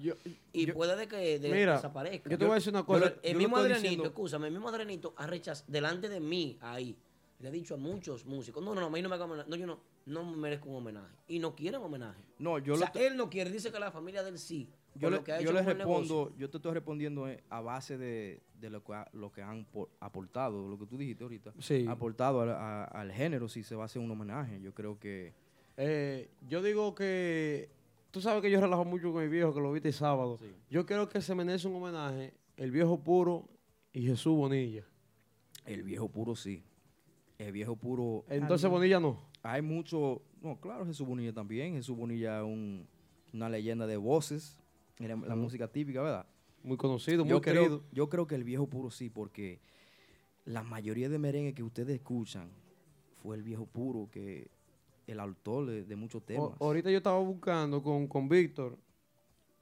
y puede de que de- Mira, desaparezca. yo te voy a decir una cosa, Pero yo el no mismo estoy Adrianito, diciendo- escúchame, el mismo Adrianito ha rechazado, delante de mí ahí, le he dicho a muchos músicos, no, no, no, a mí no me hagan homenaje, no, yo no, no me merezco un homenaje y no quieren homenaje. No, yo o sea, lo- él no quiere, dice que la familia del sí. Yo por le, lo que ha yo hecho le con el negocio. respondo, yo te estoy respondiendo eh, a base de, de lo, que ha- lo que han por- aportado, lo que tú dijiste ahorita, Sí. aportado al, a- al género, si se va a hacer un homenaje. Yo creo que Eh, yo digo que tú sabes que yo relajo mucho con mi viejo, que lo viste el sábado. Yo creo que se merece un homenaje el viejo puro y Jesús Bonilla. el viejo puro sí. El viejo puro. Entonces Bonilla no. Hay mucho. No, claro, Jesús Bonilla también. Jesús Bonilla es un- una leyenda de voces. en la, la Ujú. música típica, ¿verdad? Muy conocido, muy Yo creo- querido. yo creo que el viejo puro sí, porque la mayoría de merengue que ustedes escuchan fue el viejo puro que el autor de, de muchos temas. O- ahorita yo estaba buscando con, con Víctor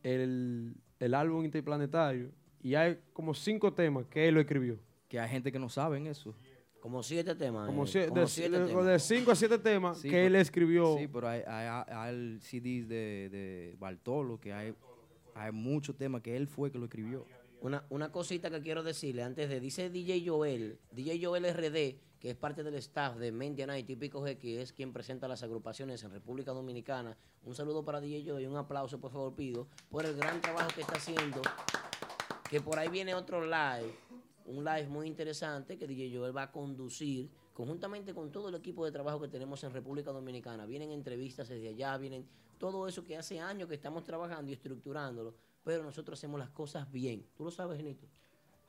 el, el álbum interplanetario y hay como cinco temas que él lo escribió. Que hay gente que no saben eso. Como siete temas. Como, eh, si- como de, siete de- temas. de cinco a siete temas Sí, pues. que pero- él escribió. Sí, pero hay, hay, hay CDs de, de Bartolo, que hay, hay muchos temas que él fue que lo escribió. Una, una cosita que quiero decirle antes de, dice DJ Joel, DJ Joel RD, que es parte del staff de Mentiana y Típico G, que es quien presenta las agrupaciones en República Dominicana. Un saludo para DJ Joel y un aplauso, por favor, pido, por el gran trabajo que está haciendo. Que por ahí viene otro live, un live muy interesante que DJ Joel va a conducir conjuntamente con todo el equipo de trabajo que tenemos en República Dominicana. Vienen entrevistas desde allá, vienen todo eso que hace años que estamos trabajando y estructurándolo, pero nosotros hacemos las cosas bien. Tú lo sabes, Genito.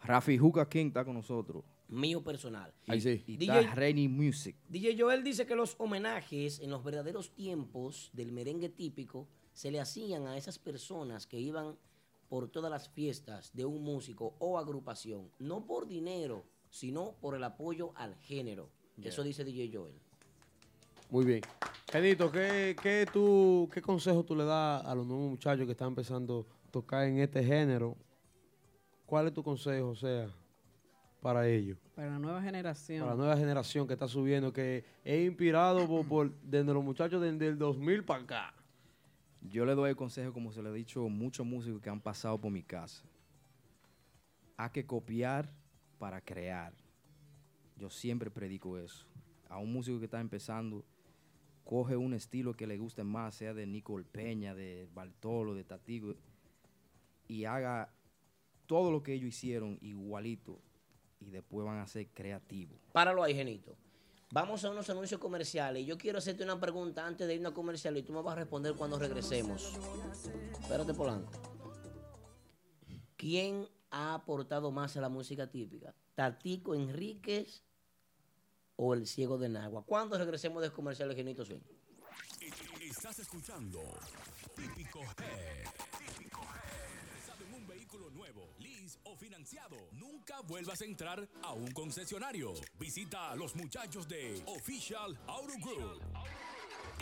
Rafi Juca King está con nosotros. Mío personal. Ahí sí. Y DJ está Rainy Music. DJ Joel dice que los homenajes en los verdaderos tiempos del merengue típico se le hacían a esas personas que iban por todas las fiestas de un músico o agrupación, no por dinero, sino por el apoyo al género. Yeah. Eso dice DJ Joel. Muy bien. Genito, ¿qué, qué, tú, ¿qué consejo tú le das a los nuevos muchachos que están empezando a tocar en este género? ¿Cuál es tu consejo, o sea, para ellos? Para la nueva generación. Para la nueva generación que está subiendo, que es inspirado por, por- desde los muchachos desde el 2000 para acá. Yo le doy el consejo, como se le ha dicho a muchos músicos que han pasado por mi casa. Hay que copiar para crear. Yo siempre predico eso. A un músico que está empezando, coge un estilo que le guste más, sea de Nicole Peña, de Bartolo, de Tatigo, y haga todo lo que ellos hicieron igualito y después van a ser creativos. Páralo ahí, Genito. Vamos a unos anuncios comerciales. Yo quiero hacerte una pregunta antes de irnos a comercial y tú me vas a responder cuando regresemos. Espérate, Polanco. ¿Quién ha aportado más a la música típica? ¿Tatico Enríquez o El Ciego de Nagua? ¿Cuándo regresemos de comerciales, Genito Swing? Estás escuchando Típico Head. Típico Head. ¿Saben un vehículo nuevo, lease o financiado? Nunca vuelvas a entrar a un concesionario. Visita a los muchachos de Official Auto Group.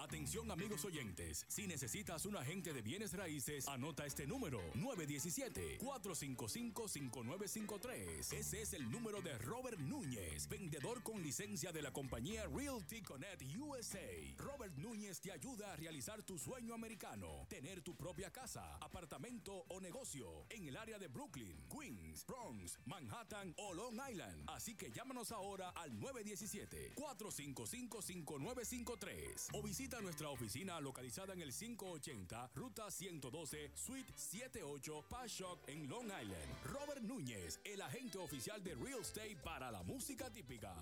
Atención amigos oyentes, si necesitas un agente de bienes raíces, anota este número 917-455-5953. Ese es el número de Robert Núñez, vendedor con licencia de la compañía Realty Connect USA. Robert Núñez te ayuda a realizar tu sueño americano, tener tu propia casa, apartamento o negocio en el área de Brooklyn, Queens, Bronx, Manhattan o Long Island. Así que llámanos ahora al 917-455-5953 o visita nuestra oficina localizada en el 580 Ruta 112 Suite 78 Pashock en Long Island. Robert Núñez, el agente oficial de Real Estate para la música típica.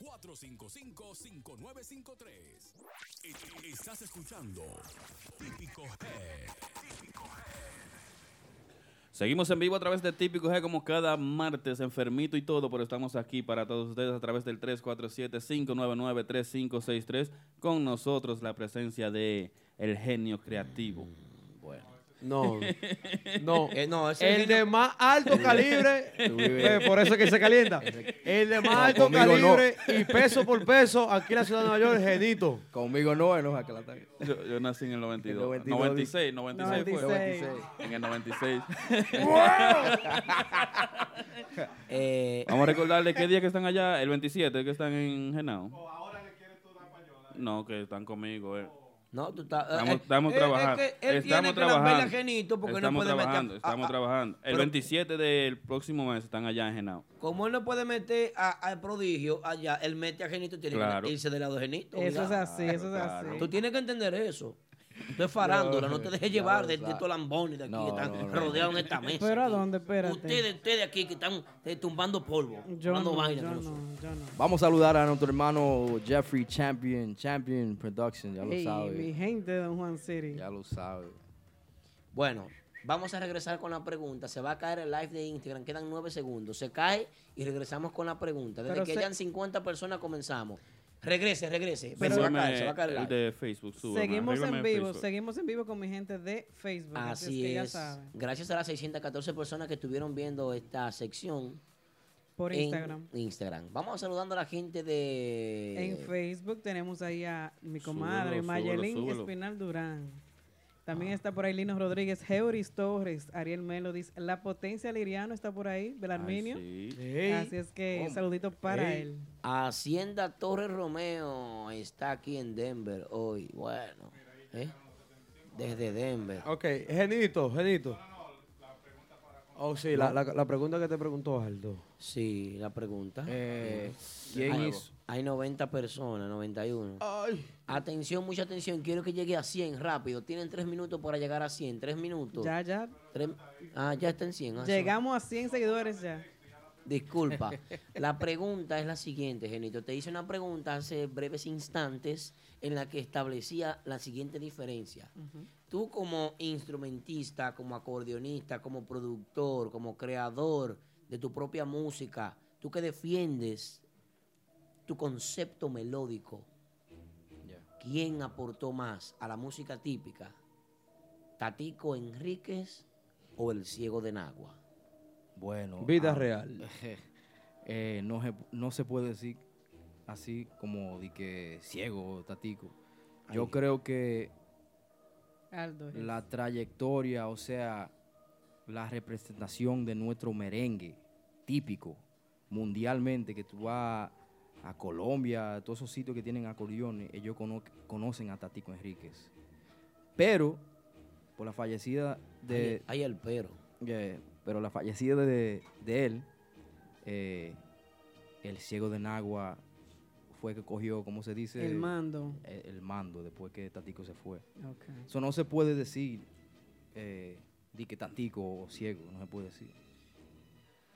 917-455-5953. E- Estás escuchando Típico Head. Seguimos en vivo a través de Típico G como cada martes, enfermito y todo, pero estamos aquí para todos ustedes a través del 347-599-3563 con nosotros la presencia de el genio creativo. Bueno. No, no, Eh, no, ese el genio- de más alto calibre, eh, por eso es que se calienta. El de más No, alto conmigo no. calibre y peso por peso, aquí en la ciudad de Nueva York, Genito. Conmigo no, no, acá la tarde. Yo, yo nací en el 92. El 92. 96, 96, fue. 96. En el 96. ¡Wow! Eh, Vamos a recordarle qué día que están allá, el 27, que están en Genao. No, que están conmigo. eh. No, tú estás. eh, Estamos, estamos eh, es trabajando. que él tiene estamos que lamberle a trabajando. Genito porque no estamos puede meter- trabajando, ah, estamos ah, trabajando. El pero- 27 del próximo mes están allá en Genao. Como él no puede meter a- al prodigio allá, él mete a Genito, tiene Claro. que irse del lado de Genito. Eso es obligado. así, eso es Claro. así. Tú tienes que entender eso. Tú es farándula, no te dejes llevar de, de claro. estos lambones de aquí que están rodeados en esta mesa. Pero a dónde, espérate. Ustedes, ustedes aquí que están eh, tumbando polvo, Yo tumbando no, vainas. yo de no, nosotros. yo no. Vamos a saludar a nuestro hermano Jeffrey Champion, Champion Production, ya lo Ey, sabe. mi gente de Don Juan City. Ya lo sabe. Bueno, vamos a regresar con la pregunta. Se va a caer el live de Instagram, quedan nueve segundos. Se cae y regresamos con la pregunta. Desde Pero que se- hayan 50 personas comenzamos. Regrese, regrese. Pero se va a caer, se va a caer el el live. de Facebook. súbeme, Seguimos en arréglame el vivo, Facebook. seguimos en vivo con mi gente de Facebook. Así que ya es. saben. Gracias a las 614 personas que estuvieron viendo esta sección. Por en Instagram. Instagram. Vamos saludando a la gente de... En Facebook tenemos ahí a mi comadre, súbelo, Mayelín súbelo. Ah. Espinal Durán. También está por ahí Lino Rodríguez, Heuris Torres, Ariel Melodis, La Potencia Liriano está por ahí, Belarminio. Ey. Así es que ¿Cómo? saludito para Ey. él. Hacienda Torres Romeo está aquí en Denver hoy. Bueno, ¿eh? desde Denver. Ok, Genito, Genito. Oh, sí, la, No. la- la pregunta que te preguntó Aldo. Sí, la pregunta. Eh, hay, ¿quién hizo? hay 90 personas, 91. Oh, Atención, mucha atención. Quiero que llegue a 100 rápido. Tienen 3 minutos para llegar a 100. 3 minutos. Ya, ya. Tres- Ah, ya está en 100. ah, sí. Llegamos a 100 seguidores ya. Disculpa. La pregunta es la siguiente, Genito. Te hice una pregunta hace breves instantes en la que establecía la siguiente diferencia. Tú como instrumentista, como acordeonista, como productor, como creador de tu propia música, tú que defiendes tu concepto melódico, ¿quién aportó más a la música típica? ¿Tatico Enríquez o El Ciego de Nagua? Bueno. Vida ah, real. eh, no, se, no se puede decir así como de que ciego o tatico. Yo Ay. creo que Aldo. es. la trayectoria, o sea, la representación de nuestro merengue típico mundialmente, que tú vas a Colombia, a todos esos sitios que tienen acordeones, ellos cono- conocen a Tatico Enríquez. Pero, por la fallecida de... Hay el pero. pero la fallecida de, de él, eh, el ciego de Nagua fue que cogió, ¿cómo se dice? El mando. eh, El, mando después que Tatico se fue. Ok. Eso no se puede decir eh, di que tantico o ciego, no se puede decir.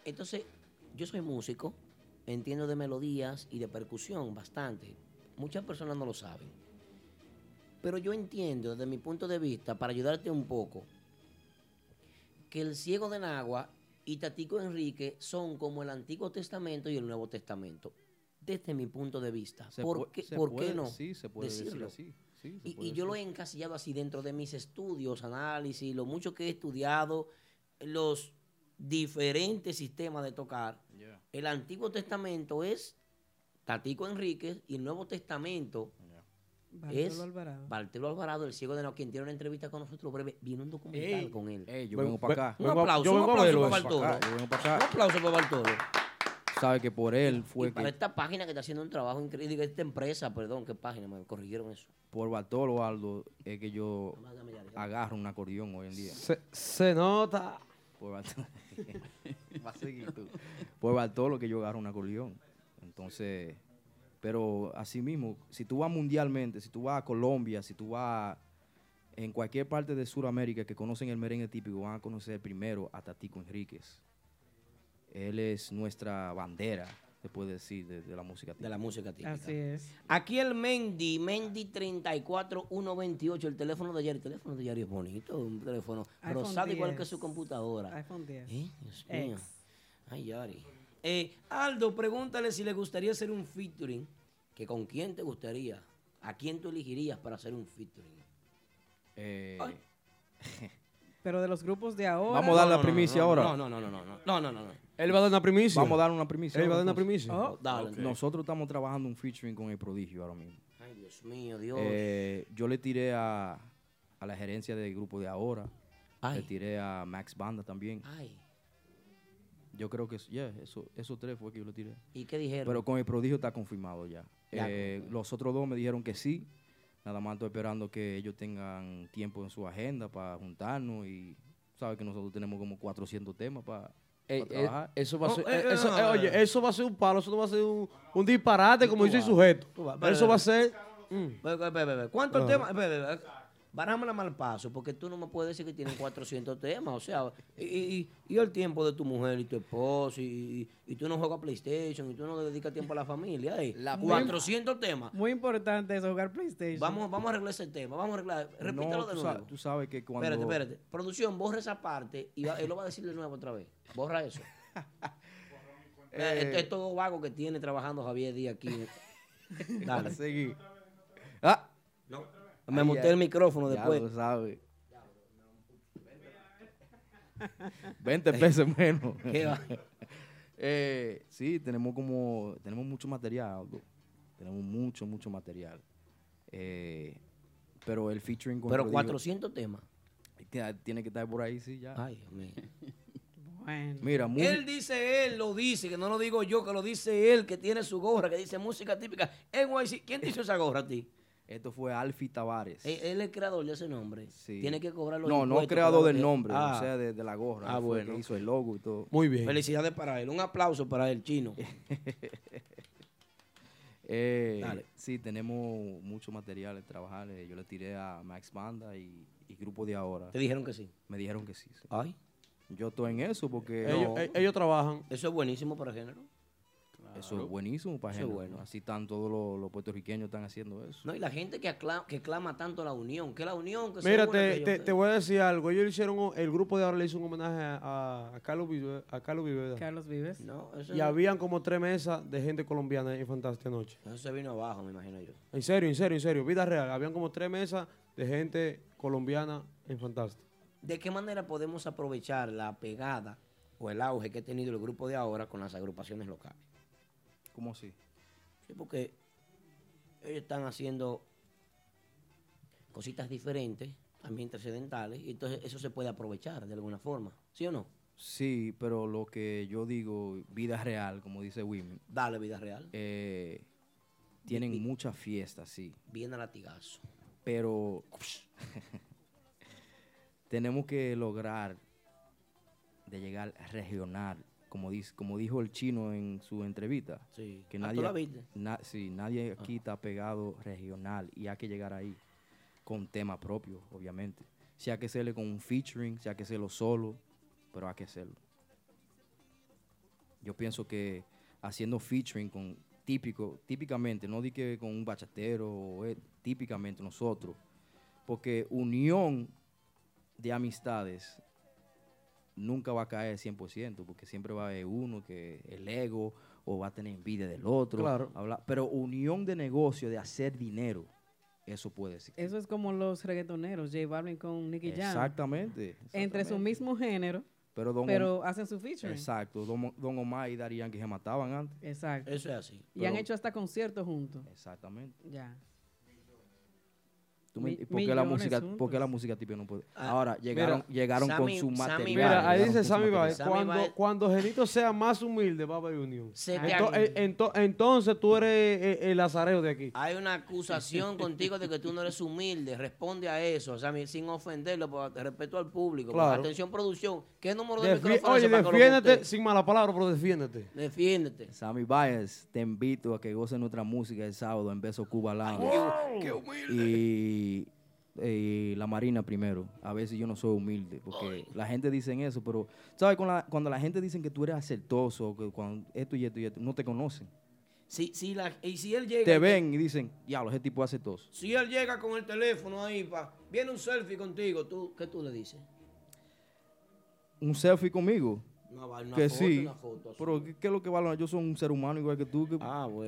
Entonces, yo soy músico, entiendo de melodías y de percusión bastante. Muchas personas no lo saben. Pero yo entiendo desde mi punto de vista, para ayudarte un poco, que el ciego de Nagua y Tatico Enrique son como el Antiguo Testamento y el Nuevo Testamento. Desde mi punto de vista. Se ¿Por, pue- qué, se por qué puede- no sí, se puede decir decirlo? así, sí, se y, puede y yo lo he decir. encasillado así dentro de mis estudios, análisis, lo mucho que he estudiado, los diferentes sistemas de tocar. Yeah. El Antiguo Testamento es Tatico Enríquez y el Nuevo Testamento es Bartolo Alvarado. Bartolo Alvarado, el ciego de Nao, quien tiene una entrevista con nosotros breve. Viene un documental Ey. con él. Ey, yo Vengo- vengo pa' acá. Un vengo a- aplauso, yo un vengo a aplauso verlo para eso, Bartolo. pa' acá, yo vengo Un aplauso para Bartolo. Sabe que por él fue Y para que esta página que está haciendo un trabajo increíble, digo, esta empresa, perdón, qué página, me corrigieron eso. por Bartolo Aldo es que yo dame ya, ya. agarro un acordeón hoy en día. Se, se nota. Por Bartolo. Va a seguir tú. Por Bartolo que yo agarro un acordeón. Entonces, pero así mismo, si tú vas mundialmente, si tú vas a Colombia, si tú vas en cualquier parte de Sudamérica que conocen el merengue típico, van a conocer primero a Tatico Enríquez. Él es nuestra bandera, se puede decir, de, de la música típica. De la música típica. Así es. Aquí el Mendy, Mendy 34128, el teléfono de Yari. El teléfono de Yari es bonito, un teléfono iPhone rosado igual que 10. su computadora. iPhone 10. ¿Eh? Dios mío. Ay, Yari. Eh, Aldo, pregúntale si le gustaría hacer un featuring. Que con quién te gustaría. ¿A quién tú elegirías para hacer un featuring? Ay. Pero de los grupos de ahora. Eh, Vamos a dar la primicia ahora. No, no, no, no, no, no, no, no, no, no. Él va a dar una primicia. Vamos a dar una primicia. Él va a dar una entonces. primicia. Oh, dale, entonces. Nosotros estamos trabajando un featuring con el prodigio ahora mismo. Ay, Dios mío, Dios. Eh, yo le tiré a, a la gerencia del grupo de ahora. Ay. Le tiré a Max Banda también. Ay. Yo creo que es- yeah, eso, esos tres fue que yo le tiré. ¿Y qué dijeron? Pero con el prodigio está confirmado ya. Ya, Eh, los otros dos me dijeron que sí. Nada más estoy esperando que ellos tengan tiempo en su agenda para juntarnos y sabes que nosotros tenemos como 400 temas para Eh, eh, trabajar. eso va a ser, Oh, eh, eh, eso- eh, ah. oye, eso va a ser un palo, eso no va a ser un, un disparate como dice el sujeto. Tú vas, espera, Eso va a espera. ser. Mm. Ve, ve, ve, ve, ve. Ah. ¿Cuántos Ajá. temas? Ve, ve, ve. Barámosla mal paso, porque tú no me puedes decir que tienen 400 temas. O sea, y, y- y- y el tiempo de tu mujer y tu esposo, y, y- y tú no juegas PlayStation, y tú no le dedicas tiempo a la familia. ¿eh? 400 temas. Muy importante eso, jugar PlayStation. Vamos, vamos a arreglar ese tema. Vamos a arreglar. Repítalo No, de tú nuevo. sa- tú sabes que cuando- Espérate, espérate. Producción, borra esa parte y va- él lo va a decir de nuevo otra vez. Borra eso. Eh, esto es todo vago que tiene trabajando Javier Díaz aquí. Dale. Ah. No. Me muté el micrófono después. Ya lo sabe. 20 Este pesos menos. Qué va. Eh, sí, tenemos como, tenemos mucho material, Aldo. Tenemos mucho, mucho material. Eh, pero el featuring con Pero Rodrigo- 400 temas. Tiene- Tiene que estar por ahí, sí, ya. Ay, Dios mío. Mira, mu- Él dice, él lo dice, que no lo digo yo, que lo dice él, que tiene su gorra, que dice música típica. NYC. ¿Quién te hizo esa gorra a ti? Esto fue Alfie Tavares. Él, él es el creador de ese nombre. Tiene que cobrar los no, no impuestos, creador claro del que- nombre, Ah. o sea, de, de la gorra. Ah, Él fue el que bueno. hizo el logo y todo. Felicidades para él. Un aplauso para el chino. Eh, Dale. Sí, tenemos mucho material de trabajar. eh, Yo le tiré a Max Banda y, y Grupo de Ahora. ¿Te dijeron que sí? Me dijeron que sí. sí. Ay. Yo estoy en eso porque Ellos- e- ellos trabajan. Eso es buenísimo para género. eso es buenísimo para Eso es gente. bueno. Así están todos los, los puertorriqueños están haciendo eso. No, y la gente que, acla- que clama tanto la unión, que la unión, que se Mira, une, te, que yo- te- te voy a decir algo. Ellos hicieron, un- el grupo de ahora le hizo un homenaje a, a Carlos Vive- a Carlos Viveda. Carlos Vives. No, Y habían como tres mesas de gente colombiana en Fantástica Noche. Eso se vino abajo, me imagino yo. En serio, en serio, en serio. Vida real. Habían como tres mesas de gente colombiana en Fantástica. ¿De qué manera podemos aprovechar la pegada o el auge que ha tenido el grupo de ahora con las agrupaciones locales? ¿Cómo así? Sí, porque ellos están haciendo cositas diferentes, también trascendentales, y entonces eso se puede aprovechar de alguna forma, ¿sí o no? Sí, pero lo que yo digo, vida real, como dice Wim. Dale, vida real. eh, tienen muchas fiestas, sí. Bien a latigazo. pero tenemos que lograr de llegar regional, como dice, como dijo el chino en su entrevista, Sí. que Ah, ¿tú nadie, la viste? Ah. na- sí, nadie aquí está pegado regional y hay que llegar ahí con tema propio, obviamente. Si hay que hacerle con un featuring, si hay que hacerlo solo, pero hay que hacerlo. Yo pienso que haciendo featuring con típico, típicamente, no di que con un bachatero, o e- típicamente nosotros, porque unión de amistades nunca va a caer 100%, porque siempre va a haber uno que el ego o va a tener envidia del otro. Claro. habla- pero unión de negocio, de hacer dinero, eso puede ser. Eso es como los reggaetoneros, J Balvin con Nicky Jam. Exactamente. Entre su exactamente. mismo género, Pero, don pero Om- hacen su featuring. Exacto. Don, don Omar y Darían que se mataban antes. Exacto. Eso es así. Y han hecho hasta conciertos juntos. Exactamente. Ya. Tú me- mi- ¿y por qué la millones música, juntos. por qué la música típica no puede? Ah, Ahora llegaron, mira, llegaron Sammy- con su Sammy material. Mira, ahí llegaron dice con su Sammy material. Baez, cuando, cuando Genito sea más humilde, va a haber unión. Se Ento- te- eh, ento- entonces tú eres eh, el azareo de Ah. aquí. Hay una acusación contigo de que tú no eres humilde. Responde a eso, o sea, mi- sin ofenderlo, por respeto al público. Claro. Atención, producción. ¿Qué número de Defi- micrófono es Oye, ese para que lo defiéndete monte? sin mala palabra, pero defiéndete. Defiéndete. Sammy Baez, te invito a que goces nuestra música el sábado en Beso Cuba Lounge. qué hu- Y, y la Marina primero. A veces yo no soy humilde, porque la gente dice eso, pero, ¿sabes? Cuando la, cuando la gente dice que tú eres acertoso, que cuando esto y esto y esto, no te conocen. Si, si la- y si él llega. Te ven y dicen, diablo, ese tipo es acertoso. Si él llega con el teléfono ahí, pa, viene un selfie contigo, ¿tú, ¿qué tú le dices? Un selfie conmigo. Una va- una que foto, sí, una foto, así. pero ¿qué, qué es lo que vale? Yo soy un ser humano igual que tú. que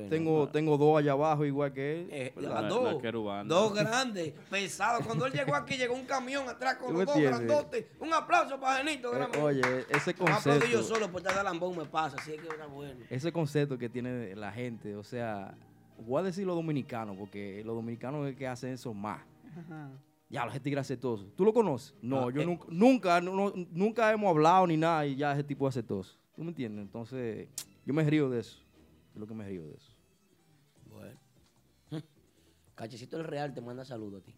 tengo, claro. tengo dos allá abajo igual que él. Eh, ¿verdad? a dos, dos grandes, pesados. Cuando él llegó aquí, llegó un camión atrás ¿Tú con me los dos entiendes? grandotes. Un aplauso para Genito. gran- Eh, oye, ese Me aplaudí yo concepto, solo por estar de lambón, me pasa. Así que era bueno. ese concepto que tiene la gente, o sea, voy a decir los dominicanos, porque los dominicanos es que hacen eso más. Uh-huh. Ya, los tigres aceptosos. ¿Tú lo conoces? No, Ah, yo eh. nunca, nunca, no- no- nunca hemos hablado ni nada y ya ese tipo es aceptoso. ¿Tú me entiendes? Entonces, yo me río de eso. Es lo que me río de eso. Bueno. Cachecito el Real te manda saludos a ti.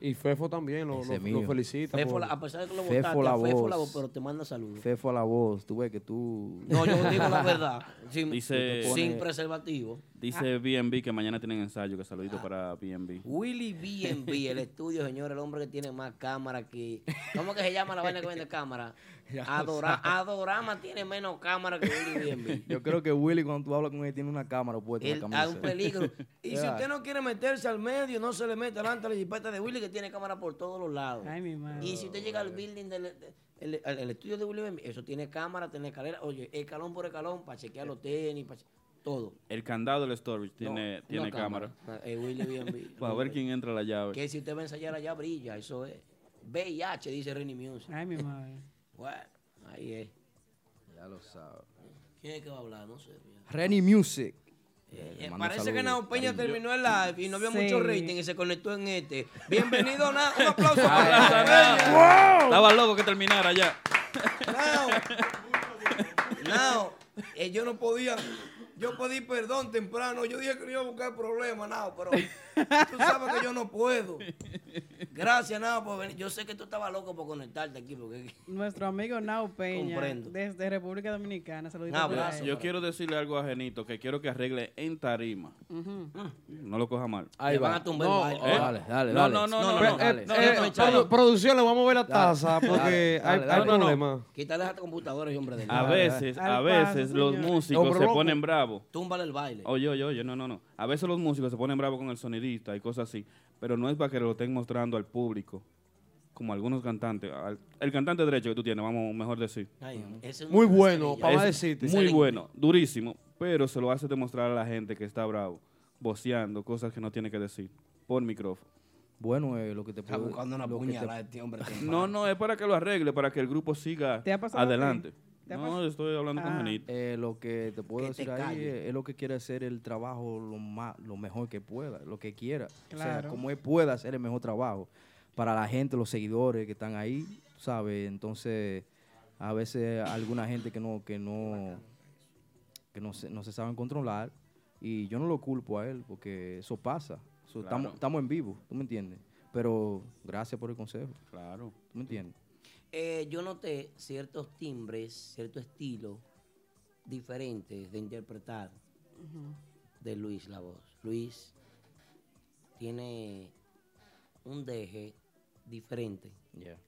Y Fefo también lo, lo- Ese lo mío. felicita. Fefo, por- la- a pesar de que lo Fefo votaste, a la Fefo la voz. voz, pero te manda saludos. Fefo a la voz, tú ves que tú... No, yo digo la verdad. Sin, Dice- sin preservativo. Ah, Dice BNB que mañana tienen ensayo, que saludito para BNB. Willy B&B, el estudio, señor, el hombre que tiene más cámara que... ¿Cómo que se llama la vaina que vende cámara? Ya lo Adora- sabe. Adorama tiene menos cámara que Willy B&B. Yo creo que Willy, cuando tú hablas con él, tiene una cámara puesta en Él- la hay camisa. un peligro. Y si Ya. usted no quiere meterse al medio, no se le mete delante la jipeta de Willy que tiene cámara por todos los lados. Y si usted llega al building del de- el, al- al estudio de Willy B&B, eso tiene cámara, tiene escalera, oye, escalón por escalón para chequear los tenis, para che- todo. El candado del storage tiene, No, tiene una cámara. cámara. Eh, Willy B&B. para ver quién entra la llave. Que si usted va a ensayar allá brilla, eso es. VIH, dice Renny Music. Ay, mi madre. bueno, ahí es. Ya lo sabe. ¿Quién es que va a hablar? No sé. Renny Music. Eh, Parece que Nao Peña terminó el live y no había Sí. mucho rating y se conectó en este. Bienvenido, Nao. Un aplauso Ah, para ah, Nao ah. Peña. Estaba loco que terminara ya. Nao, eh, yo no podía. Yo pedí perdón temprano. Yo dije que no iba a buscar problemas, Nao, pero tú sabes que yo no puedo. Gracias, Nao, por venir. Yo sé que tú estabas loco por conectarte aquí. Porque... Nuestro amigo Nao Peña, Comprendo. desde República Dominicana. Saludito Ah, para él. Yo quiero decirle algo a Genito que quiero que arregle en tarima. Ujú. No lo coja mal. Ahí Le va. van a tumbar el No, baile. ¿eh? Dale, dale, No, dale. no, no, No, no, no, no, dale. no, Eh, no, no, eh, no. produ- producción, le vamos a ver la taza, porque hay- hay problema. Quítale hasta computadora y hombre de A nada. veces, a veces los músicos se ponen bravos. Túmbale el baile. Oye, oye, oye, no, no, no. A veces los músicos se ponen bravos con el sonidista y cosas así, pero no es para que lo estén mostrando al público, como algunos cantantes. Al- el cantante derecho que tú tienes, vamos, mejor decir. Ay, ese es Muy una bueno, pesadilla. para Es decirte. Muy bueno, durísimo, pero se lo hace demostrar a la gente que está bravo, voceando cosas que no tiene que decir, por micrófono. Bueno, eh, lo que te Está puedo- buscando una lo que te- puñalada este hombre. temprano. No, no, es para que lo arregle, para que el grupo siga ¿Te ha pasado a ti? adelante. ¿Te ha No, pasado? estoy hablando con Ah. Janito. Eh, lo que te puedo Que te decir ahí calle. es, es lo que quiere hacer el trabajo lo más lo mejor que pueda, lo que quiera. O Claro. sea, como él pueda hacer el mejor trabajo para la gente, los seguidores que están ahí, tú ¿sabes? Entonces, a veces alguna gente que no que no que no se, no se saben controlar y yo no lo culpo a él porque eso pasa. Eso, estamos, Claro. estamos en vivo, ¿tú me entiendes? Pero gracias por el consejo. Claro. ¿Tú me entiendes? Eh, yo noté ciertos timbres, cierto estilo diferentes de interpretar de Luis la voz. Luis tiene un deje diferente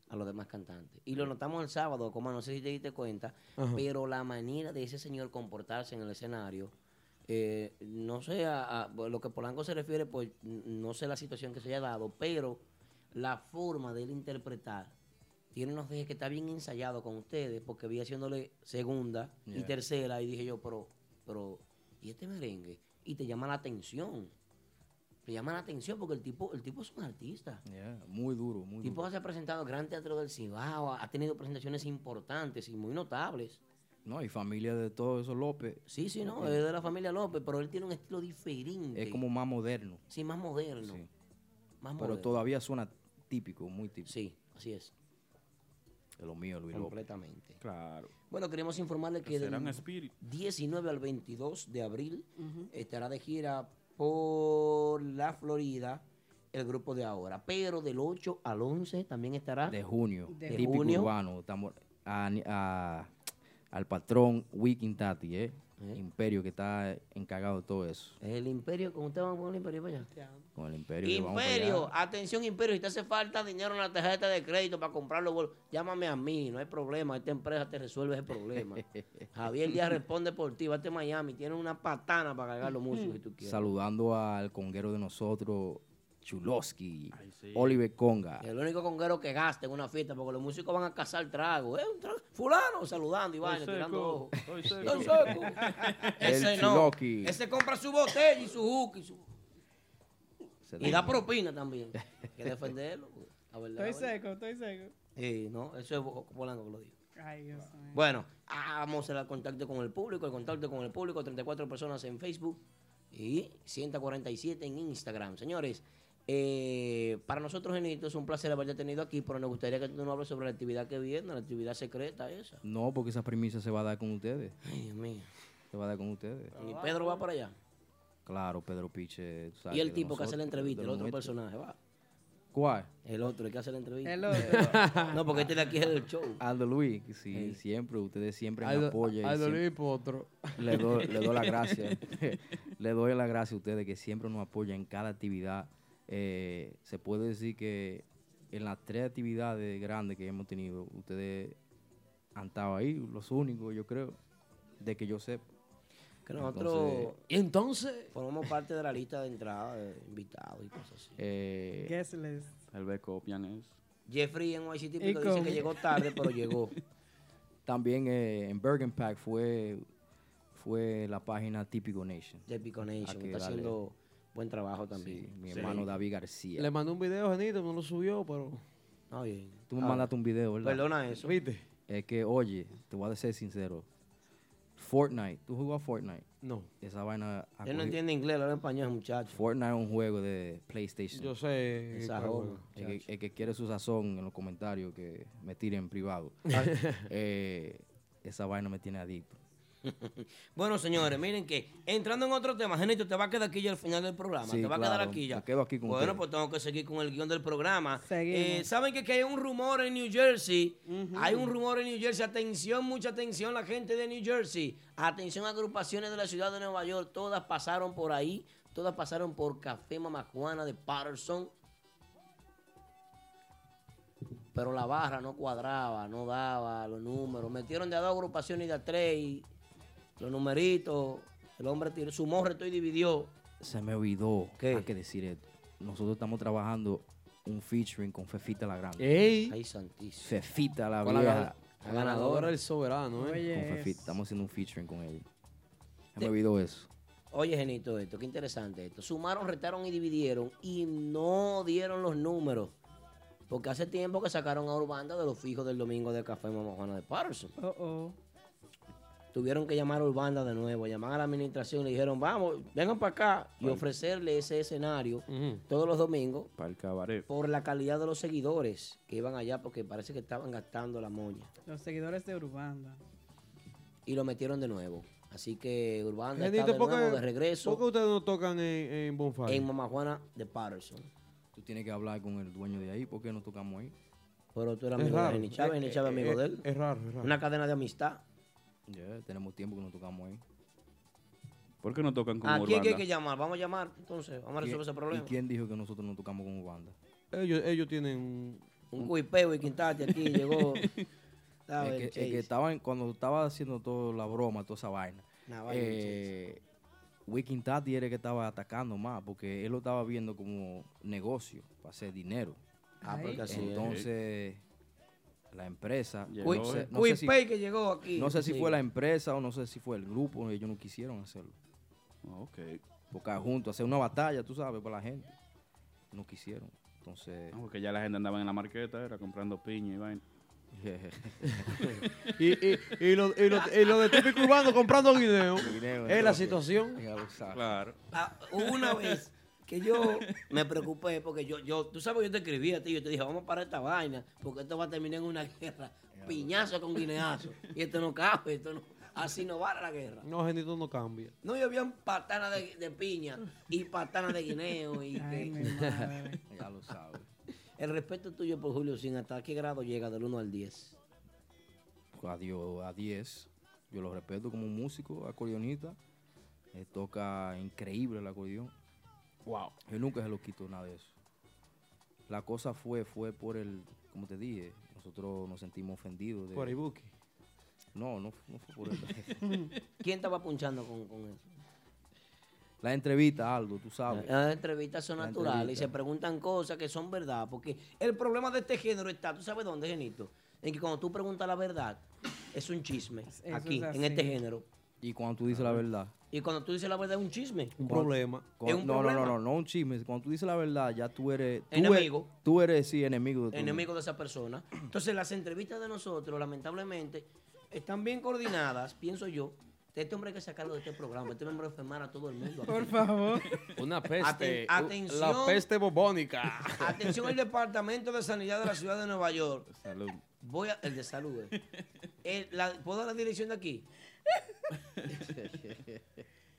a los demás cantantes. Y lo notamos el sábado, como no sé si te diste cuenta, Ajá. pero la manera de ese señor comportarse en el escenario, eh, no sé a, a lo que Polanco se refiere, pues n- no sé la situación que se haya dado, pero la forma de él interpretar tiene unos dejes que está bien ensayado con ustedes, porque vi haciéndole segunda y Yeah. tercera, y dije yo, pero, pero, ¿y este merengue? Y te llama la atención. Te llama la atención porque el tipo, el tipo es un artista. Muy duro, muy El tipo se ha presentado en Gran Teatro del Cibao, ha ha tenido presentaciones importantes y muy notables. No, y familia de todos esos López. Sí, sí, no, es de la familia López, pero él tiene un estilo diferente. Es como más moderno. Sí, más moderno. Sí. Más Pero moderno. todavía suena típico, muy típico. Sí, así es. De lo mío, Luis Completamente. Claro. Bueno, queremos informarle que Será un del 19 al 22 de abril estará de gira por la Florida el grupo de ahora, pero del 8 al 11 también estará De junio. De típico junio. urbano. Estamos a- a- al patrón Wiking Tati, ¿eh? Imperio que está encargado de todo eso. El Imperio, ¿cómo usted va con el Imperio pues. para allá? Con el Imperio. que vamos para allá. Imperio, atención Imperio, si te hace falta dinero en la tarjeta de crédito para comprar los bolos, llámame a mí, no hay problema, esta empresa te resuelve ese problema. Javier Díaz responde por ti, vete a Miami, tiene una patana para cargar los músicos si tú quieres. Saludando al conguero de nosotros, Chulosky, sí. Oliver Conga. El único conguero que gasta en una fiesta, porque los músicos van a cazar trago. ¿eh? Un trago. Fulano saludando y Estoy vaina, tirando seco, estoy ojos. seco. Estoy seco. El Ese no. Chuloqui. Ese compra su botella y su hook y, su- Se y da daña. propina también. Hay que defenderlo. pues, La verdad, Estoy la verdad. seco, estoy seco. Sí, no, eso es Bo- Polanco que lo dijo. Ay, Dios mío. Bueno, ah, vamos a hacer el contacto con el público, el contacto con el público, 34 personas en Facebook y 147 en Instagram. Señores, eh, para nosotros, Genito, es un placer haberte tenido aquí, pero nos gustaría que tú nos hables sobre la actividad que viene, la actividad secreta esa. No, porque esa premisa se va a dar con ustedes. Ay, Dios mío. Se va a dar con ustedes. Y Pedro Ah, va para allá. Claro, Pedro Piche. tú sabes Y el de tipo que hace la nosotros, entrevista, de el otro nuestro. personaje, va. ¿Cuál? El otro, el que hace la entrevista. El otro. no, porque este de aquí es el show. Aldo Luis, sí, siempre, ustedes siempre me Aldo- apoyan. y Aldo siempre- Luis Potro. Le doy, le doy la gracia. le doy la gracia a ustedes que siempre nos apoyan en cada actividad. Eh, se puede decir que en las tres actividades grandes que hemos tenido, ustedes han estado ahí, los únicos, yo creo, de que yo sepa. Que nosotros Entonces, y entonces formamos parte de la lista de entrada de invitados y cosas así. eh, Guest list. Tal vez copian eso. Jeffrey en YC Y Típico dice con- que llegó tarde, pero llegó. También eh, en Bergen Pack fue, fue la página Típico Nation. Típico Nation, que está darle- haciendo buen trabajo también. mi Sí. hermano David García. Le mandé un video, Genito, no lo subió, pero. Ah, bien. Tú me Ah, mandaste un video, ¿verdad? perdona eso. ¿Viste? Es que, oye, te voy a ser sincero. Fortnite, ¿tú jugás Fortnite? No. Esa vaina. Él no ha cogido- entiende inglés, lo habla en español, muchacho. Fortnite es un juego de PlayStation. Yo sé El cuál sajón. juego, El que, el que quiere su sazón en los comentarios, que me tire en privado. Ah. Eh, esa vaina me tiene adicto. Bueno, señores, miren que entrando en otro tema, Genito, te va a quedar aquí ya al final del programa. Sí, te va a quedar claro, aquí ya. me quedo aquí con bueno, ustedes. pues tengo que seguir con el guión del programa. Seguimos. Eh, Saben que, que hay un rumor en New Jersey. Hay un rumor en New Jersey. Atención, mucha atención, la gente de New Jersey. Atención, agrupaciones de la ciudad de Nueva York. Todas pasaron por ahí. Todas pasaron por Café Mamajuana de Patterson. Pero la barra no cuadraba, no daba los números. Metieron de a dos agrupaciones y de a tres. y los numeritos. El hombre tiró su morreto y dividió. Se me olvidó. Hay que decir esto. Nosotros estamos trabajando un featuring con Fefita la Grande. ¡Ey! Ay, santísimo. Fefita la Con la vieja. gan- la ganadora del soberano, ¿eh? Oye, Con es- Fefita. Estamos haciendo un featuring con ella. Se me olvidó eso. Oye, Genito, esto, qué interesante esto. Sumaron, retaron y dividieron y no dieron los números. Porque hace tiempo que sacaron a Urbanda de los fijos del domingo de Café Mamá Juana de Patterson. Oh, oh. Tuvieron que llamar a Urbanda de nuevo, llamaron a la administración y le dijeron, vamos, vengan para acá y ofrecerle ese escenario todos los domingos Para el cabaret. por la calidad de los seguidores que iban allá porque parece que estaban gastando la moña. Los seguidores de Urbanda. Y lo metieron de nuevo. Así que Urbanda Genito, está de ¿por qué- nuevo de regreso ¿Por qué ustedes no tocan en, en Bonfire? en Mamá Juana de Patterson. Tú tienes que hablar con el dueño de ahí. ¿Por qué no tocamos ahí? Pero tú eras Es amigo de raro. Jenny Chávez, Eh, Jenny Chávez eh, amigo eh, de él. es raro, es raro. Una cadena de amistad. Ya, tenemos tiempo que no tocamos ahí. ¿Por qué no tocan con ¿A quién Urbanda? hay que llamar? Vamos a llamar, entonces, vamos a resolver ese ¿Y problema. quién dijo que nosotros no tocamos con Urbanda? Ellos, ellos tienen un... Un cuipeo y quintate aquí, llegó. El que, el que estaban, cuando estaba haciendo toda la broma, toda esa vaina. Una vaina, eh, Wiking Tati era el que estaba atacando más, porque él lo estaba viendo como negocio, para hacer dinero. Ah, Ay. porque así es. Entonces, la empresa. Llegó, no sé- eh. no sé si- Cuipey que llegó aquí. No sé si Sí. fue la empresa o no sé si fue el grupo, ellos no quisieron hacerlo. Ok. Porque juntos, hacer una batalla, tú sabes, para la gente. No quisieron. Entonces. Ah, Porque ya la gente andaba en la marqueta, era comprando piña y vaina. Y, y, y, lo, y, lo, y lo de típico urbano comprando guineo. Guineo, es la entonces. situación. Claro. Ah, hubo una vez que yo me preocupé porque yo, yo, tú sabes, yo te escribí a ti, yo te dije, vamos para esta vaina, porque esto va a terminar en una guerra, piñazo con guineazo, y esto no cabe, esto no, así no va la guerra. No, Genito no cambia. No, y habían patanas de, de piña y patanas de guineo y Ay, que- mi madre. Ya lo sabes. El respeto tuyo por Julio Sin, ¿hasta qué grado llega del 1 al 10? a Dios, a 10. Yo lo respeto como músico, acordeonista. Eh, toca increíble el acordeón. Wow. Yo nunca se lo quito nada de eso. La cosa fue, fue por el, como te dije, nosotros nos sentimos ofendidos. De, Por Ibuki. No, no, fu- no fue por eso. ¿Quién estaba punchando con, con eso? la entrevista, Aldo, tú sabes. Las entrevistas son Ah, La naturales y se entrevista. preguntan cosas que son verdad, porque el problema de este género está, ¿tú sabes dónde, Genito? En que cuando tú preguntas la verdad, es un chisme es aquí, en así. este género. Y cuando tú dices la verdad. Y cuando tú dices la verdad, es un chisme. Cuando- Es cuando- un no, problema. no, no, no, no un chisme. Cuando tú dices la verdad, ya tú eres. Tú Enemigo. Eres, tú eres, sí, enemigo de tu- enemigo de esa persona. Entonces, las entrevistas de nosotros, lamentablemente, están bien coordinadas, pienso yo. Este hombre hay que sacarlo de este programa. Este hombre va a enfermar a todo el mundo. aquí. Por favor. Una peste, Aten- u- atención. la peste peste bubónica. Atención al Departamento de Sanidad de la Ciudad de Nueva York. Salud. Voy a, el de salud. eh. El- la- ¿Puedo dar la dirección de aquí?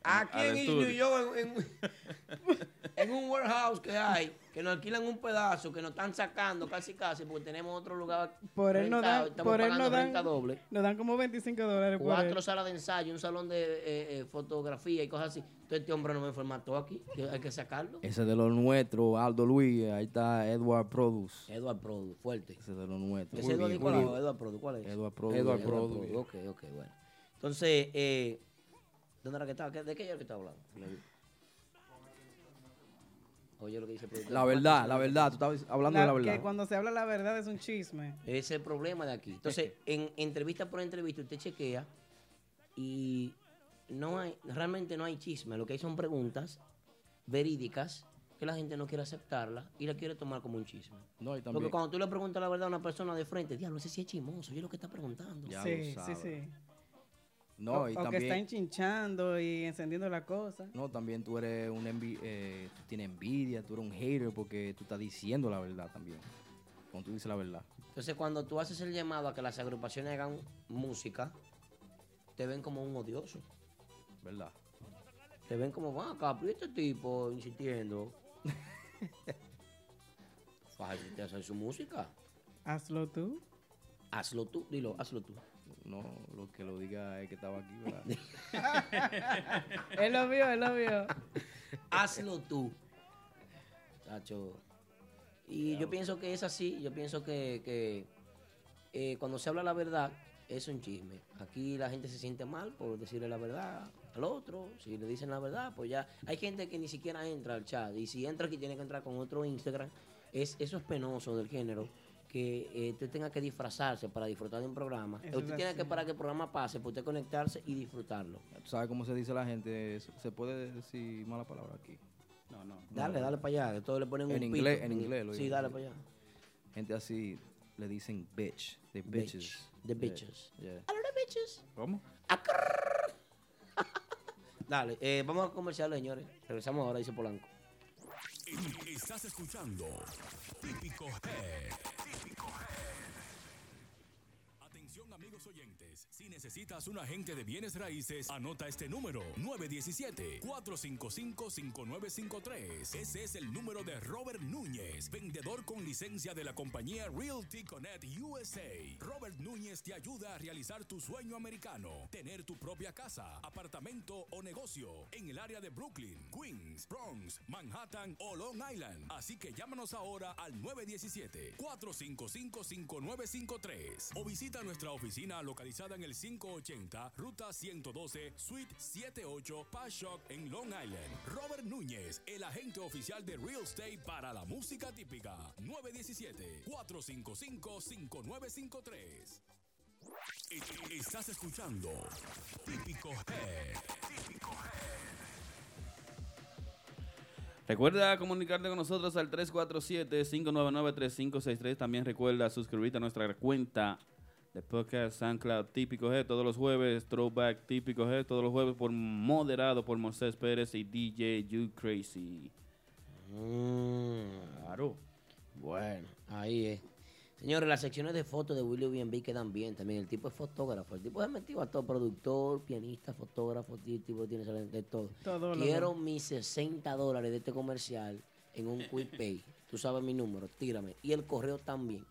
Aquí Al en East estudio. New York, en, en- en un warehouse que hay, que nos alquilan un pedazo, que nos están sacando casi casi, porque tenemos otro lugar. Por él no rentado, dan, estamos por él pagando no dan, renta doble. nos dan como 25 dólares por él. Cuatro salas de ensayo, un salón de eh, eh, fotografía y cosas así. Entonces este hombre no me informa todo aquí, que hay que sacarlo. Ese es de los nuestros, Aldo Luis. Ahí está Edward Produce. Edward Produce, fuerte. Ese es de los nuestros. Ese Edward Nicolau, Edward Produce, ¿cuál es? Edward Produce. Edward Produce, ok, ok, bueno. Entonces, eh, ¿dónde era que estaba? ¿De qué era que estaba hablando? Oye lo que dice el productor. La verdad, la verdad. Tú estabas hablando de la Que verdad. cuando se habla la verdad es un chisme. Ese es el problema de aquí. Entonces, en entrevista por entrevista, usted chequea y no hay, realmente no hay chisme. Lo que hay son preguntas verídicas que la gente no quiere aceptarla y la quiere tomar como un chisme. No, y Porque también. cuando tú le preguntas la verdad a una persona de frente, diablo, ese sí es chismoso, oye lo que está preguntando. Ya sí, lo sí, sabes. sí. No, o, y o que también. está enchinchando y encendiendo la cosa. No, también tú eres un envi- eh, tú tienes envidia, tú eres un hater porque tú estás diciendo la verdad también. Cuando tú dices la verdad. Entonces, cuando tú haces el llamado a que las agrupaciones hagan música, te ven como un odioso. ¿Verdad? Te ven como, va acá, pero este tipo insistiendo. Fácil te hacer su música. Hazlo tú. Hazlo tú, dilo, hazlo tú. No, lo que lo diga es que estaba aquí, ¿verdad? él lo vio, él lo vio. hazlo tú. Chacho. Y yo pienso que es así, yo pienso que, que, eh, cuando se habla la verdad, es un chisme. Aquí la gente se siente mal por decirle la verdad al otro, si le dicen la verdad, pues ya hay gente que ni siquiera entra al chat y si entra aquí tiene que entrar con otro Instagram. Es, eso es penoso del género, que eh, usted tenga que disfrazarse para disfrutar de un programa. Eso usted es tiene que así. para que el programa pase, para usted conectarse y disfrutarlo. Tú sabes cómo se dice la gente. ¿Se se puede decir mala palabra aquí? No, no. Dale, dale para allá, que todos le ponen en un inglés, pito. En inglés lo Sí, digo. dale para allá. Gente así le dicen bitch. The Bitch, bitches. the bitches. Yeah, yeah. A los bitches. ¿Cómo? Dale, eh, vamos a comerciales, señores. Regresamos ahora, dice Polanco. Estás escuchando Típico Head. Típico Head. Atención. Atención amigos oyentes, si necesitas un agente de bienes raíces, anota este número 917-455-5953. Ese es el número de Robert Núñez, vendedor con licencia de la compañía Realty Connect USA. Robert Núñez te ayuda a realizar tu sueño americano, tener tu propia casa, apartamento o negocio en el área de Brooklyn, Queens, Bronx, Manhattan o Long Island. Así que llámanos ahora al 917-455-5953 o visita nuestra oficina localizada en el 580 Ruta 112 Suite 78 Pashock en Long Island. Robert Núñez, el agente oficial de Real Estate para la música típica. 917-455-5953. E- Estás escuchando Típico Head. Recuerda comunicarte con nosotros al 347-599-3563. También recuerda suscribirte a nuestra cuenta de podcast SoundCloud Típico G todos los jueves, Throwback Típico G todos los jueves por moderado por Moisés Pérez y DJ You Crazy. Claro. Bueno, ahí es. Señores, las secciones de fotos de Willy B&B quedan bien también. El tipo es fotógrafo. El tipo se metido a todo. Productor, pianista, fotógrafo. El tipo tiene salen de todo. Todo lo- Quiero mis 60 dólares de este comercial en un quick pay. Tú sabes mi número, tírame. Y el correo también.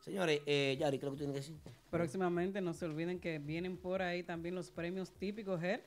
Señores, eh, Yari, ¿qué es lo que tú tienes que decir? Próximamente no se olviden que vienen por ahí también los premios típicos GER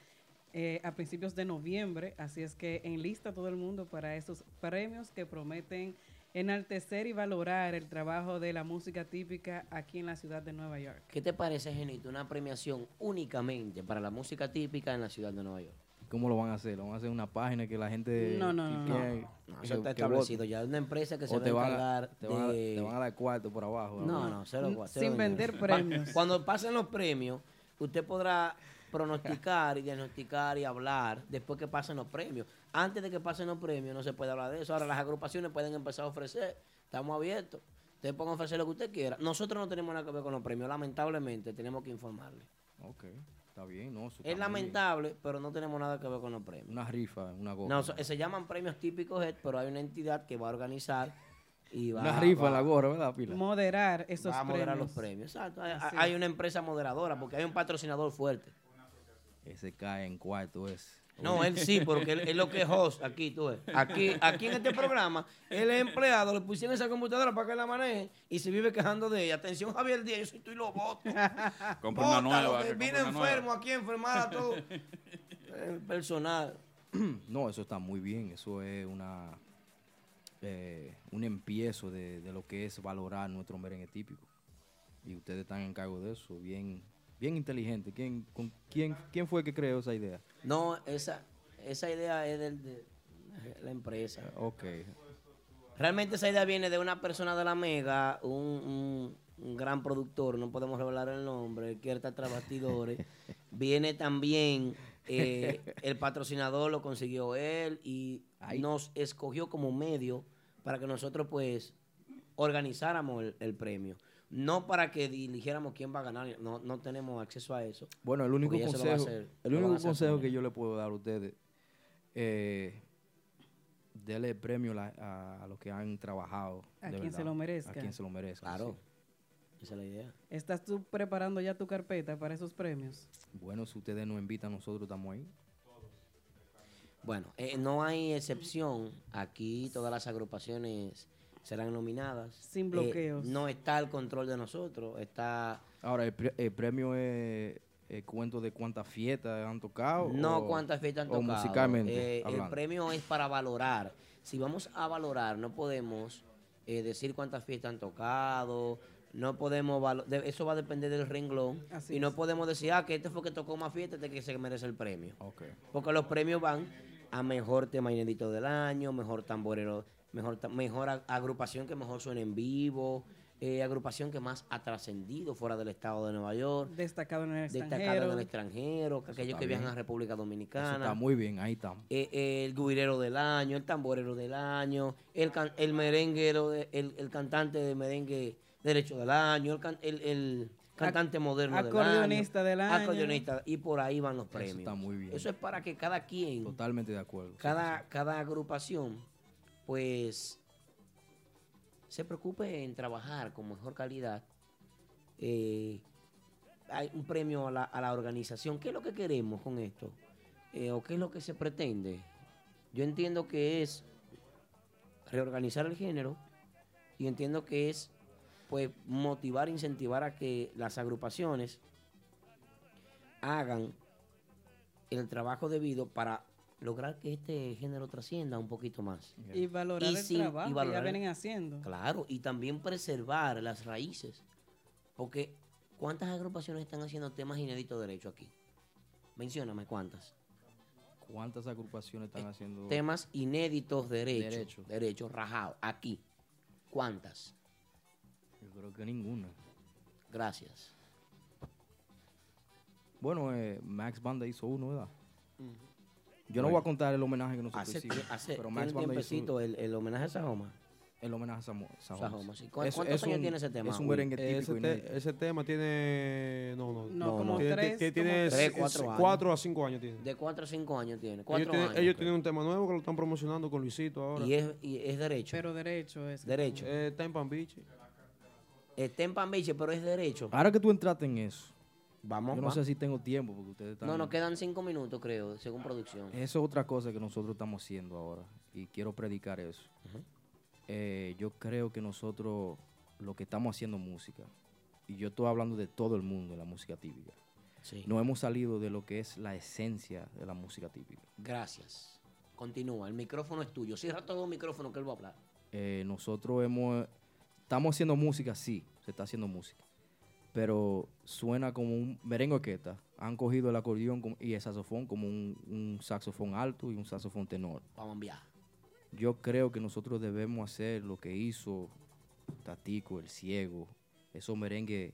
eh, a principios de noviembre, así es que enlista todo el mundo para esos premios que prometen enaltecer y valorar el trabajo de la música típica aquí en la ciudad de Nueva York. ¿Qué te parece, Genito, una premiación únicamente para la música típica en la ciudad de Nueva York? ¿Cómo lo van a hacer? ¿Lo van a hacer en una página que la gente... No, no, no, que- no, no, eso que- está que vote? establecido ya. Una empresa que se O va te a van encargar Te van a, de- te van a dar cuarto por abajo. No, no, cero Sin cuatro, cero vender dinero. premios. Pa- Cuando pasen los premios, usted podrá pronosticar y diagnosticar y hablar después que pasen los premios. Antes de que pasen los premios no se puede hablar de eso. Ahora las agrupaciones pueden empezar a ofrecer. Estamos abiertos. Usted puede ofrecer lo que usted quiera. Nosotros no tenemos nada que ver con los premios. Lamentablemente tenemos que informarle. Ok, está bien. No, eso está Es muy lamentable, pero no tenemos nada que ver con los premios. bien. Una rifa, una gorra. No, so- se llaman premios típicos, Ed, pero hay una entidad que va a organizar y va una rifa, va- la gorra, ¿verdad, Pila? Moderar esos va a moderar premios. los premios. Exacto. Hay, Así hay es. una empresa moderadora porque hay un patrocinador fuerte. Ese cae en cuarto, es. No, él sí, porque él, él lo que es host aquí, tú ves. Aquí, aquí en este programa, él es empleado, le pusieron esa computadora para que la maneje y se vive quejando de ella. Atención, Javier Díaz, yo soy tú y lo voto. Compra una Bótalo, nueva, que que Vine compra una enfermo aquí Eh, a enfermar a todo el personal. No, eso está muy bien. Eso es una eh, un empiezo de, de lo que es valorar nuestro merengue típico. Y ustedes están en cargo de eso, bien, bien inteligente. ¿Quién, con, quién, quién fue que creó esa idea? No, esa, esa idea es del- de la empresa. Ok. Realmente esa idea viene de una persona de la Mega, un, un- un gran productor, no podemos revelar el nombre, que está tras bastidores. viene también eh, el patrocinador, lo consiguió él y nos escogió como medio para que nosotros pues organizáramos el, el premio. No para que dirigiéramos quién va a ganar, no, no tenemos acceso a eso. Bueno, el único Porque eso lo va a consejo, hacer- el lo van a único hacer consejo también. que yo le puedo dar a ustedes, eh, dele el premio la- a, a los que han trabajado. A de quien se verdad. lo merezca. A quien se lo merezca. Claro. Esa es la idea. ¿Estás tú preparando ya tu carpeta para esos premios? Bueno, si ustedes nos invitan, nosotros estamos ahí. Bueno, eh, no hay excepción. Aquí todas las agrupaciones serán nominadas. Sin Eh, bloqueos. no está el control de nosotros. Está Ahora, el, pre- el premio es el cuento de cuántas fiestas han tocado. no o- cuántas fiestas han O tocado. Oh, musicalmente. Eh, el hablando. premio es para valorar. Si vamos a valorar, no podemos eh, decir cuántas fiestas han tocado. No podemos valo- de- eso va a depender del renglón Así y no es. podemos decir ah que este fue que tocó más fiestas este que se merece el premio. Ok. Porque los premios van a mejor tema inédito del año, mejor tamborero, mejor, ta- mejor a- agrupación que mejor suena en vivo, eh, agrupación que más ha trascendido fuera del estado de Nueva York, Destacado en el destacada en el extranjero. extranjero, que aquellos está que viajan bien. a República Dominicana. Eso está muy bien, ahí estamos. Eh, eh, el guirero del año, el tamborero del año, el, can- el merenguero, de- el, el cantante de merengue derecho del año, el, can- el- el cantante moderno del año, acordeonista del año. acordeonista, y por ahí van los Eso premios. está muy bien. Eso es para que cada quien, Totalmente de acuerdo. cada, cada agrupación, pues se preocupe en trabajar con mejor calidad eh, hay un premio a la, a la organización. ¿Qué es lo que queremos con esto? Eh, ¿O qué es lo que se pretende? Yo entiendo que es reorganizar el género y entiendo que es pues motivar, incentivar a que las agrupaciones hagan el trabajo debido para lograr que este género trascienda un poquito más. Y valorar el sin- trabajo que ya valorar- vienen haciendo. Claro, y también preservar las raíces. Porque, ¿cuántas agrupaciones están haciendo temas inéditos de derecho aquí? Mencióname cuántas. ¿Cuántas agrupaciones Eh, están haciendo? Temas inéditos de derecho. Derecho. Derecho, rajado, aquí. ¿Cuántas? Yo creo que ninguna. Gracias. Bueno, eh, Max Banda hizo uno, ¿verdad? Yo no voy a contar el homenaje que nosotros Hace- hicimos. hace- pero tiene Max Banda tiempecito hizo el, el homenaje a Sajoma. el homenaje a Samo- Sajoma. Sajoma, sí. ¿Cu- cuántos años tiene ese tema, Es un Will? merengue Eh, típico ese, inédito. te- ese tema tiene. No, no. No, como tiene, tres, tiene- como tiene tres, c- cuatro c- años. cuatro a cinco años. Tiene. De 4 a 5 años tiene. Ellos, 4 tienen, años. ellos tienen un tema nuevo que lo están promocionando con Luisito ahora. Y es, y es derecho. Pero derecho es. Derecho. Eh, está en Pan Beach. Está en Pan Beach, pero es derecho. Ahora que tú entraste en eso. Vamos. Yo no va. sé si tengo tiempo porque ustedes están. No, nos quedan 5 minutos, creo, según producción. Eso es otra cosa que nosotros estamos haciendo ahora y quiero predicar eso. Eh, yo creo que nosotros lo que estamos haciendo es música y yo estoy hablando de todo el mundo de la música típica. Sí. No hemos salido de lo que es la esencia de la música típica. Gracias. Continúa, el micrófono es tuyo. Cierra todo el micrófono que él va a hablar. Eh, nosotros hemos estamos haciendo música, sí, se está haciendo música, pero suena como un merengue orquesta. Han cogido el acordeón como- y el saxofón como un, un saxofón alto y un saxofón tenor. Vamos a enviar. Yo creo que nosotros debemos hacer lo que hizo Tatico, el ciego, esos merengue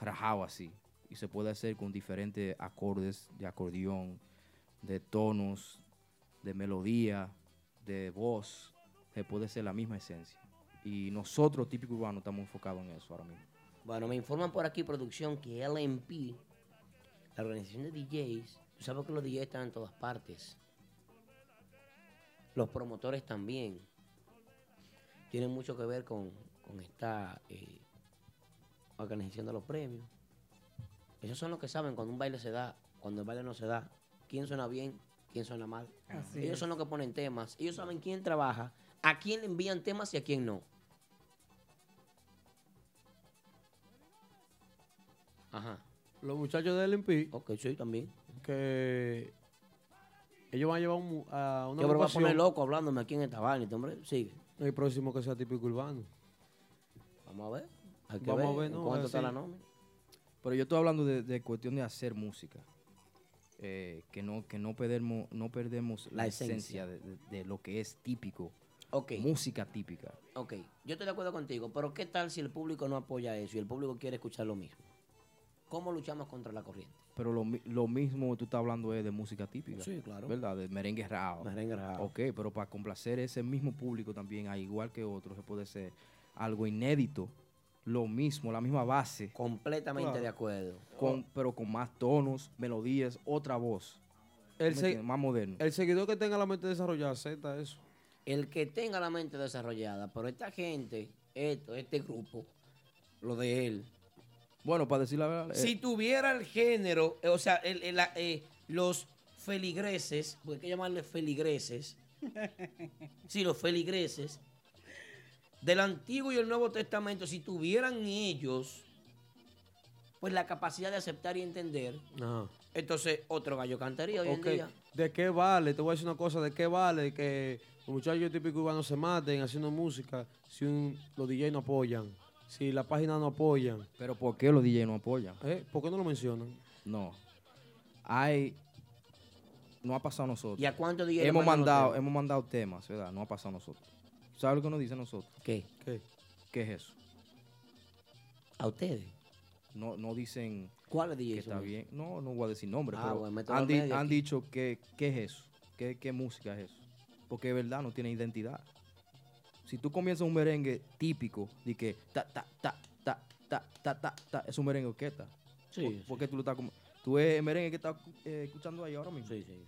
rajado así. Y se puede hacer con diferentes acordes de acordeón, de tonos, de melodía, de voz. Se puede hacer la misma esencia. Y nosotros, típico urbano, estamos enfocados en eso ahora mismo. Bueno, me informan por aquí, producción, que LMP, la organización de DJs, tú sabes que los DJs están en todas partes. Los promotores también. Tienen mucho que ver con, con esta eh, organización de los premios. Ellos son los que saben cuando un baile se da, cuando el baile no se da, quién suena bien, quién suena mal. Así ellos es. son los que ponen temas, ellos saben quién trabaja, a quién le envían temas y a quién no. Ajá. Los muchachos del LMP. Ok, sí, también. Que ellos van a llevar un mu- a una Yo me voy a agrupación poner loco hablándome aquí en esta vaina, este hombre. Sigue. El próximo que sea típico urbano. Vamos a ver. Hay que Vamos a ver ver, en ¿no? cuánto está Sí. la nómina. Pero yo estoy hablando de, de cuestión de hacer música. Eh, que no, que no perdemos, no perdemos la, La esencia, esencia. de, de- de lo que es típico. Ok. Música típica. Ok, yo estoy de acuerdo contigo, pero ¿qué tal si el público no apoya eso y el público quiere escuchar lo mismo? ¿Cómo luchamos contra la corriente? Pero lo, mi- lo mismo que tú estás hablando es de música típica. Sí, claro. ¿Verdad? De merengue rao. Merengue rao. Ok, pero para complacer ese mismo público también, al igual que otros, se puede ser algo inédito, lo mismo, la misma base. Completamente Claro. de acuerdo. Con- pero con más tonos, melodías, otra voz. El ¿Me se- entiendes? más moderno. El seguidor que tenga la mente desarrollada, acepta eso. El que tenga la mente desarrollada, pero esta gente, esto, este grupo, lo de él. Bueno, para decir la verdad. eh, Si tuviera el género, eh, o sea, el- el- la- eh, los feligreses, porque hay que llamarle feligreses, si los feligreses del Antiguo y el Nuevo Testamento, si tuvieran ellos, pues la capacidad de aceptar y entender, entonces otro gallo cantaría hoy Ok, en día. ¿De qué vale? Te voy a decir una cosa. ¿De qué vale que los muchachos típicos urbanos se maten haciendo música si un- los DJ no apoyan? Si la página no apoyan. Pero ¿por qué los DJ no apoyan? ¿Eh? ¿Por qué no lo mencionan? No. Hay. No ha pasado a nosotros. ¿Y a cuántos DJ le Hemos mandan los mandado, temas? hemos mandado temas, ¿verdad? No ha pasado a nosotros. ¿Sabes lo que nos dicen a nosotros? ¿Qué? ¿Qué? es eso? A ustedes. No, no dicen. ¿Cuáles DJ Que está son? bien. No, no voy a decir nombre, Ah, pero bueno, mételo han, al di- medio han aquí. dicho que, qué es eso, ¿Qué, qué música es eso. Porque de verdad no tiene identidad. Si tú comienzas un merengue típico, de que ta, ta, ta, ta, ta, ta, ta, ta, es un merengue orquesta. Sí, ¿Por, sí. por qué tú lo estás com- Tú es el merengue que estás eh, escuchando ahí ahora mismo. Sí, sí.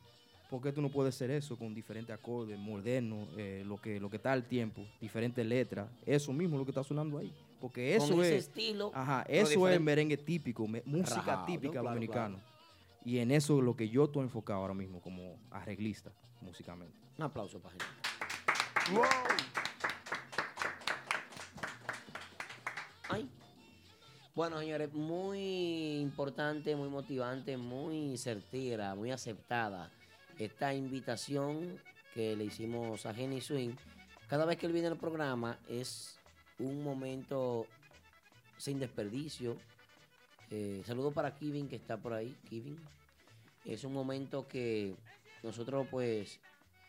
¿Por qué tú no puedes hacer eso con diferentes acordes, modernos, eh, lo, que, lo que está al tiempo, diferentes letras? Eso mismo es lo que está sonando ahí. Porque Con eso ese es. estilo, Ajá, pero eso es diferente. merengue típico, me- música Rajado, típica claro, dominicana. Y en eso es lo que yo estoy enfocado ahora mismo como arreglista musicalmente. Un aplauso para Henry. Ay. Bueno, señores, muy importante, muy motivante, muy certera, muy aceptada esta invitación que le hicimos a Jenny Swing. Cada vez que él viene al programa es un momento sin desperdicio. Eh, saludo para Kevin que está por ahí. Kevin, es un momento que nosotros pues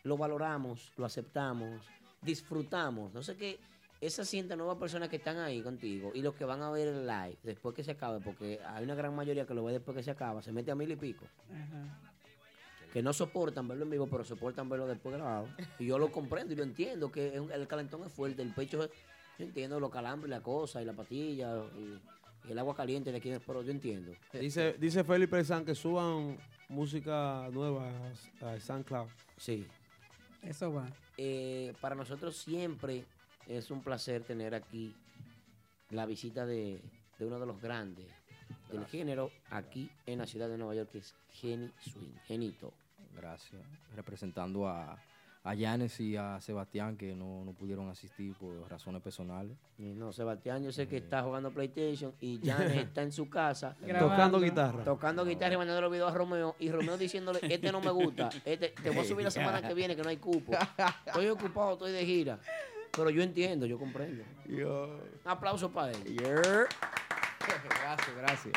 lo valoramos, lo aceptamos, disfrutamos. No sé qué, esas 100 nuevas personas que están ahí contigo y los que van a ver el live después que se acabe, porque hay una gran mayoría que lo ve después que se acaba, se mete a mil y pico, que no soportan verlo en vivo, pero soportan verlo después grabado. Y yo lo comprendo y lo entiendo, que es un- el calentón es fuerte, el pecho es- yo entiendo los calambres, la cosa, y la patilla, y, y el agua caliente de aquí en el yo entiendo. Dice, dice Felipe San que suban música nueva a SoundCloud. Sí. Eso va. Eh, para nosotros siempre es un placer tener aquí la visita de, de uno de los grandes del género aquí en la ciudad de Nueva York, que es Jenny Swing. Genito. Gracias. Representando a, a Yanes y a Sebastián que no, no pudieron asistir por razones personales. No, Sebastián, yo Eh. sé que está jugando PlayStation y Janet está en su casa Grabando. Tocando guitarra. Tocando guitarra y mandando los videos a Romeo. Y Romeo diciéndole: Este no me gusta, este, te voy a subir la semana que viene que no hay cupo. Estoy ocupado, estoy de gira. Pero yo entiendo, yo comprendo. Un aplauso para él. gracias, gracias.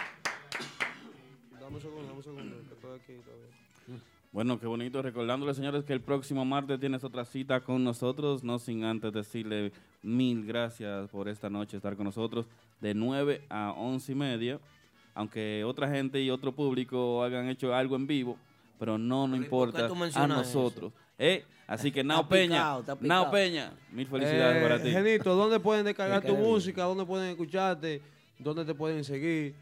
Dame un segundo, dame un segundo, que estoy aquí todavía. Bueno, qué bonito. Recordándoles, señores, que el próximo martes tienes otra cita con nosotros. No sin antes decirle mil gracias por esta noche estar con nosotros de 9 a 11 y media. Aunque otra gente y otro público hayan hecho algo en vivo, pero no nos por qué importa tú a mencionas nosotros. ¿Eh? Así que, Nao Está picado, Peña, está Nao picado. Peña, mil felicidades Eh, para ti. Genito, ¿dónde pueden descargar Me tu cae bien. música? ¿Dónde pueden escucharte? ¿Dónde te pueden seguir?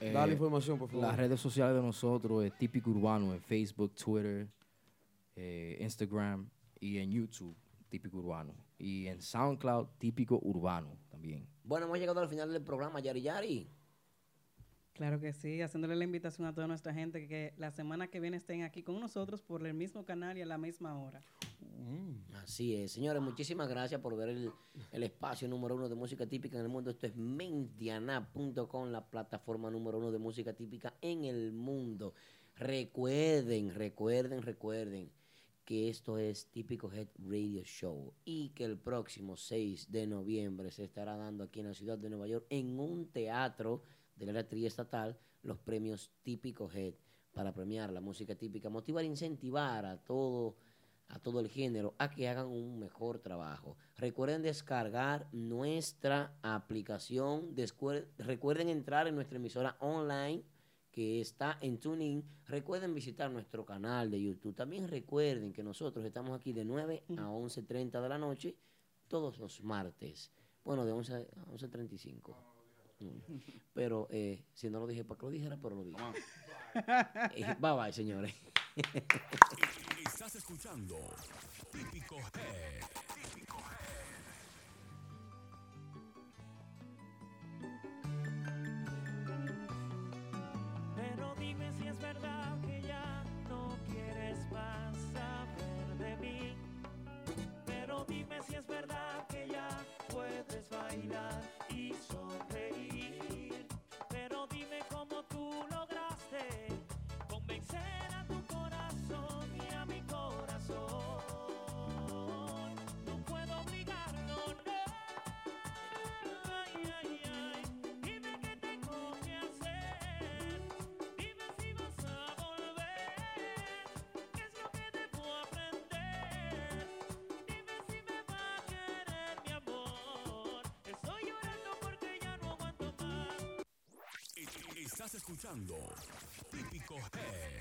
Dale Eh, información, por favor. Las redes sociales de nosotros es Típico Urbano en Facebook, Twitter, eh, Instagram y en YouTube, Típico Urbano. Y en SoundCloud, Típico Urbano también. Bueno, hemos llegado al final del programa, Yari Yari. Claro que sí, haciéndole la invitación a toda nuestra gente que la semana que viene estén aquí con nosotros por el mismo canal y a la misma hora. Mm, Así es, señores, muchísimas gracias por ver el, el espacio número uno de música típica en el mundo. Esto es mentiana.com, la plataforma número uno de música típica en el mundo. Recuerden, recuerden, recuerden que esto es Típico Head Radio Show y que el próximo 6 de noviembre se estará dando aquí en la ciudad de Nueva York en un teatro de la área triestatal los premios Típico Head para premiar la música típica, motivar e incentivar a todo a todo el género a que hagan un mejor trabajo. Recuerden descargar nuestra aplicación, descuer- recuerden entrar en nuestra emisora online que está en TuneIn, recuerden visitar nuestro canal de YouTube. También recuerden que nosotros estamos aquí de 9 a 11.30 de la noche todos los martes. Bueno, de 11 a 11.35. Mm. Pero eh, si no lo dije, ¿para que lo dijera? Pero lo dije. Eh, Bye bye, señores. Estás escuchando Típico Head. Típico Head. Pero dime si es verdad que ya no quieres más saber de mí. Pero dime si es verdad que ya puedes bailar y sonreír. Pero dime cómo tú lograste convencer a tu corazón y a mi corazón. No puedo obligarlo, no. Ay, ay, ay. Dime qué tengo que hacer. Dime si vas a volver. ¿Qué es lo que debo aprender? Dime si me va a querer mi amor. Estoy llorando porque ya no aguanto más. Estás escuchando Típico Head.